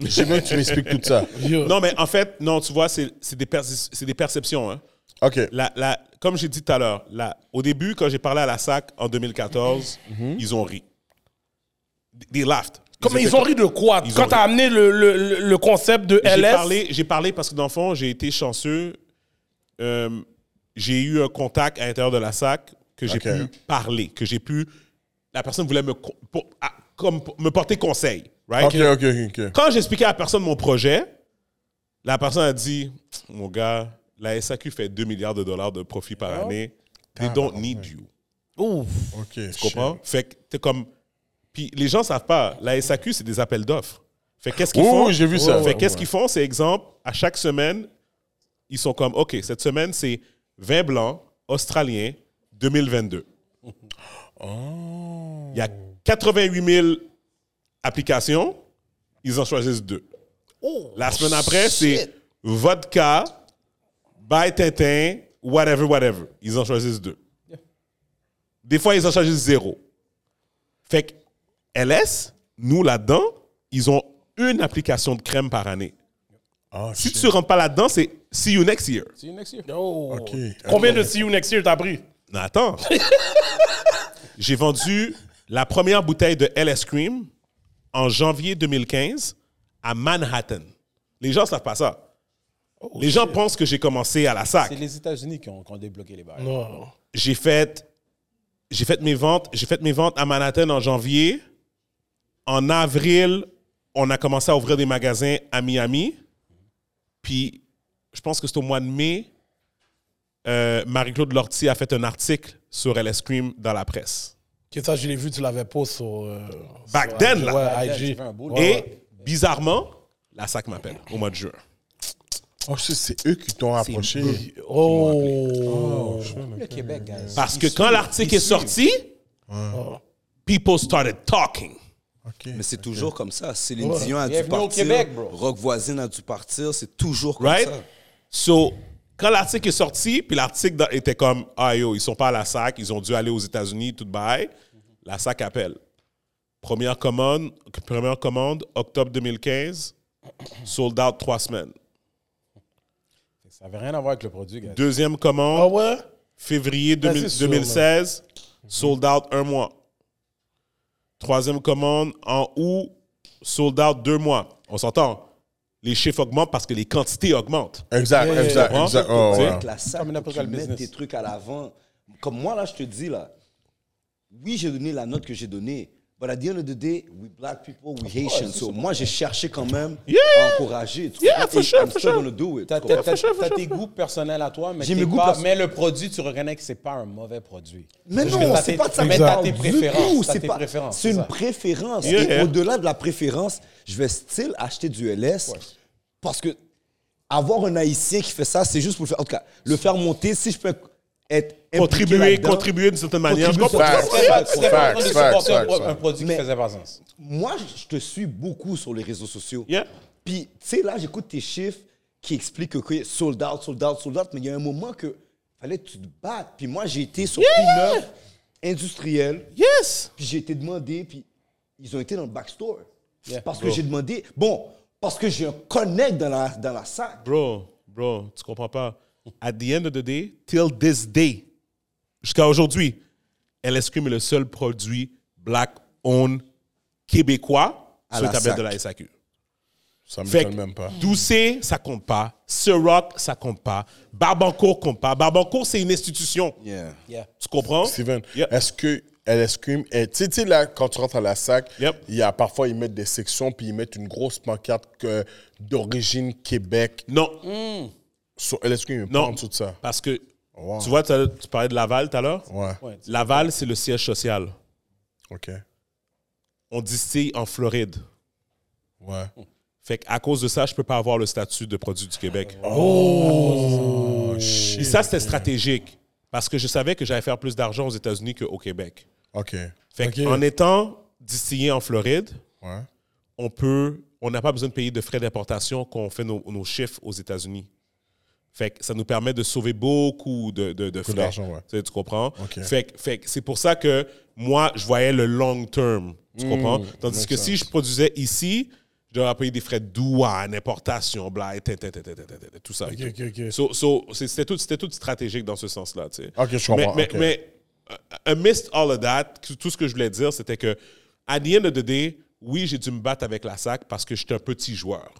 J'ai bien que tu m'expliques tout ça. Non, mais en fait, non, tu vois, c'est c'est des, persi- c'est des perceptions. Hein. OK. La- la- comme j'ai dit tout à l'heure, la- au début, quand j'ai parlé à la SAC en 2014, ils ont ri. They laughed. Comment étaient ils ont ri de quoi Ils ont Quand ri. t'as amené le, le, le- le concept de J'ai LS. parlé, j'ai parlé parce que dans le fond, j'ai été chanceux. Euh, j'ai eu un contact à l'intérieur de la SAC que j'ai Ok. pu parler, que j'ai pu. La personne voulait me, co- pour- à- comme, pour- me porter conseil. Right? OK, OK, OK. ok. Quand j'expliquais à la personne mon projet, la personne a dit Mon gars, la SAQ fait 2 milliards de dollars de profit par année. They don't need you. OK, shit. Tu comprends? Fait que t'es comme. Puis les gens savent pas, la SAQ, c'est des appels d'offres. Fait qu'est-ce qu'ils Oui, font? oui, j'ai vu ça. Fait Ouais, qu'est-ce ouais. qu'ils font? C'est exemple, à chaque semaine, ils sont comme, OK, cette semaine, c'est 20 blancs australiens 2022. Il y a 88 000 applications, ils en choisissent deux. La semaine après, c'est vodka, bye Tintin, whatever, whatever. Ils en choisissent deux. Des fois, ils en choisissent zéro. Fait que LS, nous là-dedans, ils ont une application de crème par année. Ah, Si shit. tu ne rentres pas là-dedans, c'est see you next year. See you next year. OK. Combien de See You Next Year t'as pris Non, attends. J'ai vendu la première bouteille de LS Cream en janvier 2015 à Manhattan. Les gens ne savent pas ça. Oh, les gens pensent que j'ai commencé à la sac. C'est les États-Unis qui ont, qui ont débloqué les barres. J'ai fait, j'ai fait mes ventes, j'ai fait mes ventes à Manhattan en janvier. En avril, on a commencé à ouvrir des magasins à Miami. Puis, je pense que c'est au mois de mai, euh, Marie-Claude Lortie a fait un article sur LS Cream dans la presse. Que ça, je l'ai vu, tu l'avais pas sur. euh, Back sur then, IG, là. ouais, IG. un bout, là. Et, bizarrement, la SAC m'appelle au mois de juin. Oh, shit, c'est eux qui t'ont approché. hein, Oh. Le Québec, guys. Parce que quand l'article est sorti, people started talking. OK. Mais c'est toujours comme ça. Céline Dion a dû Bienvenue au partir. Québec, bro. Rock voisine a dû partir. C'est toujours comme Right? ça. So, quand l'article est sorti, puis l'article dans- était comme, ah yo, ils sont pas à la SAC, ils ont dû aller aux États-Unis, tout bail. La SAC appelle. Première commande, première commande, octobre 2015, sold out trois semaines. Ça n'avait rien à voir avec le produit, guys. Deuxième Ah commande, ouais février Ben, 2000 c'est sûr, 2016, sold out un mois. Troisième commande, en août, sold out deux mois. On s'entend, les chiffres augmentent parce que les quantités augmentent. Exact, exact, comprends? exact. Oh, Tu sais, ouais. avec la salle Comme pour n'importe qu'ils quel mettent business. des trucs à l'avant. Comme moi, là, je te dis, là, oui, j'ai donné la note que j'ai donnée, but at the end of the day, we black people, we Haitians. So, moi, j'ai cherché quand même à encourager. tu Yeah, comprends? for Et sure, I'm for still sure. gonna do it, T'as tu comprends? t'as- t'as- t'as tes goûts personnels à toi, mais, J'ai t'es mes goûts pas- perso- mais le produit, tu reconnais que c'est pas un mauvais produit. Mais Parce que non, t'as c'est tes- pas de ça. Mais qu'on t'as parle. tes Du préférences. tout, t'as c'est tes pas- préférences, C'est une ça. préférence. Yeah, Et yeah. au-delà de la préférence, je vais still acheter du LS parce que avoir un Haïtien qui fait ça, c'est juste pour le faire. En tout cas, le faire monter, si je peux être impliqué Contribuer, là-dedans, contribuer d'une certaine manière. Je Contribuer comprends. sur- Tu serais pas- tu serais pas en train de Facts, facts, supporter un facts, pro- un produit qui Mais- faisait pas sens. Moi, je te suis beaucoup sur les réseaux sociaux. Yeah. Puis, tu sais, là, j'écoute tes chiffres qui expliquent que que sold out, sold out, sold out, mais il y a un moment que fallait que tu te battes. Puis moi, j'ai été sur une œuvre industrielle, Yes! puis j'ai été demandé, puis ils ont été dans le backstore. Yeah, parce que j'ai demandé, bon, parce que j'ai un connect dans la, dans la salle. Bro, bro, tu comprends pas. At the end of the day, till this day, jusqu'à aujourd'hui, LS Cream est le seul produit black-owned québécois À sur la la tablette SAQ. de la SAQ. Ça Fait m'étonne que même pas. Doucet, ça compte pas. Ciroc, ça compte pas. Barbancourt compte pas. Barbancourt, c'est une institution. Yeah. Yeah. Tu comprends? Steven, Yep. est-ce que LS Cream est. Tu sais- tu sais, là, quand tu rentres à la sac, Yep. il y a, parfois, ils mettent des sections, puis ils mettent une grosse pancarte que- d'origine Québec. Hmm. Non, Sur LS Cream, ils Non. prennent tout ça. parce que Wow. tu vois, tout à l'heure, tu parlais de Laval tout à l'heure. Ouais. Laval, c'est le siège social. OK. On distille en Floride. Ouais. Fait qu'à cause de ça, je peux pas avoir le statut de produit du Québec. Oh! Et ça, c'était stratégique. Parce que je savais que j'allais faire plus d'argent aux États-Unis qu'au Québec. OK. Fait OK. qu'en étant distillé en Floride, Ouais. on peut, on n'a pas besoin de payer de frais d'importation quand on fait nos, nos chiffres aux États-Unis. Fait que ça nous permet de sauver beaucoup de, de, de frais. d'argent, ouais. Tu sais, Tu comprends? Ok. Fait, que- fait que c'est pour ça que moi, je voyais le long term. Tu comprends? Hmm. Tandis que si je produisais ici, je devrais payer des frais de douane, importation, bla, et tin, tin, tin, tin, tin, tin, tin, tout ça. et Ok, tout. ok, ok. So- so, c'est- c'était tout, c'était tout stratégique dans ce sens-là. tu sais. Ok, je comprends, Mais, ok. mais, mais uh, amidst all of that, que- tout ce que je voulais dire, c'était que, à the end of the day, oui, j'ai dû me battre avec la SAC parce que j'étais un petit joueur.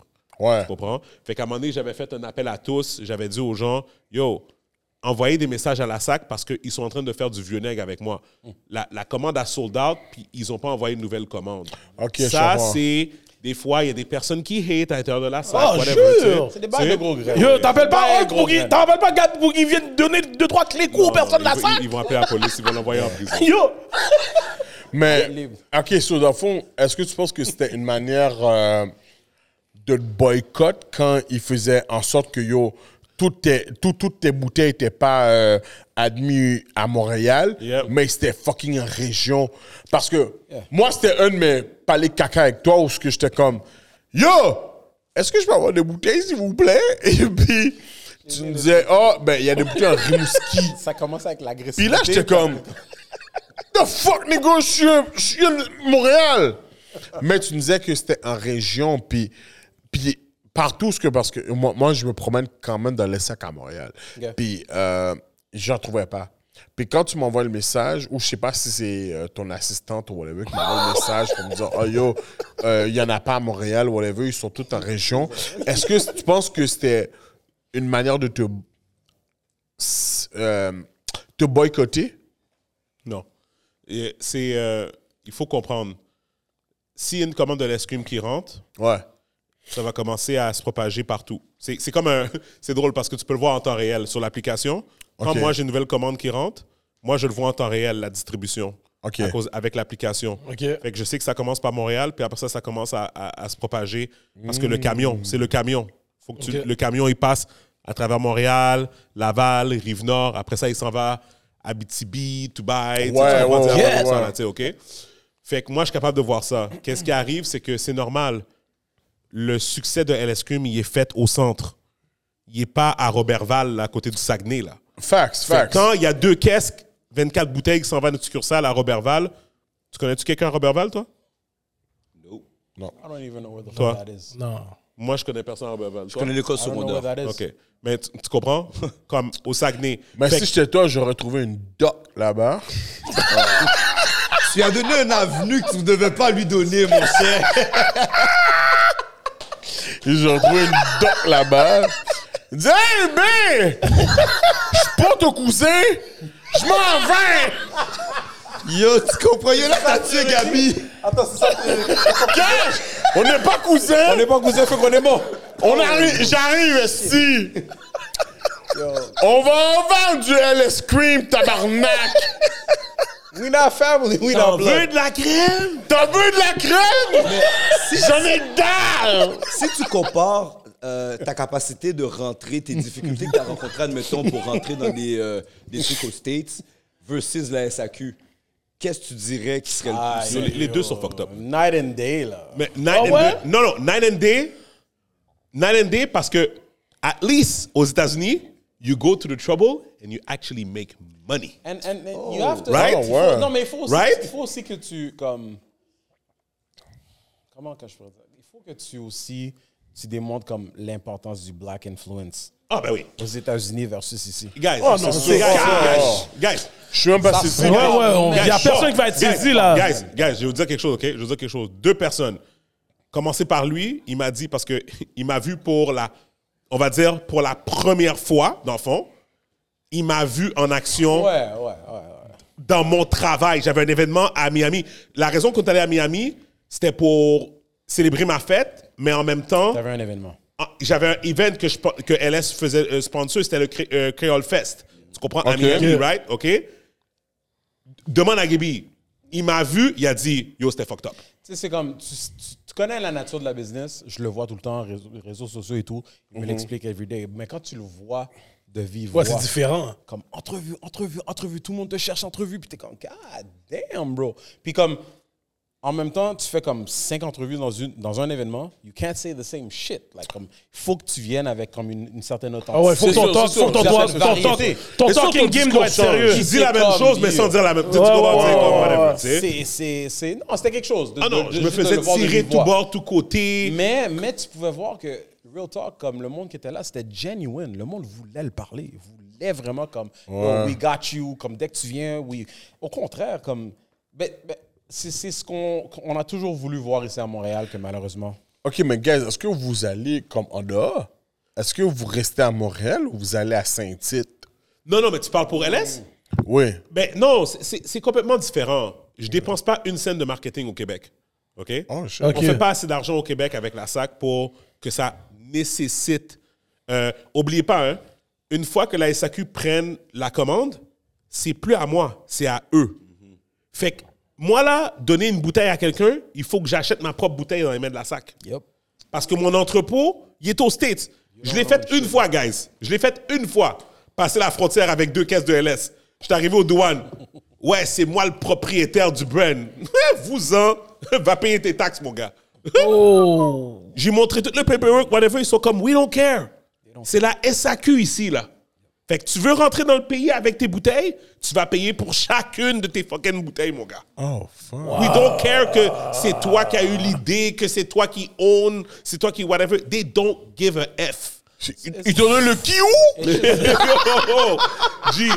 Ouais. Tu comprends? Fait qu'à un moment donné, j'avais fait un appel à tous. J'avais dit aux gens, yo, envoyez des messages à la SAC parce qu'ils sont en train de faire du vieux nègre avec moi. La, la commande a sold out, puis ils n'ont pas envoyé une nouvelle commande. Ok, je Ça, comprends. c'est. Des fois, il y a des personnes qui hate à l'intérieur de la SAC. Oh, whatever, jure! tu sais. C'est des bails de gros graines. Yo, t'appelles pas Hulk pour qu'il- qui t'appelles pas Gad pour qu'il vienne donner deux, trois clés coups aux personnes de la Ils vont- salle? Ils, ils vont appeler la police, ils vont l'envoyer en prison. Yo! Mais, OK, sur le fond, est-ce que tu penses que c'était une manière euh, de te boycott quand il faisait en sorte que, yo, toutes tes, tout- toutes tes bouteilles n'étaient pas euh, admises à Montréal, Yep. mais c'était fucking en région? Parce que moi, c'était un de mes palais caca avec toi où ce que j'étais comme, yo, est-ce que je peux avoir des bouteilles, s'il vous plaît? Et puis, tu me disais, oh, ben, il y a des bouteilles en Rimouski. Ça commence avec Puis l'agressivité. là, j'étais comme, the fuck, nigga, je suis un- je suis un Montréal. Mais tu me disais que c'était en région, puis, puis partout, ce que, parce que moi, moi, je me promène quand même dans les sacs à Montréal. Ok. Puis, euh, j'en trouvais pas. Puis quand tu m'envoies le message, ou je sais pas si c'est euh, ton assistante ou whatever qui m'envoie le message pour me dire, oh yo, euh, il y en a pas à Montréal, whatever, ils sont tous en région. Est-ce que tu penses que c'était une manière de te, euh, te boycotter? Non. Et C'est, euh, il faut comprendre. S'il y a une commande de l'escrime qui rentre, Ouais. ça va commencer à se propager partout. C'est c'est comme un. C'est drôle parce que tu peux le voir en temps réel sur l'application. Quand Ok. moi, j'ai une nouvelle commande qui rentre, moi, je le vois en temps réel, la distribution. Ok. à cause- avec l'application. Fait que je sais que ça commence par Montréal, puis après ça, ça commence à, à- à se propager. Parce Hmm. que le camion, c'est le camion. Faut que tu- Le camion, il passe à travers Montréal, Laval, Rive-Nord. Après ça, il s'en va à Abitibi, Dubaï. tu sais, Ouais, tu comprends, ouais, tu sais, ouais, avant de ouais. ça, là, tu sais, OK? Fait que moi, je suis capable de voir ça. Qu'est-ce qui arrive, c'est que c'est normal. Le succès de LS Cream, il est fait au centre. Il n'est pas à Robertval, là, à côté du Saguenay, là. Facts, Fait que facts. quand il y a deux caisses, 24 bouteilles qui s'en vont à notre succursale à Robertval, tu connais-tu quelqu'un à Robertval, toi? I don't even know where the fuck Toi. that is. Non. Moi, je connais personne à Robertval. Je connais l'école I don't know where secondaire. that is. OK. Mais tu, tu comprends? Comme au Saguenay. Mais Ben, Fait si que- j'étais toi, j'aurais trouvé une doc là-bas. Tu as donné un avenue que tu ne devais pas lui donner, mon cher. Et J'aurais trouvé une doc là-bas. Je dis, hey, ben! Je suis pas ton cousin! Je m'en vais! Yo, tu comprends? Yo, là, t'as tué Gabi. Attends, c'est ça. Cash! On n'est pas cousins! On est pas cousins, faut qu'on est bon. On arrive, j'arrive ici! On va en vendre du LS Cream, tabarnak! We not family, we not blood. de la crème? T'en veux de la crème? J'en ai dalle! Si tu compares euh, ta capacité de rentrer, tes difficultés que tu as rencontrées, admettons, pour rentrer dans des, euh, des trucs aux States versus la SAQ, qu'est-ce que tu dirais qui serait le plus... Yo, les, les deux sont fucked up. Night and day, là. Mais night and Oh, ouais? day- Non, non, night and day. Night and day parce que, at least aux États-Unis, you go to the trouble and you actually make money. Oh, And, and, and Oh. you have to. Right? il faut- Ouais. Non, mais il faut, aussi, Right? il faut aussi que tu. Comme, comment que je peux dire? Il faut que tu aussi. Tu démontres comme l'importance du black influence Ah, ben oui. aux États-Unis versus ici. Guys, Oh, non, c'est c'est guys, ça. guys, guys, Je suis même pas saisi. Ouais, ouais, on- il y a Guys, personne stop. qui va être saisi, Guys, là. Guys, guys, je vais vous dire quelque chose, OK? Je vais vous dire quelque chose. Deux personnes. Commencez par lui. Il m'a dit, parce que il m'a vu pour la, on va dire, pour la première fois, dans le fond. Il m'a vu en action Ouais, ouais, ouais. ouais. dans mon travail. J'avais un événement à Miami. La raison qu'on est allé à Miami, c'était pour célébrer ma fête, mais en même temps, T'avais un événement. ah, j'avais un event que, je, que LS faisait euh, sponsor, c'était le Cré- euh, Creole Fest. Tu comprends? À Miami, right? OK? Demande à Gaby. Il m'a vu, il a dit, yo, c'était fucked up. Tu sais, c'est comme, tu, tu- tu connais la nature de la business, je le vois tout le temps, réseaux, réseaux sociaux et tout, il me l'explique every day. Mais quand tu le vois de vivre, Mhm. Ouais, c'est différent. hein. comme entrevue, entrevue, entrevue, tout le monde te cherche entrevue, puis t'es comme, God damn, bro. Puis comme, en même temps, tu fais comme cinq entrevues dans, une, dans un événement, you can't say the same shit. Like, comme, faut que tu viennes avec comme une, une certaine authenticité. Ah ouais, faut que C'est ton sûr, talk, c'est sûr, faut que ton une talk- certaine ton talk- variété. ton Et surtout, talking ton game doit être discours change. sérieux. Il dit la C'est même comme chose, mais dit, sans euh, dire la même chose. ouais, ouais, C'est, c'est, c'est, non, c'était quelque chose. de- Ah non, de- de- je me juste de faisais le voir de tirer vive tout voix. bord, tout côté. Mais, mais tu pouvais voir que Real Talk, comme le monde qui était là, c'était genuine. Le monde voulait le parler. Voulait vraiment comme Oh, We got you, comme dès que tu viens, oui. Au contraire, comme. ben, ben, c'est c'est ce qu'on qu'on a toujours voulu voir ici à Montréal, que malheureusement. OK, mais guys, est-ce que vous allez comme en dehors? Est-ce que vous restez à Montréal ou vous allez à Saint-Tite? Non, non, mais tu parles pour LS? Oui. Ben non, c'est- c'est c'est complètement différent. Je dépense pas une scène de marketing au Québec. OK? Oh, shit. Ok. On fait pas assez d'argent au Québec avec la SAC pour que ça nécessite. Euh, oubliez pas, hein, une fois que la SAQ prenne la commande, c'est plus à moi, c'est à eux. Fait que moi, là, donner une bouteille à quelqu'un, il faut que j'achète ma propre bouteille dans les mains de la SAC. Parce que mon entrepôt, il est aux States. Je l'ai fait une fois, guys. Je l'ai fait une fois. Passer la frontière avec deux caisses de LS. Je suis arrivé aux douanes. Ouais, c'est moi le propriétaire du brand. Vous-en, va payer tes taxes, mon gars. J'ai montré tout le paperwork, whatever. Ils sont comme, we don't care. C'est la SAQ ici, là. Fait que tu veux rentrer dans le pays avec tes bouteilles, tu vas payer pour chacune de tes fucking bouteilles, mon gars. Oh, fuck. We don't care que c'est toi qui as eu l'idée, que c'est toi qui own, c'est toi qui whatever. They don't give a F. Ils te donnent le kiou? G.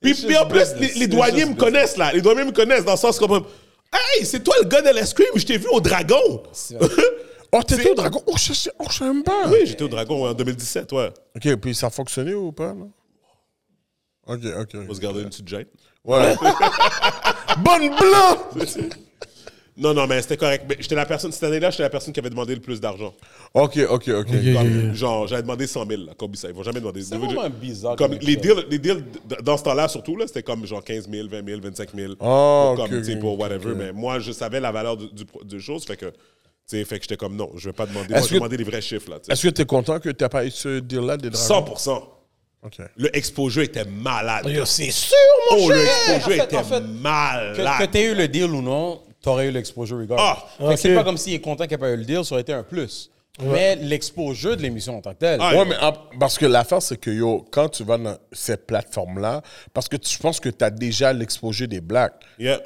Puis, It's puis en just plus, business. les, les It's douaniers just me connaissent là. Les douaniers me connaissent dans le sens comme Hey, c'est toi le gars de l'escrime, je t'ai vu au dragon. Oh, t'étais au dragon? Oh, je sais, oh, je sais même pas. Oui, j'étais au dragon en 2017, ouais. OK, puis ça a fonctionné ou pas, là? OK, OK. On va se garder une petite gêne. Ouais. Bonne blanc! Non, non, mais c'était correct. Mais j'étais la personne, cette année-là, j'étais la personne qui avait demandé le plus d'argent. OK, OK, OK. Comme, genre, j'avais demandé 100 000, là, comme ça. Ils vont jamais demander. C'est vraiment bizarre Comme comme les expérience. deals, les deals d- dans ce temps-là, surtout, là, c'était comme genre 15 000, 20 000, 25 000. Ah, comme, ok, tu sais, ok, pour ok, whatever. ok. Mais moi, je savais la valeur de, du, pro- de choses. Fait que, tu sais, fait que j'étais comme non, je vais pas demander. Moi, Est-ce je vais que- demander les vrais chiffres, là. tu sais. Est-ce que t'es content que t'as pas eu ce deal-là des dragons? 100 OK. Le exposure était malade. Yo, C'est sûr, mon Oh, cher. le En fait, exposure en était fait, malade. Que, tu t'aies eu le deal ou non, t'aurais eu l'exposure regardless. Ah, Fait que C'est ok. pas comme s'il est content qu'il n'y ait pas eu le deal, ça aurait été un plus. Mais l'exposure de l'émission en tant que telle. Ah, Ouais, mais en- parce que l'affaire, c'est que yo, quand tu vas dans ces plateformes-là, parce que tu penses que tu as déjà l'exposé des blacks, Yep.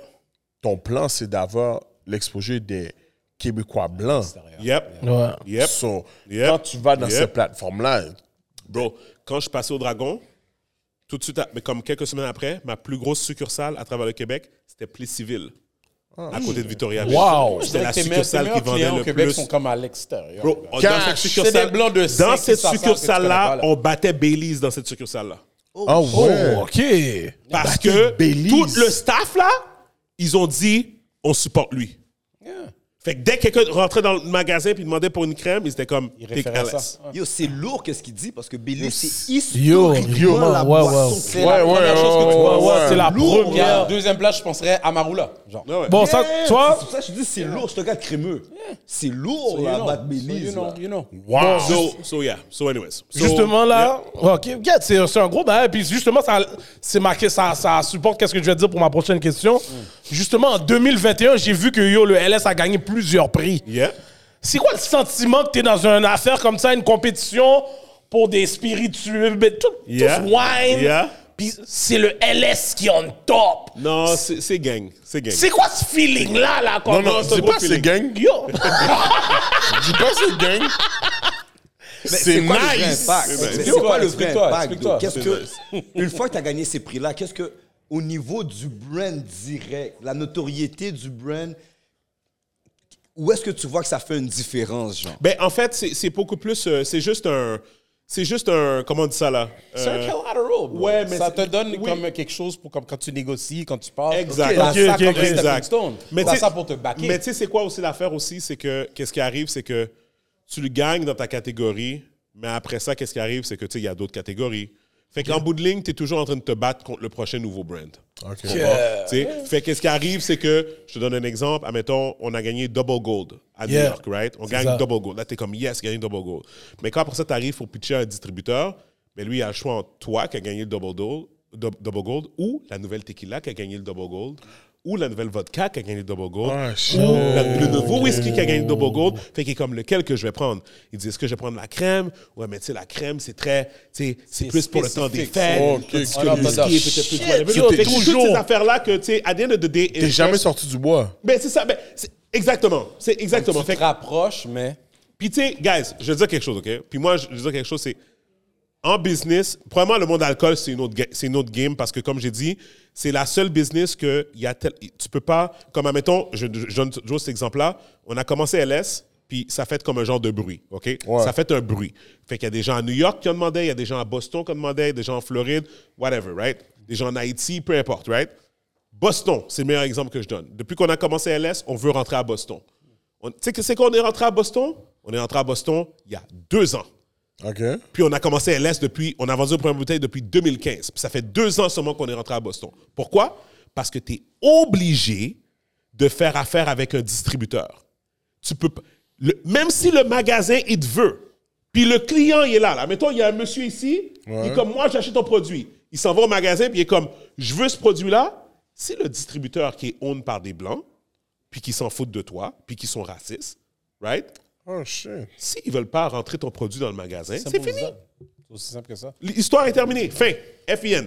ton plan, c'est d'avoir l'exposé des Québécois blancs. Yep. Ouais. Yep. So, Yep. Quand tu vas dans Yep. ces plateformes-là, Bro, quand je suis passé au Dragon, tout de suite, à- mais comme quelques semaines après, ma plus grosse succursale à travers le Québec, c'était Plessisville, à côté de Victoriaville. Wow! Je dirais C'était la que tes meilleurs- tes succursale qui meilleurs vendait clients le au Québec plus. sont comme à l'extérieur. Bro, là. dans Cash. cette C'est des succursale, blancs de cinq dans qui cette s'assemblent que tu succursale-là, connais pas, là. on battait Baileys dans cette succursale-là. ah ouais! OK. Parce que Baileys. tout le staff, là, ils ont dit, on supporte lui. Fait que dès que quelqu'un rentrait dans le magasin puis demandait pour une crème, ils étaient comme, t'es référait ça. careless. Yo, c'est lourd qu'est-ce qu'il dit parce que Billy, c'est Yo, yo, historiquement la ouais, boisson. ouais. créole. C'est la ouais, première ouais, chose que tu ouais, vois. ouais, c'est la Lourd, première. puis en deuxième place, je penserais à Maroula. Genre. Ah ouais. Bon, ça, tu vois, C'est pour ça que je dis c'est lourd, je te regarde crémeux. C'est lourd, You la know, batte so you Billy. know, you know. Wow! So, so yeah. So anyways. So- Justement là, ok, regarde, c'est c'est un gros bail. Puis justement, ça, c'est marqué, ça, ça supporte qu'est-ce que je vais dire pour ma prochaine question. Justement, en 2021, j'ai vu que yo, le LS a gagné plusieurs prix. Yeah. C'est quoi le sentiment que t'es dans une affaire comme ça, une compétition pour des spiritueux, mais tout, Yeah. tous wine, Yeah. puis c'est le LS qui est on top. Non, c'est c'est gang. C'est gang. C'est quoi ce feeling-là, là, Non, quand non, c'est un dis gros pas c'est feeling. gang. Yo, Dis pas c'est gang. C'est quoi le vrai nice! impact? C'est nice. Mais C'est C'est quoi quoi, le vrai explique-toi, impact? explique-toi. donc? Qu'est-ce que- Une fois que tu as gagné ces prix-là, qu'est-ce que au niveau du brand direct, la notoriété du brand, où est-ce que tu vois que ça fait une différence, genre? Ben, en fait, c'est c'est beaucoup plus. euh, c'est juste un. C'est juste un. Comment on dit ça là? C'est un Euh, collateral. bro. ouais, mais ça c'est- te donne oui. comme quelque chose pour comme quand tu négocies, quand tu parles. Exact. T'as Ok, ok, ça comme ok. un stepping Exact. stone. Mais T'as tu sais- ça pour te backer. Mais tu sais, c'est quoi aussi l'affaire aussi? C'est que qu'est-ce qui arrive, c'est que tu le gagnes dans ta catégorie, mais après ça, qu'est-ce qui arrive, c'est que tu sais, il y a d'autres catégories. Fait qu'en bout de ligne, tu es toujours en train de te battre contre le prochain nouveau brand. Tu comprends? Tu sais, Fait qu'est-ce qui arrive, c'est que, je te donne un exemple, admettons, on a gagné double gold Yeah. à New York, right? On gagne ça. double gold. Là, tu es comme, yes, gagné double gold. Mais quand après ça, tu arrives pour pitcher à un distributeur, mais lui, il a le choix entre toi qui a gagné le double gold, dou- double gold ou la nouvelle tequila qui a gagné le double gold ou la nouvelle vodka qui a gagné le double gold Ah, shit. le, le nouveau whisky qui a gagné le Double Gold, fait qu'il est comme lequel que je vais prendre. Il dit, est-ce que je vais prendre la crème? Ouais, mais tu sais, la crème, c'est très, tu sais, c'est plus pour le temps des spécifique. fêtes. Ok, tandis que ok. le whisky est peut-être plus whatever. Yo, fait que toutes toujours- ces affaires-là que, tu sais, à the end of the day... T'es jamais sorti du bois. Ben, c'est ça, ben, c'est- exactement. C'est exactement. Tu Fait te que- rapproches, mais. puis tu sais, guys, je veux dire quelque chose, OK? Puis moi, je je veux dire quelque chose, c'est... En business, probablement le monde d'alcool, c'est une, autre ga- c'est une autre game parce que, comme j'ai dit, c'est la seule business que il y a tel- tu peux pas... Comme, admettons, je, je donne toujours cet exemple-là. On a commencé LS, puis ça fait comme un genre de bruit, OK? Ça fait un bruit. Fait qu'il y a des gens à New York qui ont demandé, il y a des gens à Boston qui ont demandé, il y a des gens en Floride, whatever, right? Des gens en Haïti, peu importe, right? Boston, c'est le meilleur exemple que je donne. Depuis qu'on a commencé LS, on veut rentrer à Boston. On- Tu sais que c'est qu'on est rentré à Boston? On est rentré à Boston il y a deux ans. OK. Puis on a commencé LS depuis, on a vendu la première bouteille depuis 2015. Puis ça fait deux ans seulement qu'on est rentré à Boston. Pourquoi? Parce que tu es obligé de faire affaire avec un distributeur. Tu peux pas- le- même si le magasin, il te veut, puis le client, il est là. là. Mettons, il y a un monsieur ici, il est comme, moi, j'achète ton produit. Il s'en va au magasin, puis il est comme, je veux ce produit-là. C'est le distributeur qui est owned par des Blancs, puis qui s'en foutent de toi, puis qui sont racistes, right? Oh, shit. S'ils veulent pas rentrer ton produit dans le magasin, c'est pour fini. ça. C'est aussi simple que ça. L'histoire est terminée. Fin. FIN.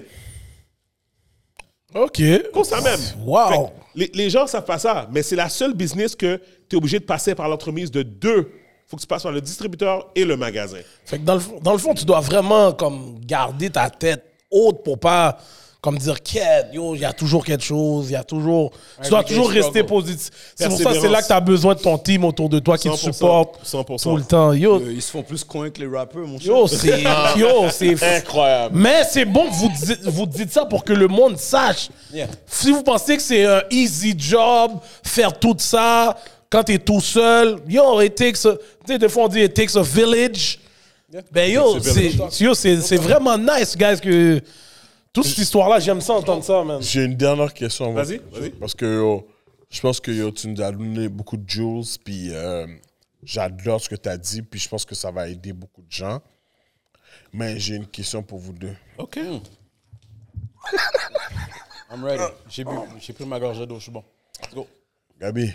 Ok. Pour ça même. Fait que Wow. les, les gens savent pas ça, mais c'est la seule business que tu es obligé de passer par l'entremise de deux. faut que tu passes par le distributeur et le magasin. Fait que dans le, fond- dans le fond, tu dois vraiment comme garder ta tête haute pour pas comme dire qu'est, yo, il y a toujours quelque chose, il y a toujours. Tu dois Everyday toujours rester struggle. positif. C'est pour ça, c'est Persévérance. là que tu as besoin de ton team autour de toi qui te 100%, supporte 100%. tout le temps. Yo, Euh, Ils se font plus coin que les rappeurs, mon yo, c'est Ah. yo, c'est Incroyable. Mais c'est bon que vous dites, vous dites ça pour que le monde sache. Yeah. Si vous pensez que c'est un easy job, faire tout ça, quand t'es tout seul, yo, it takes a, tu sais, des fois on dit it takes a village. Ben yo, c'est yo, c'est- c'est vraiment nice, guys, que toute cette histoire-là, j'aime ça entendre ça, man. J'ai une dernière question. moi. Vas-y, vas-y. Parce que yo, je pense que yo, tu nous as donné beaucoup de jewels, puis euh, j'adore ce que tu as dit, puis je pense que ça va aider beaucoup de gens. Mais j'ai une question pour vous deux. OK. I'm ready. J'ai bu, j'ai pris ma gorgée d'eau, je suis bon. Let's go. Gabi,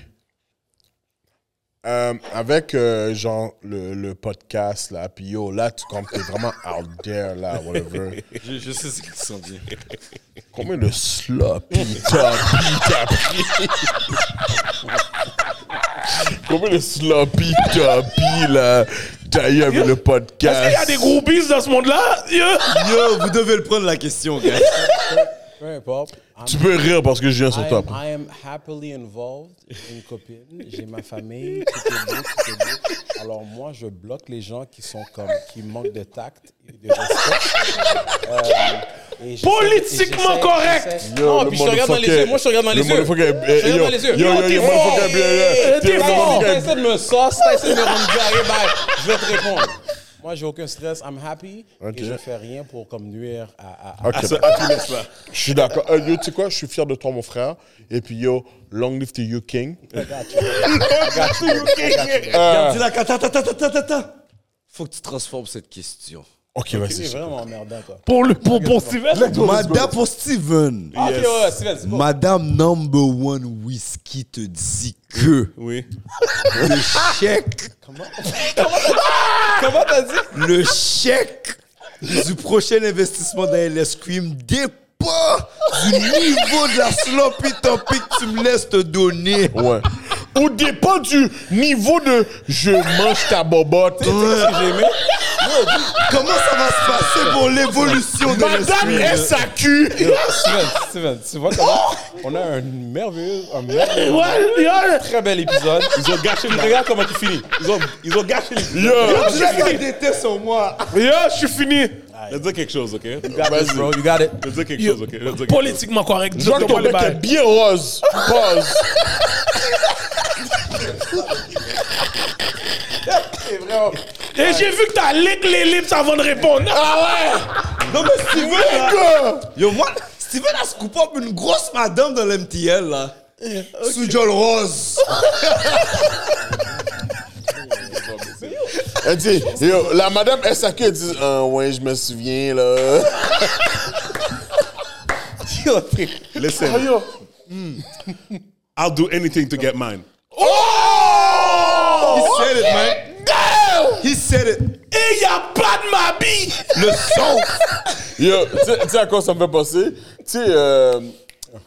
euh, avec euh, genre le, le podcast, là, puis yo, là, tu comme t'es vraiment out there, là, whatever. Je, je sais ce qu'ils sont bien. Combien de sloppy toppy t'as pris? Combien de sloppy toppy là t'as eu avec le podcast? Est-ce qu'il y a des groupies dans ce monde-là? Yo. Yo, vous devez le prendre la question, gars. Peu importe. I'm- Tu peux rire parce que je viens sur Ah, I toi. am, I am happily involved. J'ai Une copine, j'ai ma famille, tout est beau, tout est beau. Alors moi, je bloque les gens qui sont comme, qui manquent de tact et de respect. Euh, et j'essaie- Politiquement et j'essaie- correct. j'essaie- Yo, Non, le puis je te regarde dans les motherfucker- yeux. Moi, je te regarde dans le les yeux. motherfucker- Je te eh, regarde yo, dans les yeux. yo, yo, t'es yo, fort. motherfucker, bien, là. T'es Yo, fort. motherfucker. T'as essayé de me sauce, t'as essayé de me rendre carré, bye. Je vais te répondre. Moi, j'ai aucun stress. I'm happy. Ok. Et je fais rien pour comme nuire à... à- à- Ah, Ok. Je suis d'accord. Euh, yo, tu sais quoi? Je suis fier de toi, mon frère. Et puis yo, long live to you, King. Euh, Garde Euh, la ta ta ta ta ta ta ta. Faut que tu transformes cette question. Ok, C'est vas-y. vraiment emmerdant, toi. Pour le pour, pour Steven? Madame pour Steven. Ah, Ok, ouais, Steven, c'est bon. Madame number one whisky te dit que Oui. le chèque, Comment t'as dit? le chèque du prochain investissement dans LS Cream dépend du niveau de la sloppy topic que tu me laisses te donner. Ouais. Au dépend du niveau de je mange ta bobotte. Comment ça va se passer pour l'évolution de Madame l'esprit SAQ. Steven, Steven, tu vois comment Oh! on a un merveilleux, un merveilleux, Ouais, yo, très bel épisode. Ils ont gâché le Regarde comment tu finis. Ils ont, ils ont gâché le Yo, yo, je suis fini. Let's dire quelque chose, OK? You got this, bro. You got it. Let's dire quelque chose, OK? Let's dire quelque chose. Politiquement correct. je vois que dis-moi ton les bec est bails. bien rose. Pause. Et j'ai vu que t'as lick les lips avant de répondre. Ah Non, mais Steven! Yo, moi, Steven a scoopé up une grosse madame dans l'MTL, là. Sous John Rose. Elle dit, yo, la madame SAQ, elle dit, ah ouais, je me souviens, là. Listen. Hmm. I'll do anything to get mine. Oh! He said it, man. He said it. Et y a pas de ma bille. Le son. Yo, tu sais- tu sais à quoi ça me fait penser? Tu sais, euh,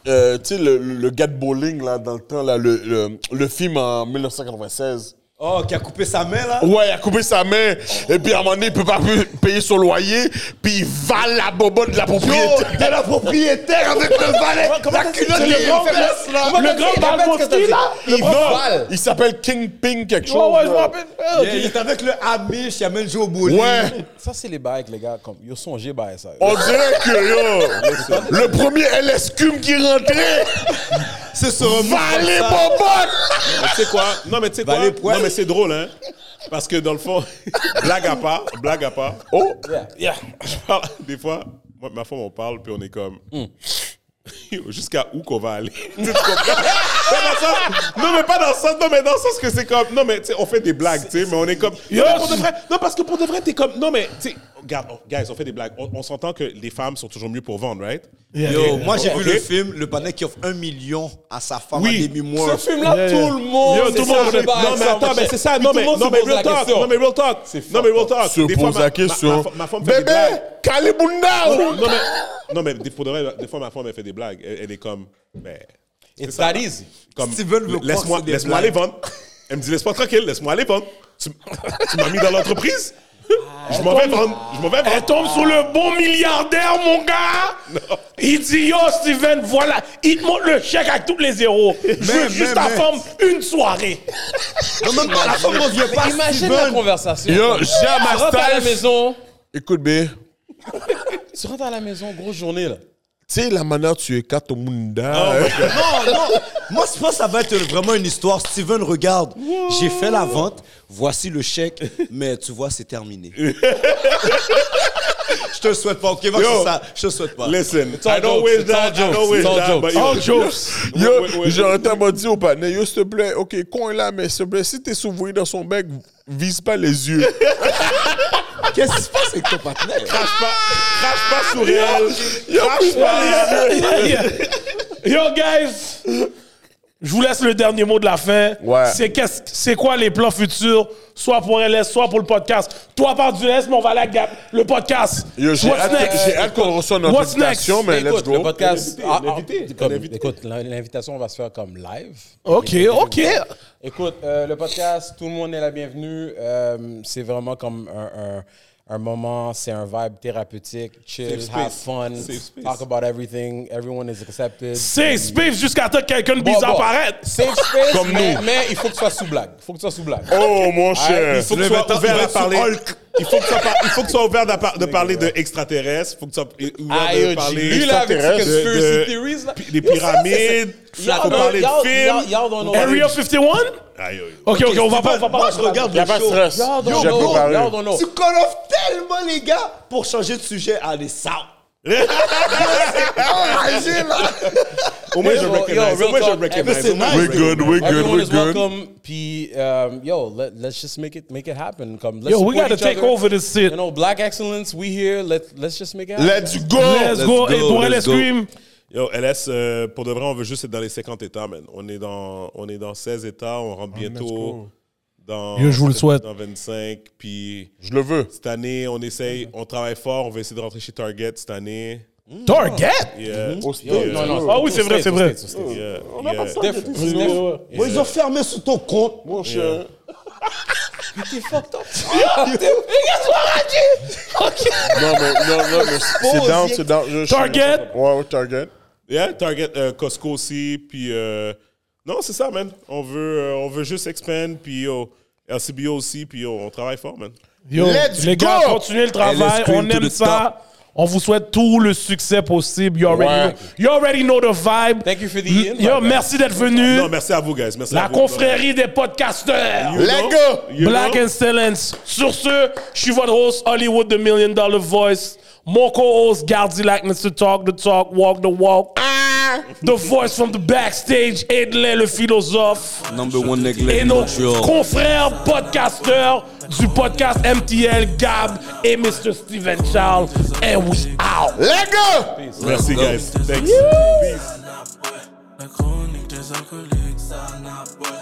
euh, tu sais, le, le gars de bowling, là, dans le temps, là, le, le, le film en 1996. Oh, qui a coupé sa main, là. Ouais, il a coupé sa main, et puis à un moment donné, il peut pas plus payer son loyer, puis il vale la bobotte de la propriété. de la propriétaire avec le valet. la culotte le des grand fesses, là. Comment t'as Le dit, grand répète ce que t'as Balmofti, dit. Oh, là. Il, non, vale. il s'appelle King Ping quelque chose. Ouais, ouais, je là. me rappelle. Ah, ok. Il est avec le Amish, il amène Joe Bowling. Ouais, Ça, c'est les bails, les gars. Comme, ils ont songé à ça. Oh, on dirait que yo, le premier LS Cum qui rentrait, C'est son valait bobotte! Mais tu sais quoi? Non, mais tu sais quoi? Valet poil. Non, mais c'est drôle, hein? Parce que dans le fond, blague à part, blague à part. Oh, Je parle, des fois, moi, ma femme, on parle, puis on est comme. hmm. Jusqu'à où qu'on va aller? Tu te comprends? Pas dans le sens- non, mais pas dans le sens, non, mais dans le sens que c'est comme. Non, mais tu sais, on fait des blagues, tu sais, mais on est comme. Non, mais pour de vrai- non, parce que pour de vrai, t'es comme. Non, mais tu sais, regarde, oh, guys, on fait des blagues. On, on s'entend que les femmes sont toujours mieux pour vendre, right? Yo, moi j'ai Ok. vu le film, le panel qui offre un million à sa femme Oui. à demi-mois. film-là, tout le monde. Oh, Yo, tout le monde. Non, mais attends, mais c'est ça. Non, mais, non, mais real talk. Non, mais real talk. Non, mais real talk. se Des fois, pose ma- la ma- question. ma- Ma femme fait des Bébé, blagues. Kalibunda! Non, mais, non, mais des, pour de vrai, des fois, ma femme, elle fait des blagues. Elle, elle est comme. Mais, It's that easy. comme Steven veut croire que laisse-moi c'est des laisse-moi blagues. aller vendre. Elle me dit, laisse-moi tranquille, laisse-moi aller vendre. Tu, tu m'as mis dans l'entreprise. Je m'en vais vendre. Je m'en vais Ah. Elle vendre. tombe sur le bon milliardaire, mon gars. Il dit, yo, Steven, voilà. Il te montre le chèque avec tous les zéros. Je veux Mais, juste mais, ta mais. femme une soirée. Non, même pas, la femme ne revient pas. Imagine la Steven. conversation. Yo, j'ai tu ma rentres à la staff. maison. Écoute, bé, Tu rentres à la maison, grosse journée, là. tu sais la manière tu écartes ton munda. Non, non. Moi, je pense que ça va être vraiment une histoire. Steven, regarde, j'ai fait la vente, voici le chèque, mais tu vois, c'est terminé. Je te le souhaite pas, ok? Moi, Yo. c'est ça. Je te le souhaite pas. Listen, all I don't jokes, wish it's all that. I don't jokes, wish it's all that. jokes. but yo, All Yo, Ouais, ouais, ouais. Jonathan m'a dit au panneau, yo, s'il te plaît, ok, con est là, mais s'il te plaît, si t'es souverain dans son bec, vise pas les yeux. Qu'est-ce qui se passe avec ton partenaire? Crache pas, crache pas sur elle. Yo, Crache pas. Yo, guys, je vous laisse le dernier mot de la fin. Ouais. C'est qu'est-ce- c'est quoi les plans futurs, soit pour LS, soit pour le podcast. Toi, par du LS, mais on va aller à Gap, le podcast. Yo, j'ai What's hâte, next? j'ai hâte qu'on reçoive notre What's next? invitation, mais let's Écoute, le go. podcast. ah, ah, l'invité, comme- l'invité. Écoute, l'in- l'invitation, on va se faire comme live. Ok, ok. Écoute, euh, le podcast, tout le monde est la bienvenue. Euh, c'est vraiment comme un, un- un moment, c'est un vibe thérapeutique, chill, Safe have space. fun, Safe space. talk about everything, everyone is accepted. C'est space jusqu'à temps que quelqu'un de Bon, bizarre bon, paraisse. Safe space, Comme mais, nous. mais il faut que tu sois sous blague. Il faut que tu sois sous blague. Oh, mon Ah, cher. il faut Il faut que tu sois ouvert à parler. Il faut que tu sois par- il faut que tu sois ouvert à par- de parler de extraterrestres. Il faut que tu sois Ah, ouvert yo, de parler lui, là, avec ses extraterrestres, de- conspiracy de- theories, là. des Yo, ça, c'est- pyramides. Y'all Faut don't- parler de y'all- films. y'all- y'all don't know what it Area is. 51? Aïe, aïe. Ok, ok, on va pas, on va Steven, pas. Moi, je regarde Y'a le pas de show. stress. Y'all don't J'ai know. préparé. Y'all don't know. Tu call off tellement, les gars, pour changer de sujet. Allez, ça. Oh, Imagine, là. Au moins, Yo, je yo, recognize. real Au moins, je talk. recognize. Eh, mais Au moins, c'est je We're nice. recognize. good, we're good, Everyone we're is good. welcome. Puis, um, yo, let, let's just make it make it happen. Come, let's Yo, we support gotta each take other. over this shit. You know, black excellence, we here. Let let's just make it happen. Let's go. Let's go. Let's Et go, pour let's LS go. Scream, Yo, LS, euh, pour de vrai, on veut juste être dans les 50 États, man. On est dans, on est dans 16 États, on rentre bientôt dans, Ah, Yo, je vous le souhaite. dans 25. Puis Je le veux. cette année, on essaye, on travaille fort, on va essayer de rentrer chez Target cette année. Target? Non, non, Ah oui, c'est vrai, c'est vrai. Mm-hmm. On a pas Def- Def- Bon, ils ont fermé sur ton compte. Mon cher. Non, mais, non, non, mais c'est down, c'est down. Je- je- Target. Ouais, ouais, Target. Yeah, Target, euh, Costco aussi, puis... euh, non, c'est ça, man. On veut, euh, on veut juste expand, puis yo, LCBO aussi, puis yo, on travaille fort, man. Yo, Let's les gars, go! continuez le Elle travail. est scream On to aime the ça. On vous souhaite tout le succès possible. You already, Ouais. know, you already know the vibe. Thank you for the M- invite, Yo, man. merci d'être venu. Non, merci à vous, guys. Merci à La vous. confrérie des podcasteurs. You Let know, go! you Black know. Excellence. Sur ce, je suis votre host, Hollywood The Million Dollar Voice. Mon co-host, Gardi Lackness to talk the talk, walk the walk. Ah! The voice from the backstage, Edley le philosophe. Number one Et neglect nos Montreal. confrères podcasteurs du podcast MTL, Gab et Mr. Steven Charles. And we out. Let go! Merci, guys. Thanks. La chronique des alcooliques, ça n'a pas.